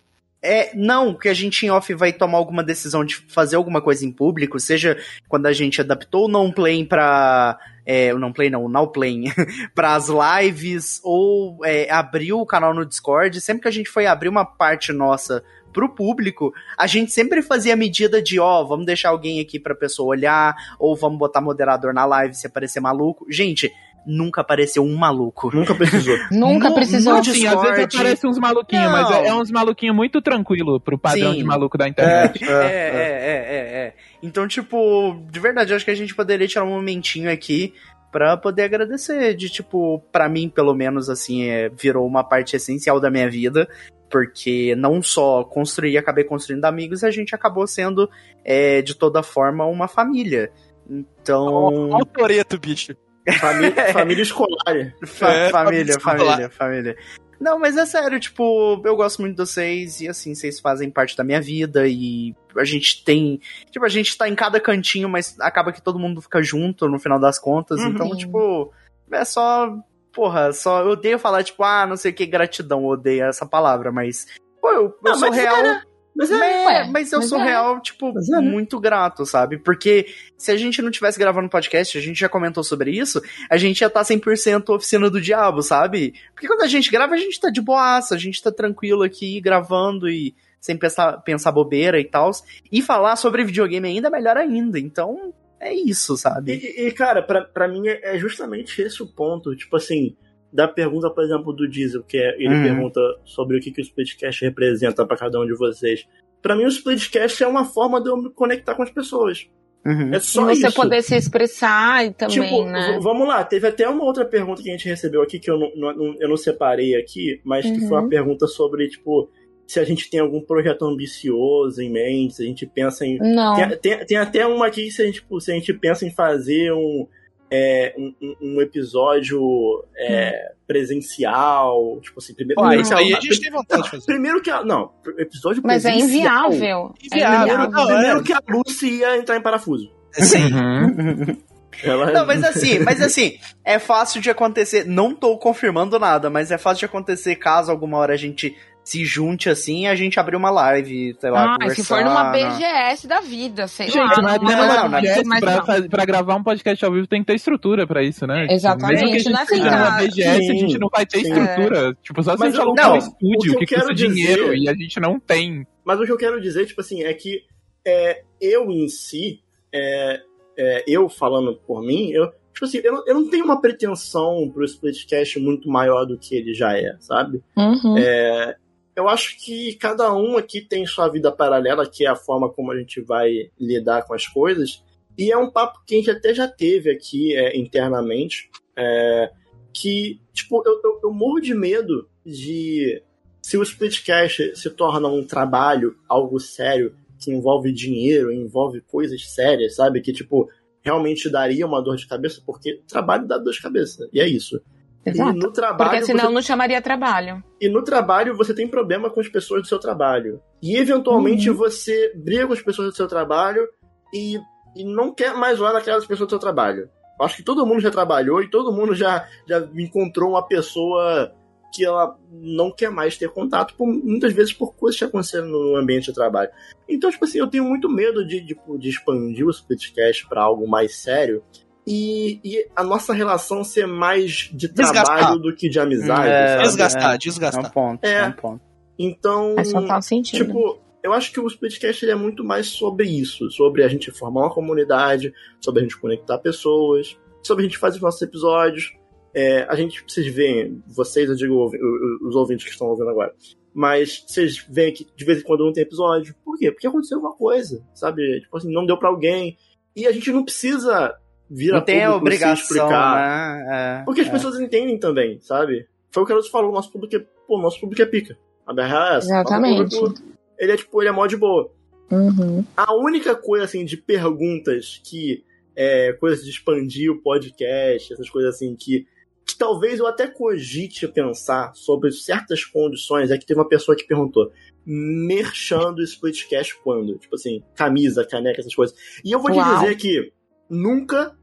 É, não, que a gente em off vai tomar alguma decisão de fazer alguma coisa em público, seja quando a gente adaptou o não play pra. É, o não play não, o now play pras lives, ou é, abriu o canal no Discord. Sempre que a gente foi abrir uma parte nossa pro público, a gente sempre fazia a medida de, ó, vamos deixar alguém aqui pra pessoa olhar, ou vamos botar moderador na live se aparecer maluco. Gente, nunca apareceu um maluco.
Nunca precisou.
Nunca
Não,
precisou.
não
de
Sim, Assim, às
Discord.
vezes aparece uns maluquinhos,
Não.
mas é, é uns maluquinhos muito tranquilo pro padrão
Sim.
de maluco da internet.
É, é, é, é, é. Então, tipo, de verdade, eu acho que a gente poderia tirar um momentinho aqui pra poder agradecer. De tipo, pra mim, pelo menos, assim, é, virou uma parte essencial da minha vida. Porque não só construí, acabei construindo amigos, a gente acabou sendo, é, de toda forma, uma família. Então.
Hum.
Olha o Toreto, bicho.
Família, família escolar.
Fa-
É,
família,
pra
família, família. Não, mas é sério, tipo, eu gosto muito de vocês e assim, vocês fazem parte da minha vida e a gente tem. Tipo, a gente tá em cada cantinho, mas acaba que todo mundo fica junto no final das contas.
Uhum.
Então, tipo, é só. Porra, só. Eu odeio falar, tipo, ah, não sei o que, gratidão, eu odeio essa palavra, mas. Pô, eu, eu
Ah,
sou
mas
real.
Mas é.
É,
Ué,
mas eu
mas
sou
é.
real, tipo,
Mas é, né?
muito grato, sabe? Porque se a gente não tivesse gravando podcast, a gente já comentou sobre isso, a gente ia tá estar 100% oficina do diabo, sabe? Porque quando a gente grava, a gente tá de boaça, a gente tá tranquilo aqui, gravando e sem pensar, pensar bobeira e tal. E falar sobre videogame ainda é melhor ainda, então é isso, sabe?
E, e, cara, pra, pra mim é é justamente esse o ponto. Tipo assim, da pergunta, por exemplo, do Diesel, que é, ele
Uhum.
pergunta sobre o que, que o Splitcast representa pra cada um de vocês. Pra mim, o Splitcast é uma forma de eu me conectar com as pessoas.
Uhum.
É
E
só
você
isso.
poder se expressar e também,
tipo,
né?
v- vamos lá, teve até uma outra pergunta que a gente recebeu aqui que eu não, não- não- eu não separei aqui, mas que
Uhum.
foi uma pergunta sobre, tipo, se a gente tem algum projeto ambicioso em mente, se a gente pensa em
Não.
tem, tem- tem até uma aqui que se a gente, tipo, se a gente pensa em fazer um, é, um, um- um episódio é,
Hum.
presencial, tipo assim, primeiro.
Ó,
Não.
isso aí a gente
pri-
tem vontade de fazer.
primeiro que a. Não, episódio
Mas é
presencial.
inviável.
Inviável.
É inviável.
Não, é.
Primeiro que a Lucy ia entrar em parafuso.
Sim.
Uhum.
Ela-
Não, mas assim, mas assim, é fácil de acontecer. Não tô confirmando nada, mas é fácil de acontecer caso alguma hora a gente se junte assim e a gente abrir uma live, sei lá,
ah,
conversar.
se for numa
né?
BGS da vida, sei
Gente,
lá.
mas
não,
até
não,
uma
não, não.
BGS,
Mas
pra,
não.
faz- pra gravar um podcast ao vivo tem que ter estrutura pra isso, né?
Exatamente,
Mesmo que a gente
não é
seja
ficar-
uma BGS, a
Sim,
gente não vai ter
sim.
estrutura. Tipo, só se a
Mas
gente
eu-
alugar
não,
um
o
estúdio
que
que,
eu quero
custa
dizer-
dinheiro e a gente não tem.
Mas o que eu quero dizer, tipo assim, é que é, eu em si, é, é, eu falando por mim, eu, tipo assim, eu, não- eu não tenho uma pretensão pro Splitcast muito maior do que ele já é, sabe?
Uhum.
É, eu acho que cada um aqui tem sua vida paralela, que é a forma como a gente vai lidar com as coisas. E é um papo que a gente até já teve aqui é, internamente, é, que, tipo, eu, eu- eu morro de medo de se o Splitcast se torna um trabalho, algo sério, que envolve dinheiro, envolve coisas sérias, sabe? Que, tipo, realmente daria uma dor de cabeça, porque trabalho dá dor de cabeça, e é isso. E
Exato.
no trabalho
Porque senão
você
não chamaria trabalho.
e no trabalho você tem problema com as pessoas do seu trabalho. E eventualmente você briga com as pessoas do seu trabalho e, e não quer mais olhar naquelas pessoas do seu trabalho. Eu Acho que todo mundo já trabalhou e todo mundo já, já encontrou uma pessoa que ela não quer mais ter contato, por- muitas vezes por coisas que aconteceram no ambiente de trabalho. Então, tipo assim, eu tenho muito medo de, de, de expandir o Splitcast para algo mais sério e, e a nossa relação ser mais de
Desgastar.
trabalho do que de amizade.
É,
sabe?
Desgastar,
É um
desgastar.
ponto, é,
É.
um ponto.
Então,
Faz total sentido.
tipo, eu acho que o Splitcast ele é muito mais sobre isso, sobre a gente formar uma comunidade, sobre a gente conectar pessoas, sobre a gente fazer os nossos episódios. É, a gente, vocês veem, vocês, eu digo ouvi- o- o- os ouvintes que estão ouvindo agora, mas vocês veem que de vez em quando não tem episódio. Por quê? Porque aconteceu alguma coisa, sabe? Tipo assim, não deu pra alguém. E a gente não precisa vira
não tem a
público se
obrigação,
explicar.
né? É.
Porque as pessoas entendem também, sabe? Foi o que elas falou, nosso público é, pô, nosso público é pica. A BRS.
Exatamente.
Ele é tipo, ele é mó de boa.
Uhum.
A única coisa, assim, de perguntas que. É, coisas de expandir o podcast, essas coisas assim que. Que talvez eu até cogite pensar sobre certas condições. É que teve uma pessoa que perguntou: merchando splitcast quando? Tipo assim, camisa, caneca, essas coisas. E eu vou te
Uau.
dizer que nunca,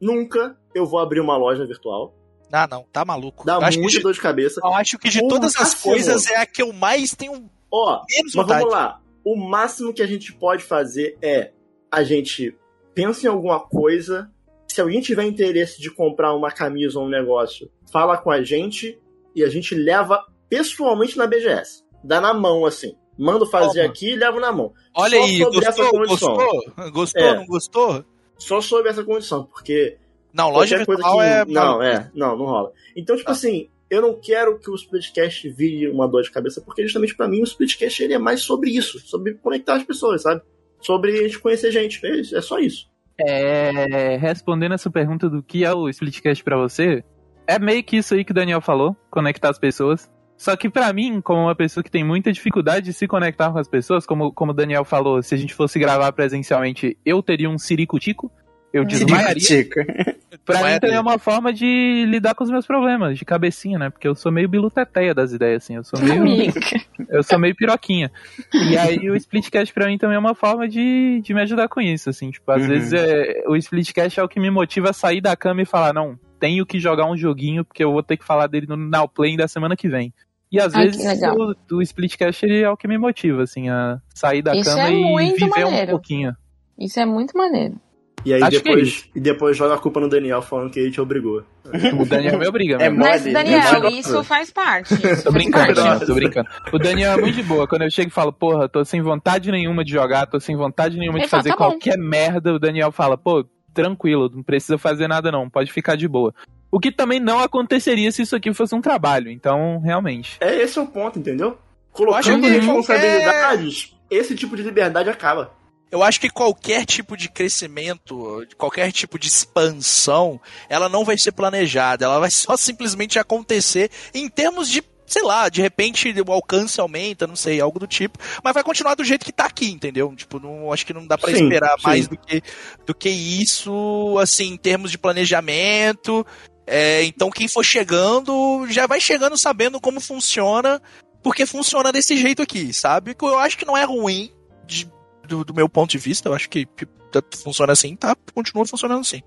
nunca eu vou abrir uma loja virtual.
Ah, não, tá maluco.
Dá
Eu acho, que
muita
de,
dor de cabeça.
eu acho que de
Porra,
todas as
senhor.
coisas é a que eu mais tenho
Ó, Mas
menos vontade.
vamos lá. O máximo que a gente pode fazer é a gente pensa em alguma coisa. Se alguém tiver interesse de comprar uma camisa ou um negócio, fala com a gente e a gente leva pessoalmente na BGS. Dá na mão, assim. Mando fazer
Toma.
aqui e levo na mão.
Olha
Só
aí,
sobre
gostou,
essa condição.
gostou? Gostou,
É.
não gostou?
Só sob essa condição, porque
Não, loja
Qualquer coisa
virtual
que-
é.
Não, é. Não, não rola. Então,
Tá.
tipo assim, eu não quero que o Splitcast vire uma dor de cabeça, porque justamente pra mim o Splitcast ele é mais sobre isso. Sobre conectar as pessoas, sabe? Sobre a gente conhecer gente. É, isso, é só isso.
É, respondendo essa pergunta do que é o Splitcast pra você, é meio que isso aí que o Daniel falou, conectar as pessoas. Só que pra mim, como uma pessoa que tem muita dificuldade de se conectar com as pessoas, como, como o Daniel falou, se a gente fosse gravar presencialmente, eu teria um siricutico, eu desmaiaria.
Tica.
Pra mim
Desmaiaria.
também é uma forma de lidar com os meus problemas, de cabecinha, né? Porque eu sou meio biluteteia das ideias, assim. Eu sou meio,
Amiga.
eu sou meio piroquinha. E aí o Splitcast pra mim também é uma forma de, de me ajudar com isso, assim. Tipo, às
Uhum.
vezes é, o Splitcast é o que me motiva a sair da cama e falar, não, tenho que jogar um joguinho porque eu vou ter que falar dele no Now Play da semana que vem. E às
Ai, que
vezes
legal.
o, o Splitcast ele é o que me motiva, assim, a sair da
Isso
cama
é
e
muito
viver um
maneiro.
pouquinho.
Isso é muito maneiro.
E aí
Acho que é
depois,
isso.
e depois joga a culpa no Daniel falando que ele te obrigou.
O Daniel me obriga,
É
mesmo.
Mole,
Mas, Daniel,
mole.
isso faz parte. Isso faz
Tô brincando,
parte. é
Daniel, tô brincando. O Daniel é muito de boa. Quando eu chego e falo, porra, tô sem vontade nenhuma de jogar, tô sem vontade nenhuma de
Ele fala,
fazer
"Tá bom."
qualquer merda, o Daniel fala, pô, tranquilo, não precisa fazer nada não, pode ficar de boa. O que também não aconteceria se isso aqui fosse um trabalho, então, realmente.
É esse é o ponto, entendeu?
acho
Colocando
é
que
responsabilidades, esse tipo de liberdade acaba.
Eu acho que qualquer tipo de crescimento, qualquer tipo de expansão, ela não vai ser planejada, ela vai só simplesmente acontecer em termos de, sei lá, de repente o alcance aumenta, não sei, algo do tipo, mas vai continuar do jeito que tá aqui, entendeu? Tipo, não, acho que não dá pra
Sim,
esperar
sim.
mais do que, do que isso, assim, em termos de planejamento. É, então quem for chegando já vai chegando sabendo como funciona, porque funciona desse jeito aqui, sabe? Eu acho que não é ruim de- do, do meu ponto de vista, eu acho que p- tá- funciona assim, tá? Continua funcionando assim.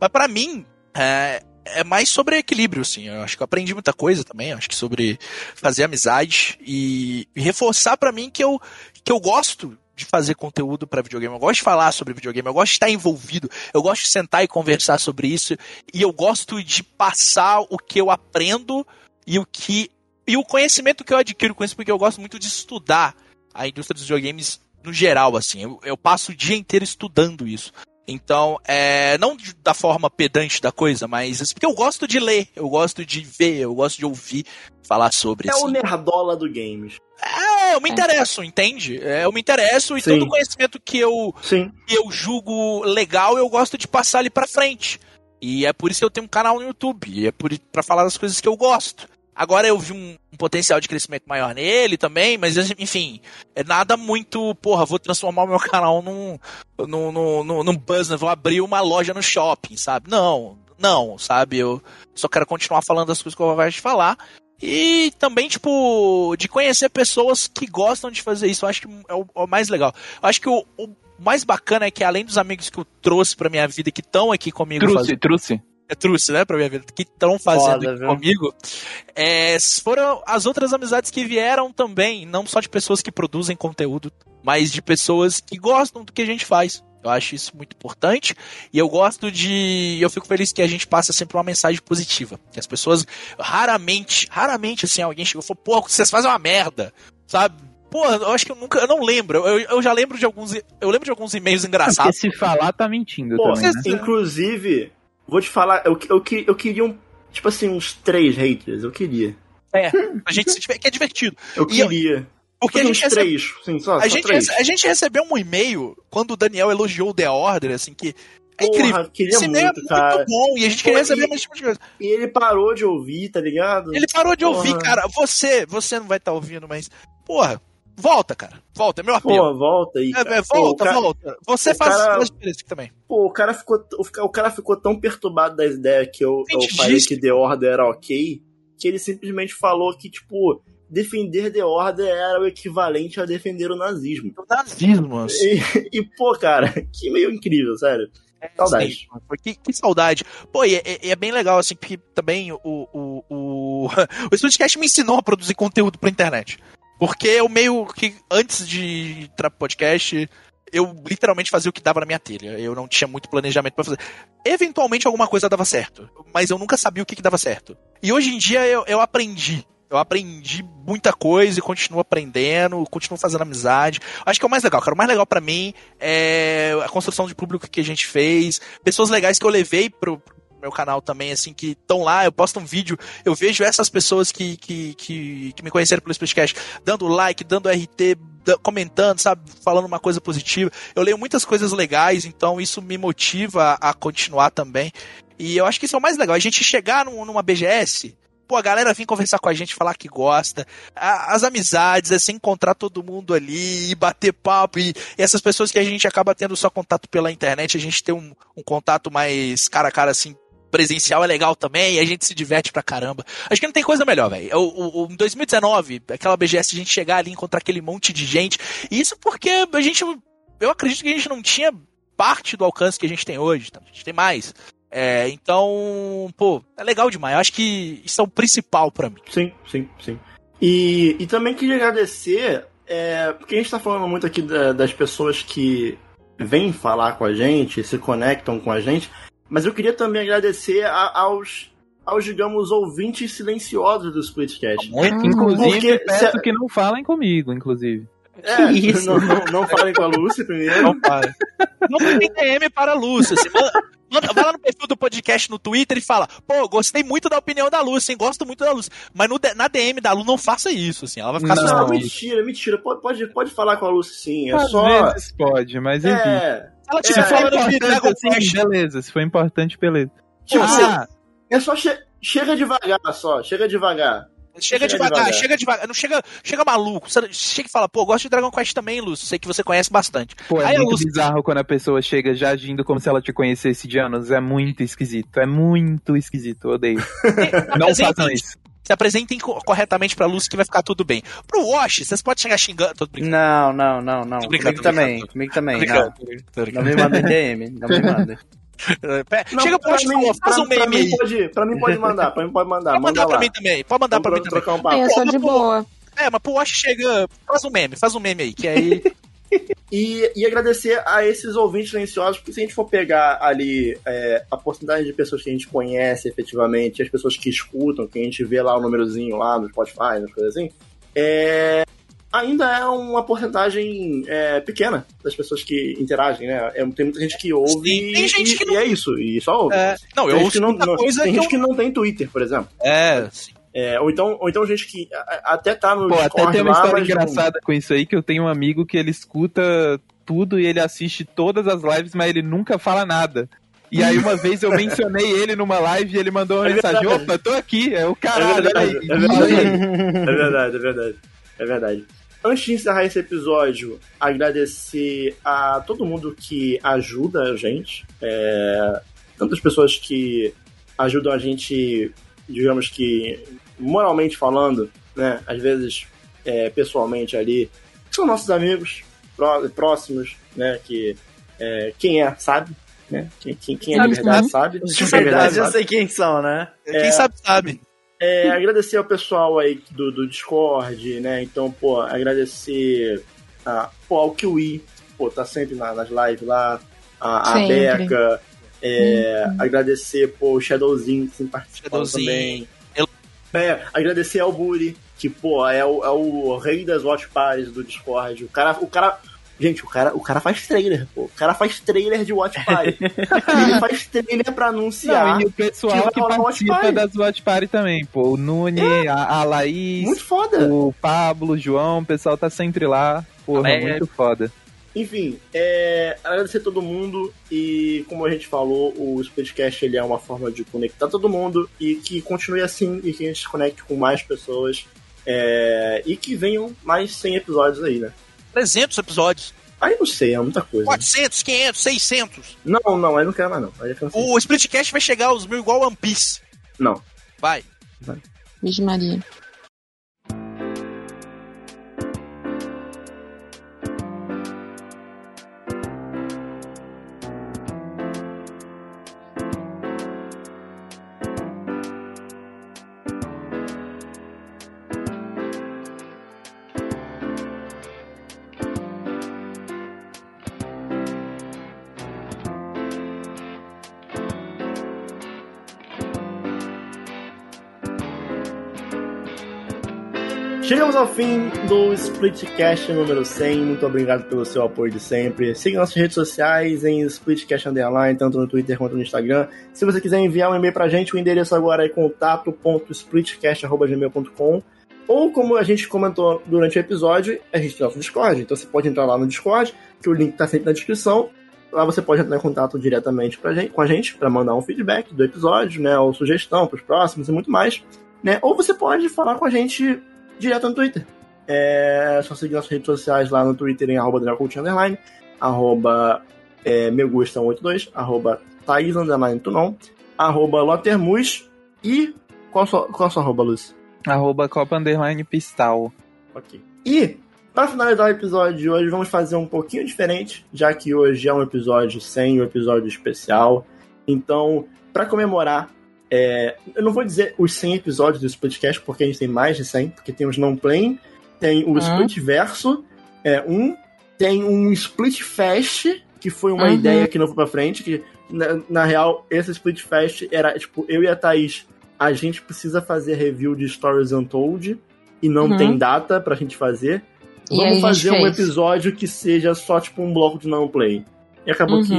Mas pra mim, é, é mais sobre equilíbrio, assim. Eu acho que eu aprendi muita coisa também, eu acho que sobre fazer amizade e, e reforçar pra mim que eu, que eu gosto de fazer conteúdo pra videogame, eu gosto de falar sobre videogame, eu gosto de estar envolvido, eu gosto de sentar e conversar sobre isso, e eu gosto de passar o que eu aprendo e o que e o conhecimento que eu adquiro com isso, porque eu gosto muito de estudar a indústria dos videogames no geral, assim. Eu, eu passo o dia inteiro estudando isso. Então, é, não de- da forma pedante da coisa, mas assim, porque eu gosto de ler, eu gosto de ver, eu gosto de ouvir falar sobre
É
assim.
o nerdola do games.
É, eu me interesso, entende? É, eu me interesso e
Sim.
todo conhecimento que eu,
Sim.
que eu julgo legal, eu gosto de passar ali pra frente. E é por isso que eu tenho um canal no YouTube, e é por para falar das coisas que eu gosto. Agora eu vi um, um potencial de crescimento maior nele também, mas enfim, é nada muito, porra, vou transformar o meu canal num num, num, num, num buzz, né? vou abrir uma loja no shopping, sabe? Não, não, sabe? Eu só quero continuar falando das coisas que eu vou te falar. E também, tipo, de conhecer pessoas que gostam de fazer isso. Eu acho que é o, é o mais legal. Eu acho que o, o mais bacana é que, além dos amigos que eu trouxe pra minha vida, que estão aqui comigo
Truce,
fazendo
truce.
é truce, né, pra minha vida, que estão fazendo
Foda,
aqui
viu?
comigo, é, foram as outras amizades que vieram também, não só de pessoas que produzem conteúdo, mas de pessoas que gostam do que a gente faz. Eu acho isso muito importante e eu gosto de. Eu fico feliz que a gente passa sempre uma mensagem positiva. Que as pessoas raramente, raramente assim, alguém chegou e falou: Pô, vocês fazem uma merda, sabe? Pô, eu acho que eu nunca. Eu não lembro. Eu, eu já lembro de alguns. Eu lembro de alguns e-mails engraçados.
Porque se falar, tá mentindo
Pô,
também, né?
vocês-
Inclusive, vou te falar, eu, eu, que- eu queria um. Tipo assim, uns três haters, eu queria.
A gente se tiver, que é divertido.
Eu
E eu-
queria.
Porque a
Uns
gente recebe
três, sim, só,
A
só
gente,
três.
rece- a gente recebeu um e-mail quando o Daniel elogiou o The Order, assim, que É incrível.
queria
Esse meio é
muito,
muito
cara.
bom e a gente queria
Pô,
saber
e-
mais tipo de coisa.
E ele parou de ouvir, tá ligado?
Ele parou de ouvir,
Porra.
cara. Você, você não vai estar ouvindo, mas. Porra, volta, cara. Volta, é meu apelo.
Pô, volta aí.
É,
cara.
é,
Pô, o
volta,
cara-
volta. Você
o
faz,
cara-
faz diferença aqui também.
Pô, o cara ficou, o, ca- o cara ficou tão perturbado das ideias que eu, eu
Gente,
falei
diz-
que The Order era ok, que ele simplesmente falou que, tipo, defender The Order era o equivalente a defender o nazismo. assim,
Nazismo.
E, e, pô, cara, que meio incrível, sério. Saudade.
Sim, mano, porque- que saudade. Pô, e é, e é bem legal, assim, porque também o, o, o, o Studcast me ensinou a produzir conteúdo pra internet. Porque eu meio que, antes de entrar pro podcast, eu literalmente fazia o que dava na minha telha. Eu não tinha muito planejamento pra fazer. Eventualmente alguma coisa dava certo, mas eu nunca sabia o que, que dava certo. E hoje em dia eu, eu aprendi. Eu aprendi muita coisa e continuo aprendendo, continuo fazendo amizade. Acho que é o mais legal, cara. O mais legal pra mim é, a construção de público que a gente fez, pessoas legais que eu levei pro, pro meu canal também, assim, que estão lá, eu posto um vídeo, eu vejo essas pessoas que, que, que, que me conheceram pelo Splitcast dando like, dando RT, da- comentando, sabe, falando uma coisa positiva. Eu leio muitas coisas legais, então isso me motiva a continuar também. E eu acho que isso é o mais legal, a gente chegar num- numa BGS. Pô, a galera vir conversar com a gente, falar que gosta, a- as amizades, é se encontrar todo mundo ali, e bater papo, e, e essas pessoas que a gente acaba tendo só contato pela internet, a gente tem um, um contato mais cara a cara, assim, presencial é legal também, e a gente se diverte pra caramba. Acho que não tem coisa melhor, velho. O, o, o- em 2019, aquela BGS, a gente chegar ali e encontrar aquele monte de gente. E isso porque a gente. Eu acredito que a gente não tinha parte do alcance que a gente tem hoje, tá? a gente tem mais. É, então, pô, é legal demais. Eu acho que isso é o principal pra mim.
Sim, sim, sim. E, e também queria agradecer, é, porque a gente tá falando muito aqui da- das pessoas que vêm falar com a gente, se conectam com a gente, mas eu queria também agradecer a- aos, aos, digamos, ouvintes silenciosos do Splitcast.
Hum,
Inclusive,
Porque
peço
se-
que não falem comigo, inclusive.
É,
Que isso?
Não, não, não falem com a Lúcia primeiro.
Não para. Não tem DM para a Lúcia. Você manda- manda- vai lá no perfil do podcast no Twitter e fala: Pô, gostei muito da opinião da Lúcia, hein? Gosto muito da Lúcia. Mas no D- na DM da Lu não faça isso, assim. Ela vai ficar
Não.
Não,
assustada.
mentira, mentira. Pode, pode, pode falar com a Lúcia sim. É
Às
só.
vezes pode, mas enfim.
É,
Se ela
Se
estiver
É,
foi
falando de
importante,
Dragon
assim,
Quest,
beleza. Se foi importante, beleza.
tipo,
ah,
é só che- chega devagar só, chega devagar. chega
chega devagar,
devagar.
chega devagar. Não chega, chega maluco. Você Chega e fala: Pô, gosto de Dragon Quest também, Lúcia. Sei que você conhece bastante.
pô, é
Aí a
muito
Lúcia-
bizarro quando a pessoa chega já agindo como se ela te conhecesse de anos. É muito esquisito. É muito esquisito. Eu odeio. Não
Apresentem-
façam isso.
tipo,
Se apresentem co- corretamente pra Lúcia que vai ficar tudo bem. Pro Wash, vocês podem chegar xingando. Tô brincando.
Não, não, não, não.
Tô
Comigo
brincando, tô
também,
brincando.
comigo também.
Tô
Não,
brincando, tô brincando, tô
não
brincando.
me mandem DM, não me mandem.
Pera,
Não,
Chega pro
pra
Wash e
mim,
fala: Faz
pra-
um meme
pra
aí.
mim pode, pra mim pode mandar, pra mim pode mandar.
Pode
Tá,
mandar
manda
pra
lá.
mim também. Pode mandar
Vamos
pra mim também.
trocar um
Ai,
papo.
Ah, eu sou de boa.
É, mas pro Wash chega. Faz um meme, faz um meme aí. Que aí.
E, e agradecer a esses ouvintes silenciosos, porque se a gente for pegar ali é, a porcentagem de pessoas que a gente conhece efetivamente, as pessoas que escutam, que a gente vê lá o númerozinho lá no Spotify, nas coisas assim, é, ainda é uma porcentagem é, pequena das pessoas que interagem, né? É, tem muita gente que ouve
Sim, tem
e,
gente
e
que
é isso, e só ouve.
é, não,
Tem gente
eu
que
ouço
não,
muita
não-
coisa
tem
que
gente
eu.
que não tem Twitter, por exemplo.
É, sim.
É, ou, então, ou então gente que a- a- até tá no
Pô, até
Discord
tem uma
lá,
história
mas não-
engraçada com isso aí, que eu tenho um amigo que ele escuta tudo e ele assiste todas as lives, mas ele nunca fala nada. E aí uma vez eu mencionei ele numa live e ele mandou uma
É
mensagem,
verdade.
opa, tô aqui, é o
É
caralho,
verdade,
olha
é
aí.
verdade. É verdade, é verdade. É verdade. Antes de encerrar esse episódio, agradecer a todo mundo que ajuda a gente. É, tantas pessoas que ajudam a gente, digamos que moralmente falando, né? Às vezes é, pessoalmente ali. São nossos amigos pró- próximos, né? Que é, quem é sabe, né? Quem, quem- quem é de
Sabe,
verdade sabe.
De verdade, eu sei quem são, né?
Quem sabe, sabe.
É, agradecer ao pessoal aí do, do Discord, né? Então, pô, agradecer a, pô, ao Kiwi, pô, tá sempre na- nas lives lá, a, a
Sempre.
Beca. é, Agradecer, pô, o Shadowzinho que sempre participou
Shadowzinho.
também.
Eu-
É, agradecer ao Buri, que, pô, é o, é o rei das watch parties do Discord. O cara, o cara. Gente, o cara, o cara faz trailer, pô. O cara faz trailer de watch party. Ele faz trailer pra anunciar.
Não, é e o pessoal
que
que
vai rolar Watch
participa
Party.
das Watch Party também, pô. O Nune, a, a Laís,
Muito foda.
o Pablo, o João, o pessoal tá sempre lá. Porra,
É.
muito foda.
Enfim, é, agradecer a todo mundo e, como a gente falou, o Speedcast ele é uma forma de conectar todo mundo e que continue assim e que a gente se conecte com mais pessoas é, e que venham mais 100 episódios aí, né?
300 episódios.
Aí não sei, é muita coisa.
400, 500, 600.
Não, não, aí não quero mais não. Aí eu quero
O Splitcast vai chegar aos mil igual One Piece.
Não.
Vai.
Vixe Maria.
Chegamos ao fim do Splitcast número 100. Muito obrigado pelo seu apoio de sempre. Siga nossas redes sociais em Splitcast Underline, tanto no Twitter quanto no Instagram. Se você quiser enviar um e-mail pra gente, o endereço agora é contato.splitcast.gmail.com ou como a gente comentou durante o episódio, a gente tem nosso Discord. Então você pode entrar lá no Discord, que o link tá sempre na descrição. Lá você pode entrar em contato diretamente pra gente, com a gente para mandar um feedback do episódio, né, ou sugestão pros próximos e muito mais. Né? Ou você pode falar com a gente direto no Twitter. É só seguir nossas redes sociais lá no Twitter em arroba Daniel Coutinho Underline, arroba é, Megusta182, arroba Thaís Underline Tunon, arroba Lotermus e qual a sua, qual a sua arroba, Luz?
Arroba Copa Underline Pistal.
Ok. E, para finalizar o episódio de hoje, vamos fazer um pouquinho diferente, já que hoje é um episódio sem, um episódio especial. Então, para comemorar, é, eu não vou dizer os 100 episódios do Splitcast, porque a gente tem mais de 100, porque tem os não playing, tem o
Hum.
Splitverso, é um, tem um Splitfest, que foi uma
Uhum.
ideia que não foi pra frente, que na, na real, esse Splitfest era, tipo, eu e a Thaís, a gente precisa fazer review de Stories Untold, e não
Uhum.
tem data pra gente fazer,
E aí a
Vamos fazer
gente
um
fez.
episódio que seja só tipo um bloco de não play. E acabou
Uhum.
que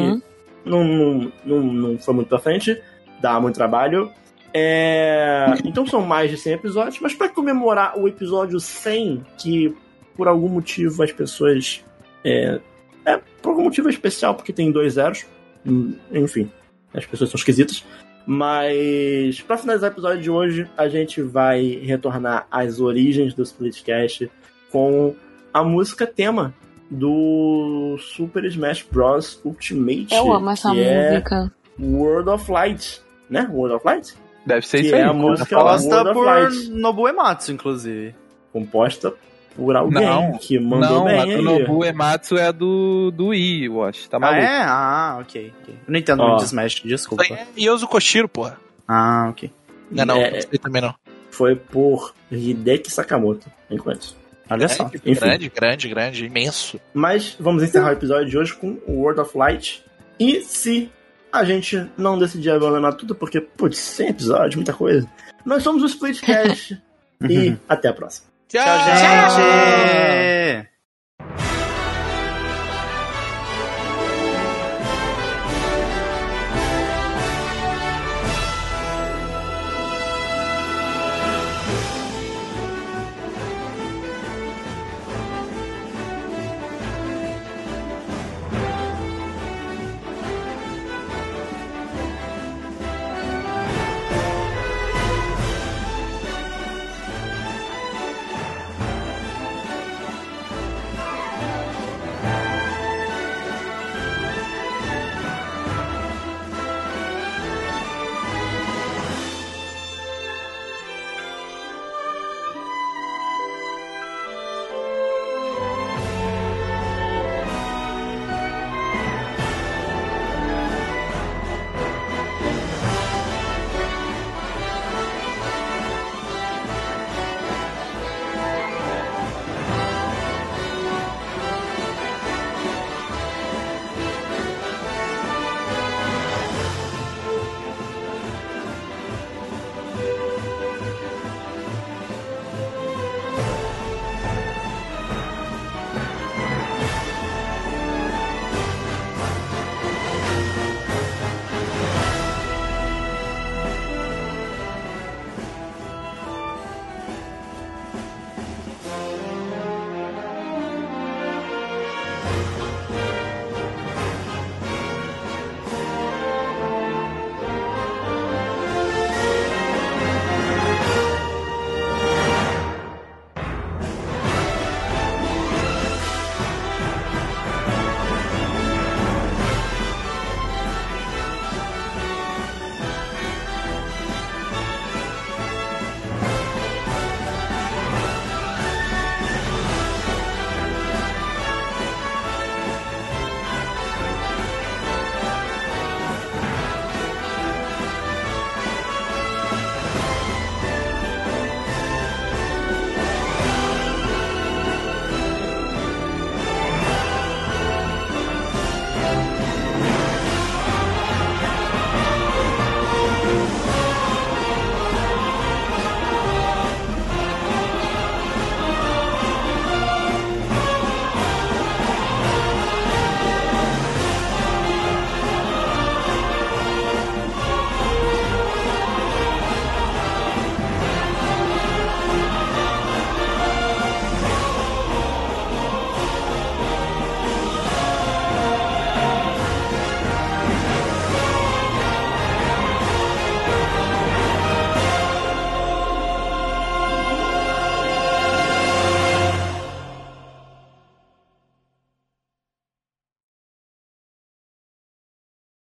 não, não, não, não foi muito pra frente, dá muito trabalho. É, Então são mais de 100 episódios, mas pra comemorar o episódio 100, que por algum motivo as pessoas. É, é, por algum motivo é especial, porque tem dois zeros. Hum, Enfim, as pessoas são esquisitas. Mas, pra finalizar o episódio de hoje, a gente vai retornar às origens do Splitcast com a música tema do Super Smash Bros. Ultimate.
Eu amo essa
que
música.
É World of Light, né? World of Light?
Deve ser
Que
isso aí.
é a
quando
música
fala-
lá. World
Composta
of
por
Light.
Nobuematsu, inclusive.
Composta por alguém
Não,
que mandou
Não,
bem
a do
aí.
Nobu Ematsu é a do, do I, eu acho. Tá
Ah,
maluco?
é? Ah, ok. ok. Eu não entendo
Ó.
muito de Smash, desculpa.
Isso aí é Yoso Koshiro, porra.
Ah, ok.
Não, não,
É.
não sei também não.
Foi por Hideki Sakamoto, enquanto.
É,
Olha só.
Grande,
Enfim.
grande, grande, grande, imenso.
Mas vamos encerrar o episódio de hoje com o World of Light. E se a gente não decidir abandonar tudo, porque, putz, sem episódio, muita coisa. Nós somos o Splitcast. e até a próxima.
Tchau,
Tchau,
gente!
gente!